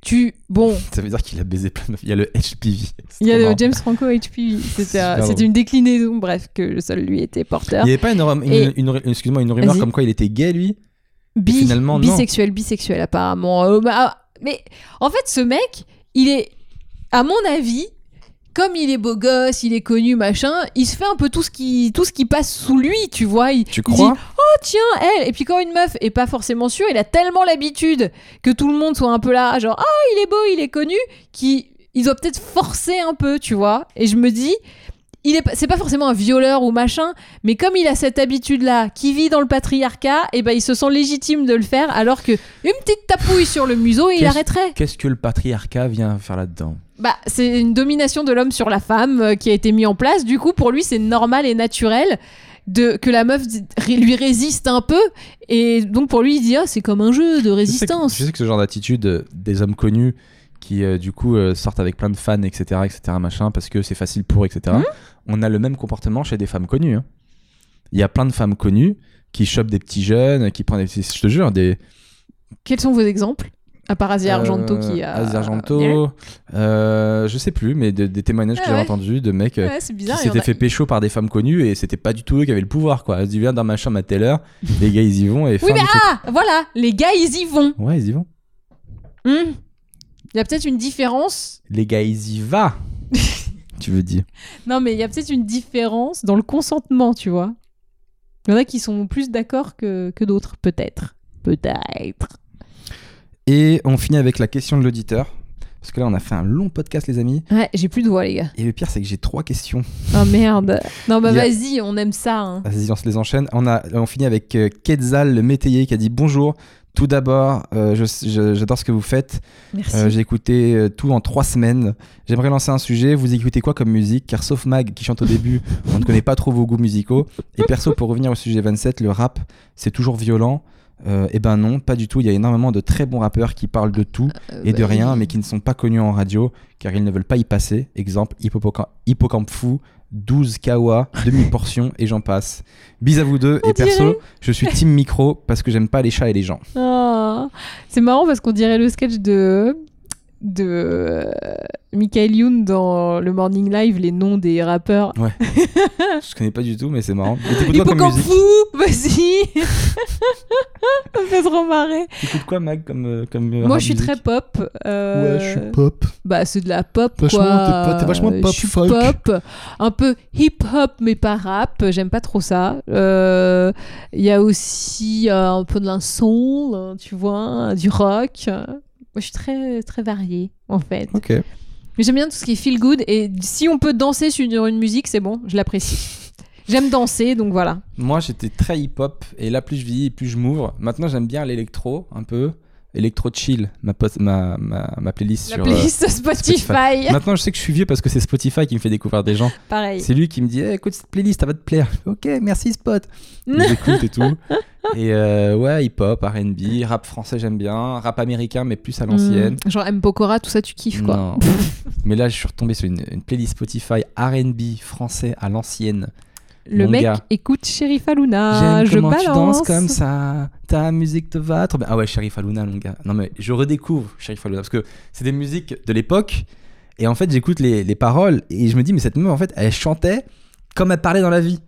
tu bon, Ça veut dire qu'il a baisé plein de meufs. Il y a le HPV. C'est il y a trop le marrant. James Franco HPV, c'était Super euh, drôle. c'était une déclinaison, bref que seul lui était porteur. Il y avait pas une, rum- une- Et- une- une- excuse-moi, une rumeur Vas-y. comme quoi il était gay, lui Bi- finalement, non. bisexuel, bisexuel apparemment. Euh, bah, mais en fait, ce mec, il est, à mon avis, comme il est beau gosse, il est connu, machin, il se fait un peu tout ce qui, tout ce qui passe sous lui, tu vois. Il, Tu il dit, crois oh tiens, elle. Et puis quand une meuf est pas forcément sûre, il a tellement l'habitude que tout le monde soit un peu là, genre, ah, il est beau, il est connu, qui, ils ont peut-être forcé un peu, tu vois. Et je me dis. Il est, pas- c'est pas forcément un violeur ou machin, mais comme il a cette habitude-là, qui vit dans le patriarcat, et ben il se sent légitime de le faire, alors que une petite tapouille sur le museau et il Qu'est-ce- arrêterait. Qu'est-ce que le patriarcat vient faire là-dedans Bah, c'est une domination de l'homme sur la femme euh, qui a été mise en place. Du coup, pour lui, c'est normal et naturel de que la meuf d- ré- lui résiste un peu. Et donc, pour lui, il dit ah, c'est comme un je jeu de sais, que, résistance. je sais que ce genre d'attitude euh, des hommes connus qui euh, du coup euh, sortent avec plein de fans, etc., etc., machin, parce que c'est facile pour, etc. Mhm. On a le même comportement chez des femmes connues. hein. Il y a plein de femmes connues qui chopent des petits jeunes, qui prennent des petits, je te jure, des Quels sont vos exemples À part Asia Argento Euh, qui a. Asia Argento. euh, je sais plus, mais de- des témoignages que Ah j'avais ouais. entendus de mecs euh, Ouais, c'est bizarre. qui il y en s'étaient a- fait pécho par des femmes connues et c'était pas du tout eux qui avaient le pouvoir, quoi. Ils se disent, viens dans ma chambre à telle heure, les gars ils y vont et Oui, fin mais du truc. ah Voilà Les gars, ils y vont Ouais, ils y vont. Hmm. Il y a peut-être une différence. Les gars ils y vont. tu veux dire. Non, mais il y a peut-être une différence dans le consentement, tu vois. Il y en a qui sont plus d'accord que, que d'autres, peut-être. Peut-être. Et on finit avec la question de l'auditeur. Parce que là, on a fait un long podcast, les amis. Ouais, j'ai plus de voix, les gars. Et le pire, c'est que j'ai trois questions. Oh merde. Non, bah Il y a- vas-y, on aime ça. hein. Vas-y, on se les enchaîne. On, a, on finit avec euh, Quetzal, le métayer, qui a dit Bonjour. Tout d'abord, euh, je- je- j'adore ce que vous faites. Merci. Euh, J'ai écouté euh, tout en trois semaines. J'aimerais lancer un sujet. Vous écoutez quoi comme musique Car sauf Mag qui chante au début, on ne connaît pas trop vos goûts musicaux. Et perso, pour revenir au sujet 27, le rap, c'est toujours violent. Euh, eh ben non, pas du tout. Il y a énormément de très bons rappeurs qui parlent de tout et de bah, rien, il- mais qui ne sont pas connus en radio car ils ne veulent pas y passer. Exemple, Hippocamp, Hippocampe Fou, 12 Kawa, demi-portion et j'en passe. Bis à vous deux. On et perso, dirait. je suis team micro parce que j'aime pas les chats et les gens. Oh. C'est marrant parce qu'on dirait le sketch de de euh, Michael Youn dans le Morning Live, les noms des rappeurs. Je connais pas du tout, mais c'est marrant. Et t'écoutes quoi comme Hippocampe musique fou, vas-y Ça me fait trop marrer. T'écoutes quoi, Mag, comme, euh, comme euh, Moi, rap je suis musique très pop. euh, Ouais, je suis pop. Bah, c'est de la pop, Vachement, quoi. t'es pas- t'es vachement Euh, pop, Je suis folk. pop, un peu hip-hop, mais pas rap. J'aime pas trop ça. Euh, Il y a aussi euh, un peu de la soul, hein, tu vois, du rock. Moi, je suis très, très variée, en fait. Ok. Mais j'aime bien tout ce qui est feel good. Et si on peut danser sur une musique, c'est bon, je l'apprécie. J'aime danser, donc voilà. Moi, j'étais très hip-hop et là, plus je vieillis, plus je m'ouvre. Maintenant, j'aime bien l'électro, un peu. Electro chill, ma, post- ma, ma, ma playlist La sur. euh, playlist Spotify, Maintenant, je sais que je suis vieux parce que c'est Spotify qui me fait découvrir des gens. pareil. C'est lui qui me dit Eh, écoute cette playlist, ça va te plaire. Je fais, ok, merci Spot. Et J'écoute et tout. Et euh, ouais, hip-hop, RB, rap français, j'aime bien. Rap américain, mais plus à l'ancienne. Mm, Genre M. Pokora, tout ça, tu kiffes, quoi. Non. mais là, je suis retombé sur une, une playlist Spotify RB français à l'ancienne. Le Mon mec gars. écoute Sheriff Aluna. J'aime je comment balance. tu danses comme ça. Ta musique te va trop bien. Ah ouais, Sheriff Aluna, mon gars. Non mais je redécouvre Sheriff Aluna parce que c'est des musiques de l'époque. Et en fait, j'écoute les, les paroles et je me dis, mais cette meuf, en fait, elle chantait comme elle parlait dans la vie.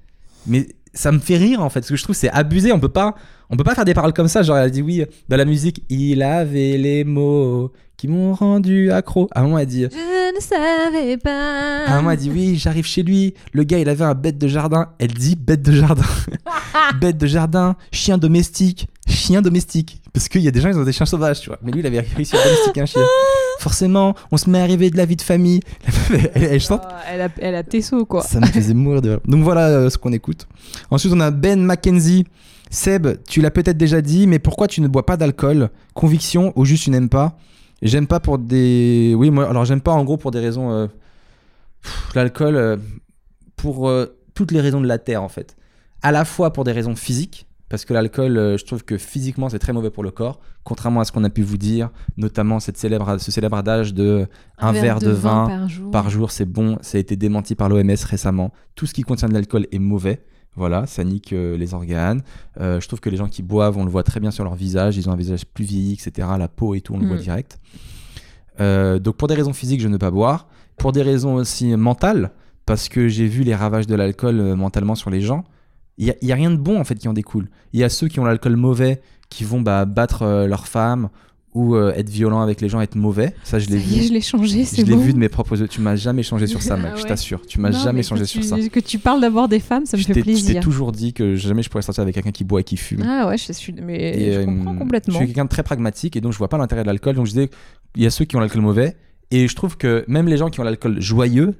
Mais ça me fait rire en fait, parce que je trouve que c'est abusé. On peut pas, on peut pas faire des paroles comme ça. Genre, elle dit oui dans la musique. Il avait les mots qui m'ont rendu accro. À un moment, elle dit. Je ne savais pas. À un moment, Ah, elle dit oui, j'arrive chez lui. Le gars, il avait un bête de jardin. Elle dit bête de jardin. bête de jardin, chien domestique. Chien domestique. Parce qu'il y a des gens, ils ont des chiens sauvages, tu vois. Mais lui, il avait réussi à domestiquer un chien. Forcément, on se met à rêver de la vie de famille. La meuf, elle, elle- elle chante. Oh, elle, a, elle a Tesso, quoi. Ça me faisait mourir de rire. Donc voilà euh, ce qu'on écoute. Ensuite, on a Ben Mackenzie. Seb, tu l'as peut-être déjà dit, mais pourquoi tu ne bois pas d'alcool Conviction ou juste tu n'aimes pas J'aime pas pour des. Oui, moi, alors j'aime pas en gros pour des raisons. euh, pff, L'alcool, euh, pour euh, toutes les raisons de la terre en fait. À la fois pour des raisons physiques, parce que l'alcool, euh, je trouve que physiquement c'est très mauvais pour le corps, contrairement à ce qu'on a pu vous dire, notamment cette célèbre, ce célèbre adage de un, verre, de, vin par jour. par jour, c'est bon. Ça a été démenti par l'OMS récemment. Tout ce qui contient de l'alcool est mauvais. Voilà, ça nique euh, les organes. Euh, je trouve que les gens qui boivent, on le voit très bien sur leur visage. Ils ont un visage plus vieilli, etc. La peau et tout, on le Mm. voit direct. Euh, donc pour des raisons physiques, je ne pas boire. Pour des raisons aussi mentales, parce que j'ai vu les ravages de l'alcool euh, mentalement sur les gens. Il n'y a, rien de bon en fait qui en découle. Il y a ceux qui ont l'alcool mauvais, qui vont bah, battre euh, leurs femmes ou euh, être violents avec les gens, être mauvais. Ça, je Ça l'ai y vu. est, je l'ai changé, c'est Je l'ai bon. vu de mes propres yeux. Tu m'as jamais changé sur ça, mec. Ah Je ouais. t'assure. Tu m'as Non, mais jamais que changé tu- sur ça. Que tu parles d'abord des femmes, ça me Je fait t'ai- je t'ai plaisir. toujours dit que jamais je pourrais sortir avec quelqu'un qui boit et qui fume. Ah ouais, je suis. Mais Et, je euh, comprends Je complètement. suis quelqu'un de très pragmatique et donc je vois pas l'intérêt de l'alcool. Donc je disais, il y a ceux qui ont l'alcool mauvais et je trouve que même les gens qui ont l'alcool joyeux,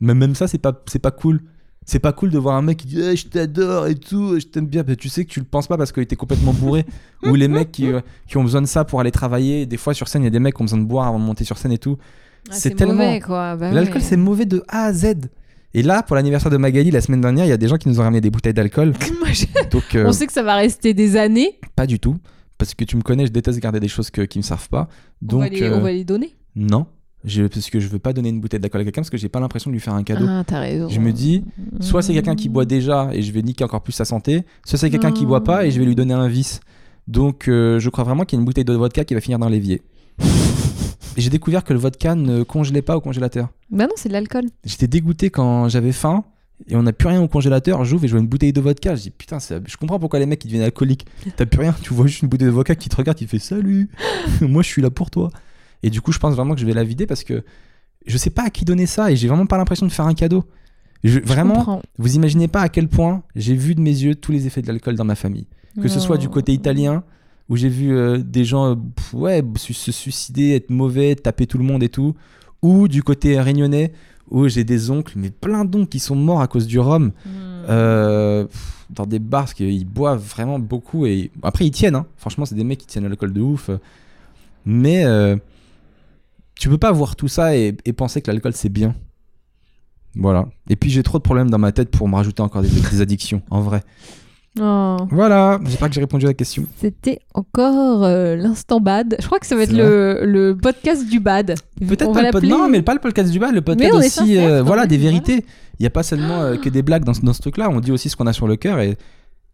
mais même ça c'est pas c'est pas cool. C'est pas cool de voir un mec qui dit Eh, je t'adore et tout, je t'aime bien, mais tu sais que tu le penses pas parce qu'il était complètement bourré. Ou les mecs qui, euh, qui ont besoin de ça pour aller travailler. Des fois sur scène, il y a des mecs qui ont besoin de boire avant de monter sur scène et tout. Ah, c'est tellement- mauvais, quoi. Bah L'alcool, ouais. c'est mauvais de A à Z. Et là, pour l'anniversaire de Magali, la semaine dernière, il y a des gens qui nous ont ramené des bouteilles d'alcool. Moi, je- Donc, euh, On sait que ça va rester des années. pas du tout. Parce que tu me connais, je déteste garder des choses que- qui me servent pas. on, va Donc, les, euh, on va les donner. non. Je, parce que je veux pas donner une bouteille d'alcool à quelqu'un parce que j'ai pas l'impression de lui faire un cadeau. Ah, Mm. t'as raison. Je me dis, soit c'est quelqu'un qui boit déjà et je vais niquer encore plus sa santé, soit c'est quelqu'un qui boit pas et je vais lui donner un vice. Donc, euh, je crois vraiment qu'il y a une bouteille de vodka qui va finir dans l'évier. J'ai découvert que le vodka ne congelait pas au congélateur. Bah non, c'est de l'alcool. J'étais dégoûté quand j'avais faim et on n'a plus rien au congélateur. J'ouvre et je vois une bouteille de vodka. Je dis putain, c'est- je comprends pourquoi les mecs ils deviennent alcooliques. T'as plus rien, tu vois juste une bouteille de vodka qui te regarde, qui te fait salut, moi je suis là pour toi. Et du coup, je pense vraiment que je vais la vider parce que je sais pas à qui donner ça et j'ai vraiment pas l'impression de faire un cadeau. Je- Je vraiment, comprends. vous imaginez pas à quel point j'ai vu de mes yeux tous les effets de l'alcool dans ma famille. Que ce soit du Oh. côté italien, où j'ai vu euh, des gens euh, pff, ouais, su- se suicider, être mauvais, taper tout le monde et tout, ou du côté réunionnais, où j'ai des oncles, mais plein d'oncles qui sont morts à cause du rhum, Hmm. euh, pff, dans des bars, parce qu'ils boivent vraiment beaucoup. et Après, ils tiennent, hein. franchement, c'est des mecs qui tiennent à l'alcool de ouf. euh. Mais euh, tu peux pas voir tout ça et, et penser que l'alcool, c'est bien. Voilà. Et puis j'ai trop de problèmes dans ma tête pour me rajouter encore des- des addictions, en vrai. Oh. Voilà, j'espère que j'ai répondu à la question. C'était encore euh, l'instant bad. Je crois que ça va C'est être le, le podcast du bad. Peut-être On pas va le pod- l'appeler- Non, mais pas le podcast du bal, le podcast Mais on est aussi. euh, sincère, quand voilà, même, des voilà. vérités. Il n'y a pas seulement euh, Ah. que des blagues dans, ce- dans ce truc-là. On dit aussi ce qu'on a sur le cœur. Et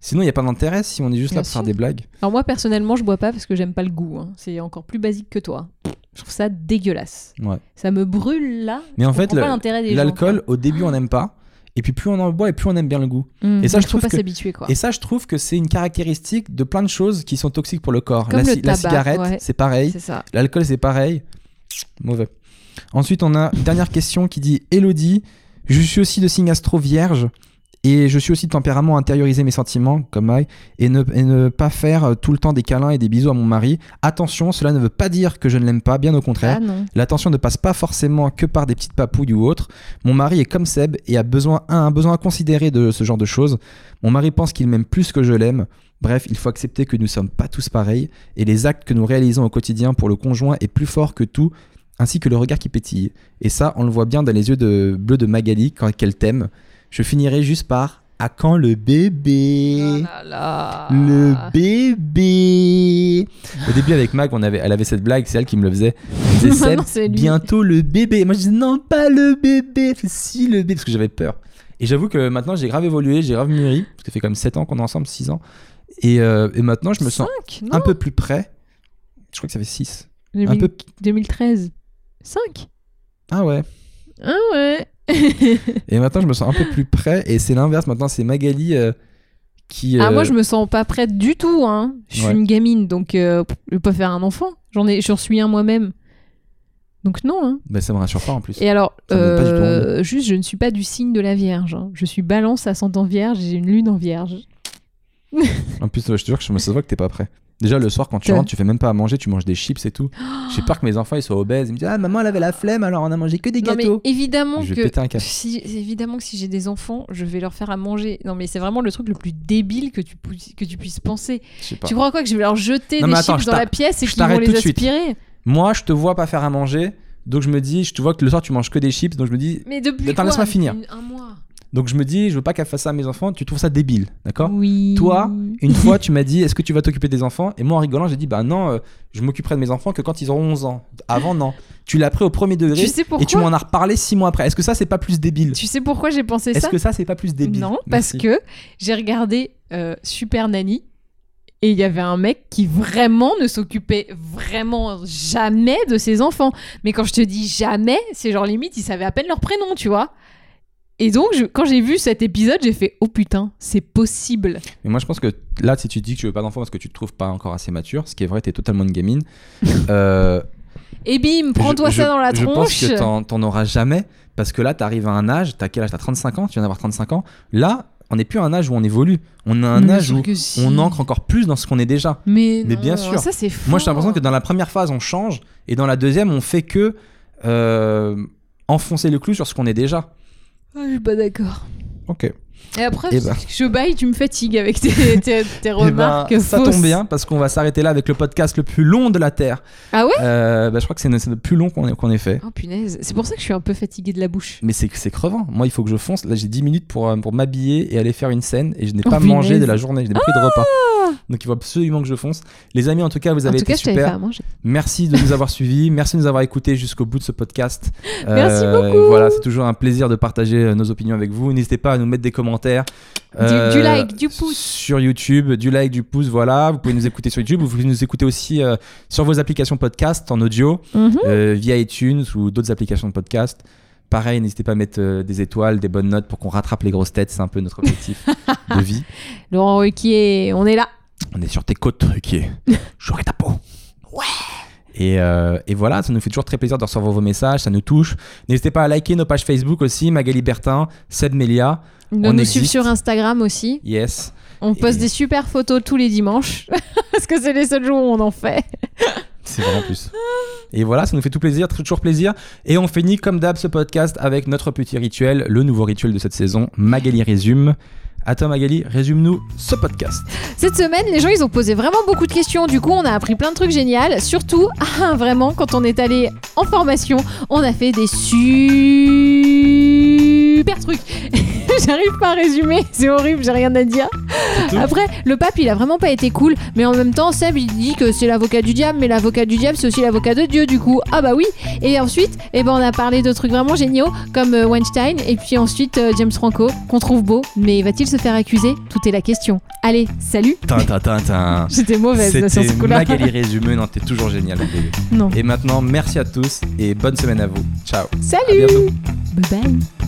sinon, il n'y a pas d'intérêt si on est juste Bien là pour sûr. faire des blagues. Alors moi personnellement, je bois pas parce que j'aime pas le goût. hein. C'est encore plus basique que toi. Je trouve ça dégueulasse. Ouais. Ça me brûle là. Mais en Je fait, comprends le- pas l'intérêt des gens, L'alcool, au début, on n'aime pas. Et puis, plus on en boit et plus on aime bien le goût. quoi. et ça, Mmh, je faut trouve pas que- s'habituer quoi. Et ça, je trouve que c'est une caractéristique de plein de choses qui sont toxiques pour le corps. Comme la, le ci- la tabac, cigarette, ouais. c'est pareil. C'est ça. L'alcool, c'est pareil. Mauvais. Ensuite, on a une dernière question qui dit Elodie, je suis aussi de signe astro vierge et je suis aussi de tempérament à intérioriser mes sentiments, comme Mike, et ne, et ne pas faire euh, tout le temps des câlins et des bisous à mon mari. Attention, cela ne veut pas dire que je ne l'aime pas, bien au contraire. Ah non. L'attention ne passe pas forcément que par des petites papouilles ou autres. Mon mari est comme Seb et a besoin, a un besoin considéré de ce genre de choses. Mon mari pense qu'il m'aime plus que je l'aime. Bref, il faut accepter que nous sommes pas tous pareils et les actes que nous réalisons au quotidien pour le conjoint est plus fort que tout, ainsi que le regard qui pétille. Et ça, on le voit bien dans les yeux de bleus de Magali quand qu'elle t'aime. Je finirai juste par à quand le Oh bébé là là. le Ah. bébé. Au début avec Mag, on avait, elle avait cette blague, c'est elle qui me le faisait. Elle me disait, Maintenant, Seb, c'est lui. bientôt le bébé. Et moi je disais non pas le bébé, Elle fait, si le bébé parce que j'avais peur. Et j'avoue que maintenant j'ai grave évolué, j'ai grave mûri parce que ça fait comme 7 ans qu'on est ensemble, 6 ans. Et, euh, et maintenant je me sens Cinq, non un peu plus près. Je crois que ça fait 6. 2000- Un peu 2013. 5 Ah ouais. Ah ouais. Et maintenant je me sens un peu plus près et c'est l'inverse maintenant c'est Magali euh, qui Ah, euh, moi, je me sens pas prête du tout. Hein. Je suis Ouais. une gamine, donc euh, pff, je peux pas faire un enfant. J'en ai, j'en suis un moi-même. Donc non. Hein. bah, ça me rassure pas en plus. Et alors, Ça me donne pas du tout euh, juste, je ne suis pas du signe de la Vierge. hein. Je suis Balance, ascendant Vierge, et j'ai une lune en Vierge. En plus, ouais, je te jure que je me ça se voit que t'es pas prêt. Déjà, le soir, quand tu Ouais. rentres, tu fais même pas à manger, tu manges des chips et tout. J'ai peur que mes enfants ils soient obèses. Ils me disent Ah, maman, elle avait la flemme, alors on a mangé que des Non mais gâteaux. évidemment Je vais que péter un câble. si évidemment que si j'ai des enfants, je vais leur faire à manger. Non mais c'est vraiment le truc le plus débile que tu puisses, que tu puisses penser. Je sais pas. Tu crois quoi que je vais leur jeter Non, des mais attends, chips je dans la t'arr- pièce et je qu'ils vont t'arrête les tout de suite. aspirer Moi, je te vois pas faire à manger, donc je me dis Je te vois que le soir, tu manges que des chips, donc je me dis Mais depuis Attends, quoi laisse-moi finir. Une- Un mois. Donc je me dis, je veux pas qu'elle fasse ça à mes enfants. Tu trouves ça débile, d'accord Oui. Toi, Une fois, tu m'as dit Est-ce que tu vas t'occuper des enfants Et moi, en rigolant, j'ai dit Bah non, euh, je m'occuperai de mes enfants que quand ils auront 11 ans. Avant, non. Tu l'as pris au premier degré tu sais et tu pourquoi m'en as reparlé 6 mois après. Est-ce que ça, c'est pas plus débile Tu sais pourquoi j'ai pensé Est-ce ça que ça, c'est pas plus débile Non, parce Merci. que j'ai regardé euh, Super Nanny et il y avait un mec qui vraiment ne s'occupait vraiment jamais de ses enfants. Mais quand je te dis jamais, c'est genre limite, il savait à peine leur prénom, tu vois. Et donc, je- quand j'ai vu cet épisode, j'ai fait Oh putain, c'est possible. Mais moi, je pense que là, si tu te dis que tu veux pas d'enfant parce que tu te trouves pas encore assez mature, ce qui est vrai, t'es totalement une gamine. euh, Et bim, prends-toi je- ça je- dans la Je pense tronche. que t'en, t'en auras jamais parce que là, t'arrives à un âge, t'as quel âge T'as 35 ans, tu viens d'avoir 35 ans. Là, on n'est plus à un âge où on évolue. On a un Mais bien âge sûr où que si. on ancre encore plus dans ce qu'on est déjà. Mais, Mais non, bien sûr. Ça, c'est Moi, j'ai l'impression fort. que dans la première phase, on change et dans la deuxième, on fait que euh, enfoncer le clou sur ce qu'on est déjà. Ah, je suis pas d'accord. Ok. Et après, Eh ben. Eh je baille, tu me fatigues avec tes, tes- tes remarques ça fausses. tombe bien parce qu'on va s'arrêter là avec le podcast le plus long de la Terre. Ah ouais Euh, bah, Je crois que c'est le- c'est le plus long qu'on ait- qu'on ait fait. Oh punaise, c'est pour ça que je suis un peu fatiguée de la bouche. Mais c'est c'est crevant. Moi, il faut que je fonce. Là, j'ai 10 minutes pour, euh, pour m'habiller et aller faire une scène. Et je n'ai Oh, pas punaise. mangé de la journée. Je n'ai pas pris de repas. Donc, il faut absolument que je fonce. Les amis, en tout cas, vous Ah En avez tout été cas, je t'avais fait super. à manger. Merci de nous avoir suivis. Merci de nous avoir écoutés jusqu'au bout de ce podcast. Merci beaucoup. euh, Voilà, c'est toujours un plaisir de partager euh, nos opinions avec vous. N'hésitez pas à nous mettre des commentaires. euh, Du- du like, du pouce. Sur YouTube, du like, du pouce, voilà. Vous pouvez nous écouter sur YouTube, vous pouvez nous écouter aussi euh, sur vos applications podcast en audio, Mhm. euh, via iTunes ou d'autres applications de podcast. Pareil, n'hésitez pas à mettre euh, des étoiles, des bonnes notes pour qu'on rattrape les grosses têtes, c'est un peu notre objectif de vie. Laurent Ruquier, on est là. On est sur tes côtes, qui est J'aurai ta peau. Ouais. Et, euh, et voilà, ça nous fait toujours très plaisir de recevoir vos messages, ça nous touche. N'hésitez pas à liker nos pages Facebook aussi, Magali Bertin, Seb Melia, De On nous existe. suivre sur Instagram aussi. yes. On poste Et- des super photos tous les dimanches. Parce que c'est les seuls jours où on en fait. C'est vraiment plus. Et voilà, ça nous fait tout plaisir, tr- toujours plaisir. Et on finit comme d'hab ce podcast avec notre petit rituel, le nouveau rituel de cette saison, Magali résume. Attends Magali, résume-nous ce podcast. Cette semaine, les gens, ils ont posé vraiment beaucoup de questions. Du coup, on a appris plein de trucs géniaux. Surtout, ah, vraiment, quand on est allé en formation, on a fait des super trucs. J'arrive pas à résumer. C'est horrible, j'ai rien à dire. tout. Après, le pape, il a vraiment pas été cool. Mais en même temps, Seb, il dit que c'est l'avocat du diable. Mais l'avocat du diable, c'est aussi l'avocat de Dieu, du coup. Ah bah oui. Et ensuite, eh ben, on a parlé de trucs vraiment géniaux, comme euh, Weinstein. Et puis ensuite, euh, James Franco, qu'on trouve beau. Mais va-t-il se faire accuser Tout est la question. Allez, salut Tintintintin. J'étais mauvaise là, sur C'était ce coup-là. Magali résume, non, t'es toujours génial Magali. Non. Et maintenant, merci à tous et bonne semaine à vous. Ciao. Salut À bientôt. Bye bye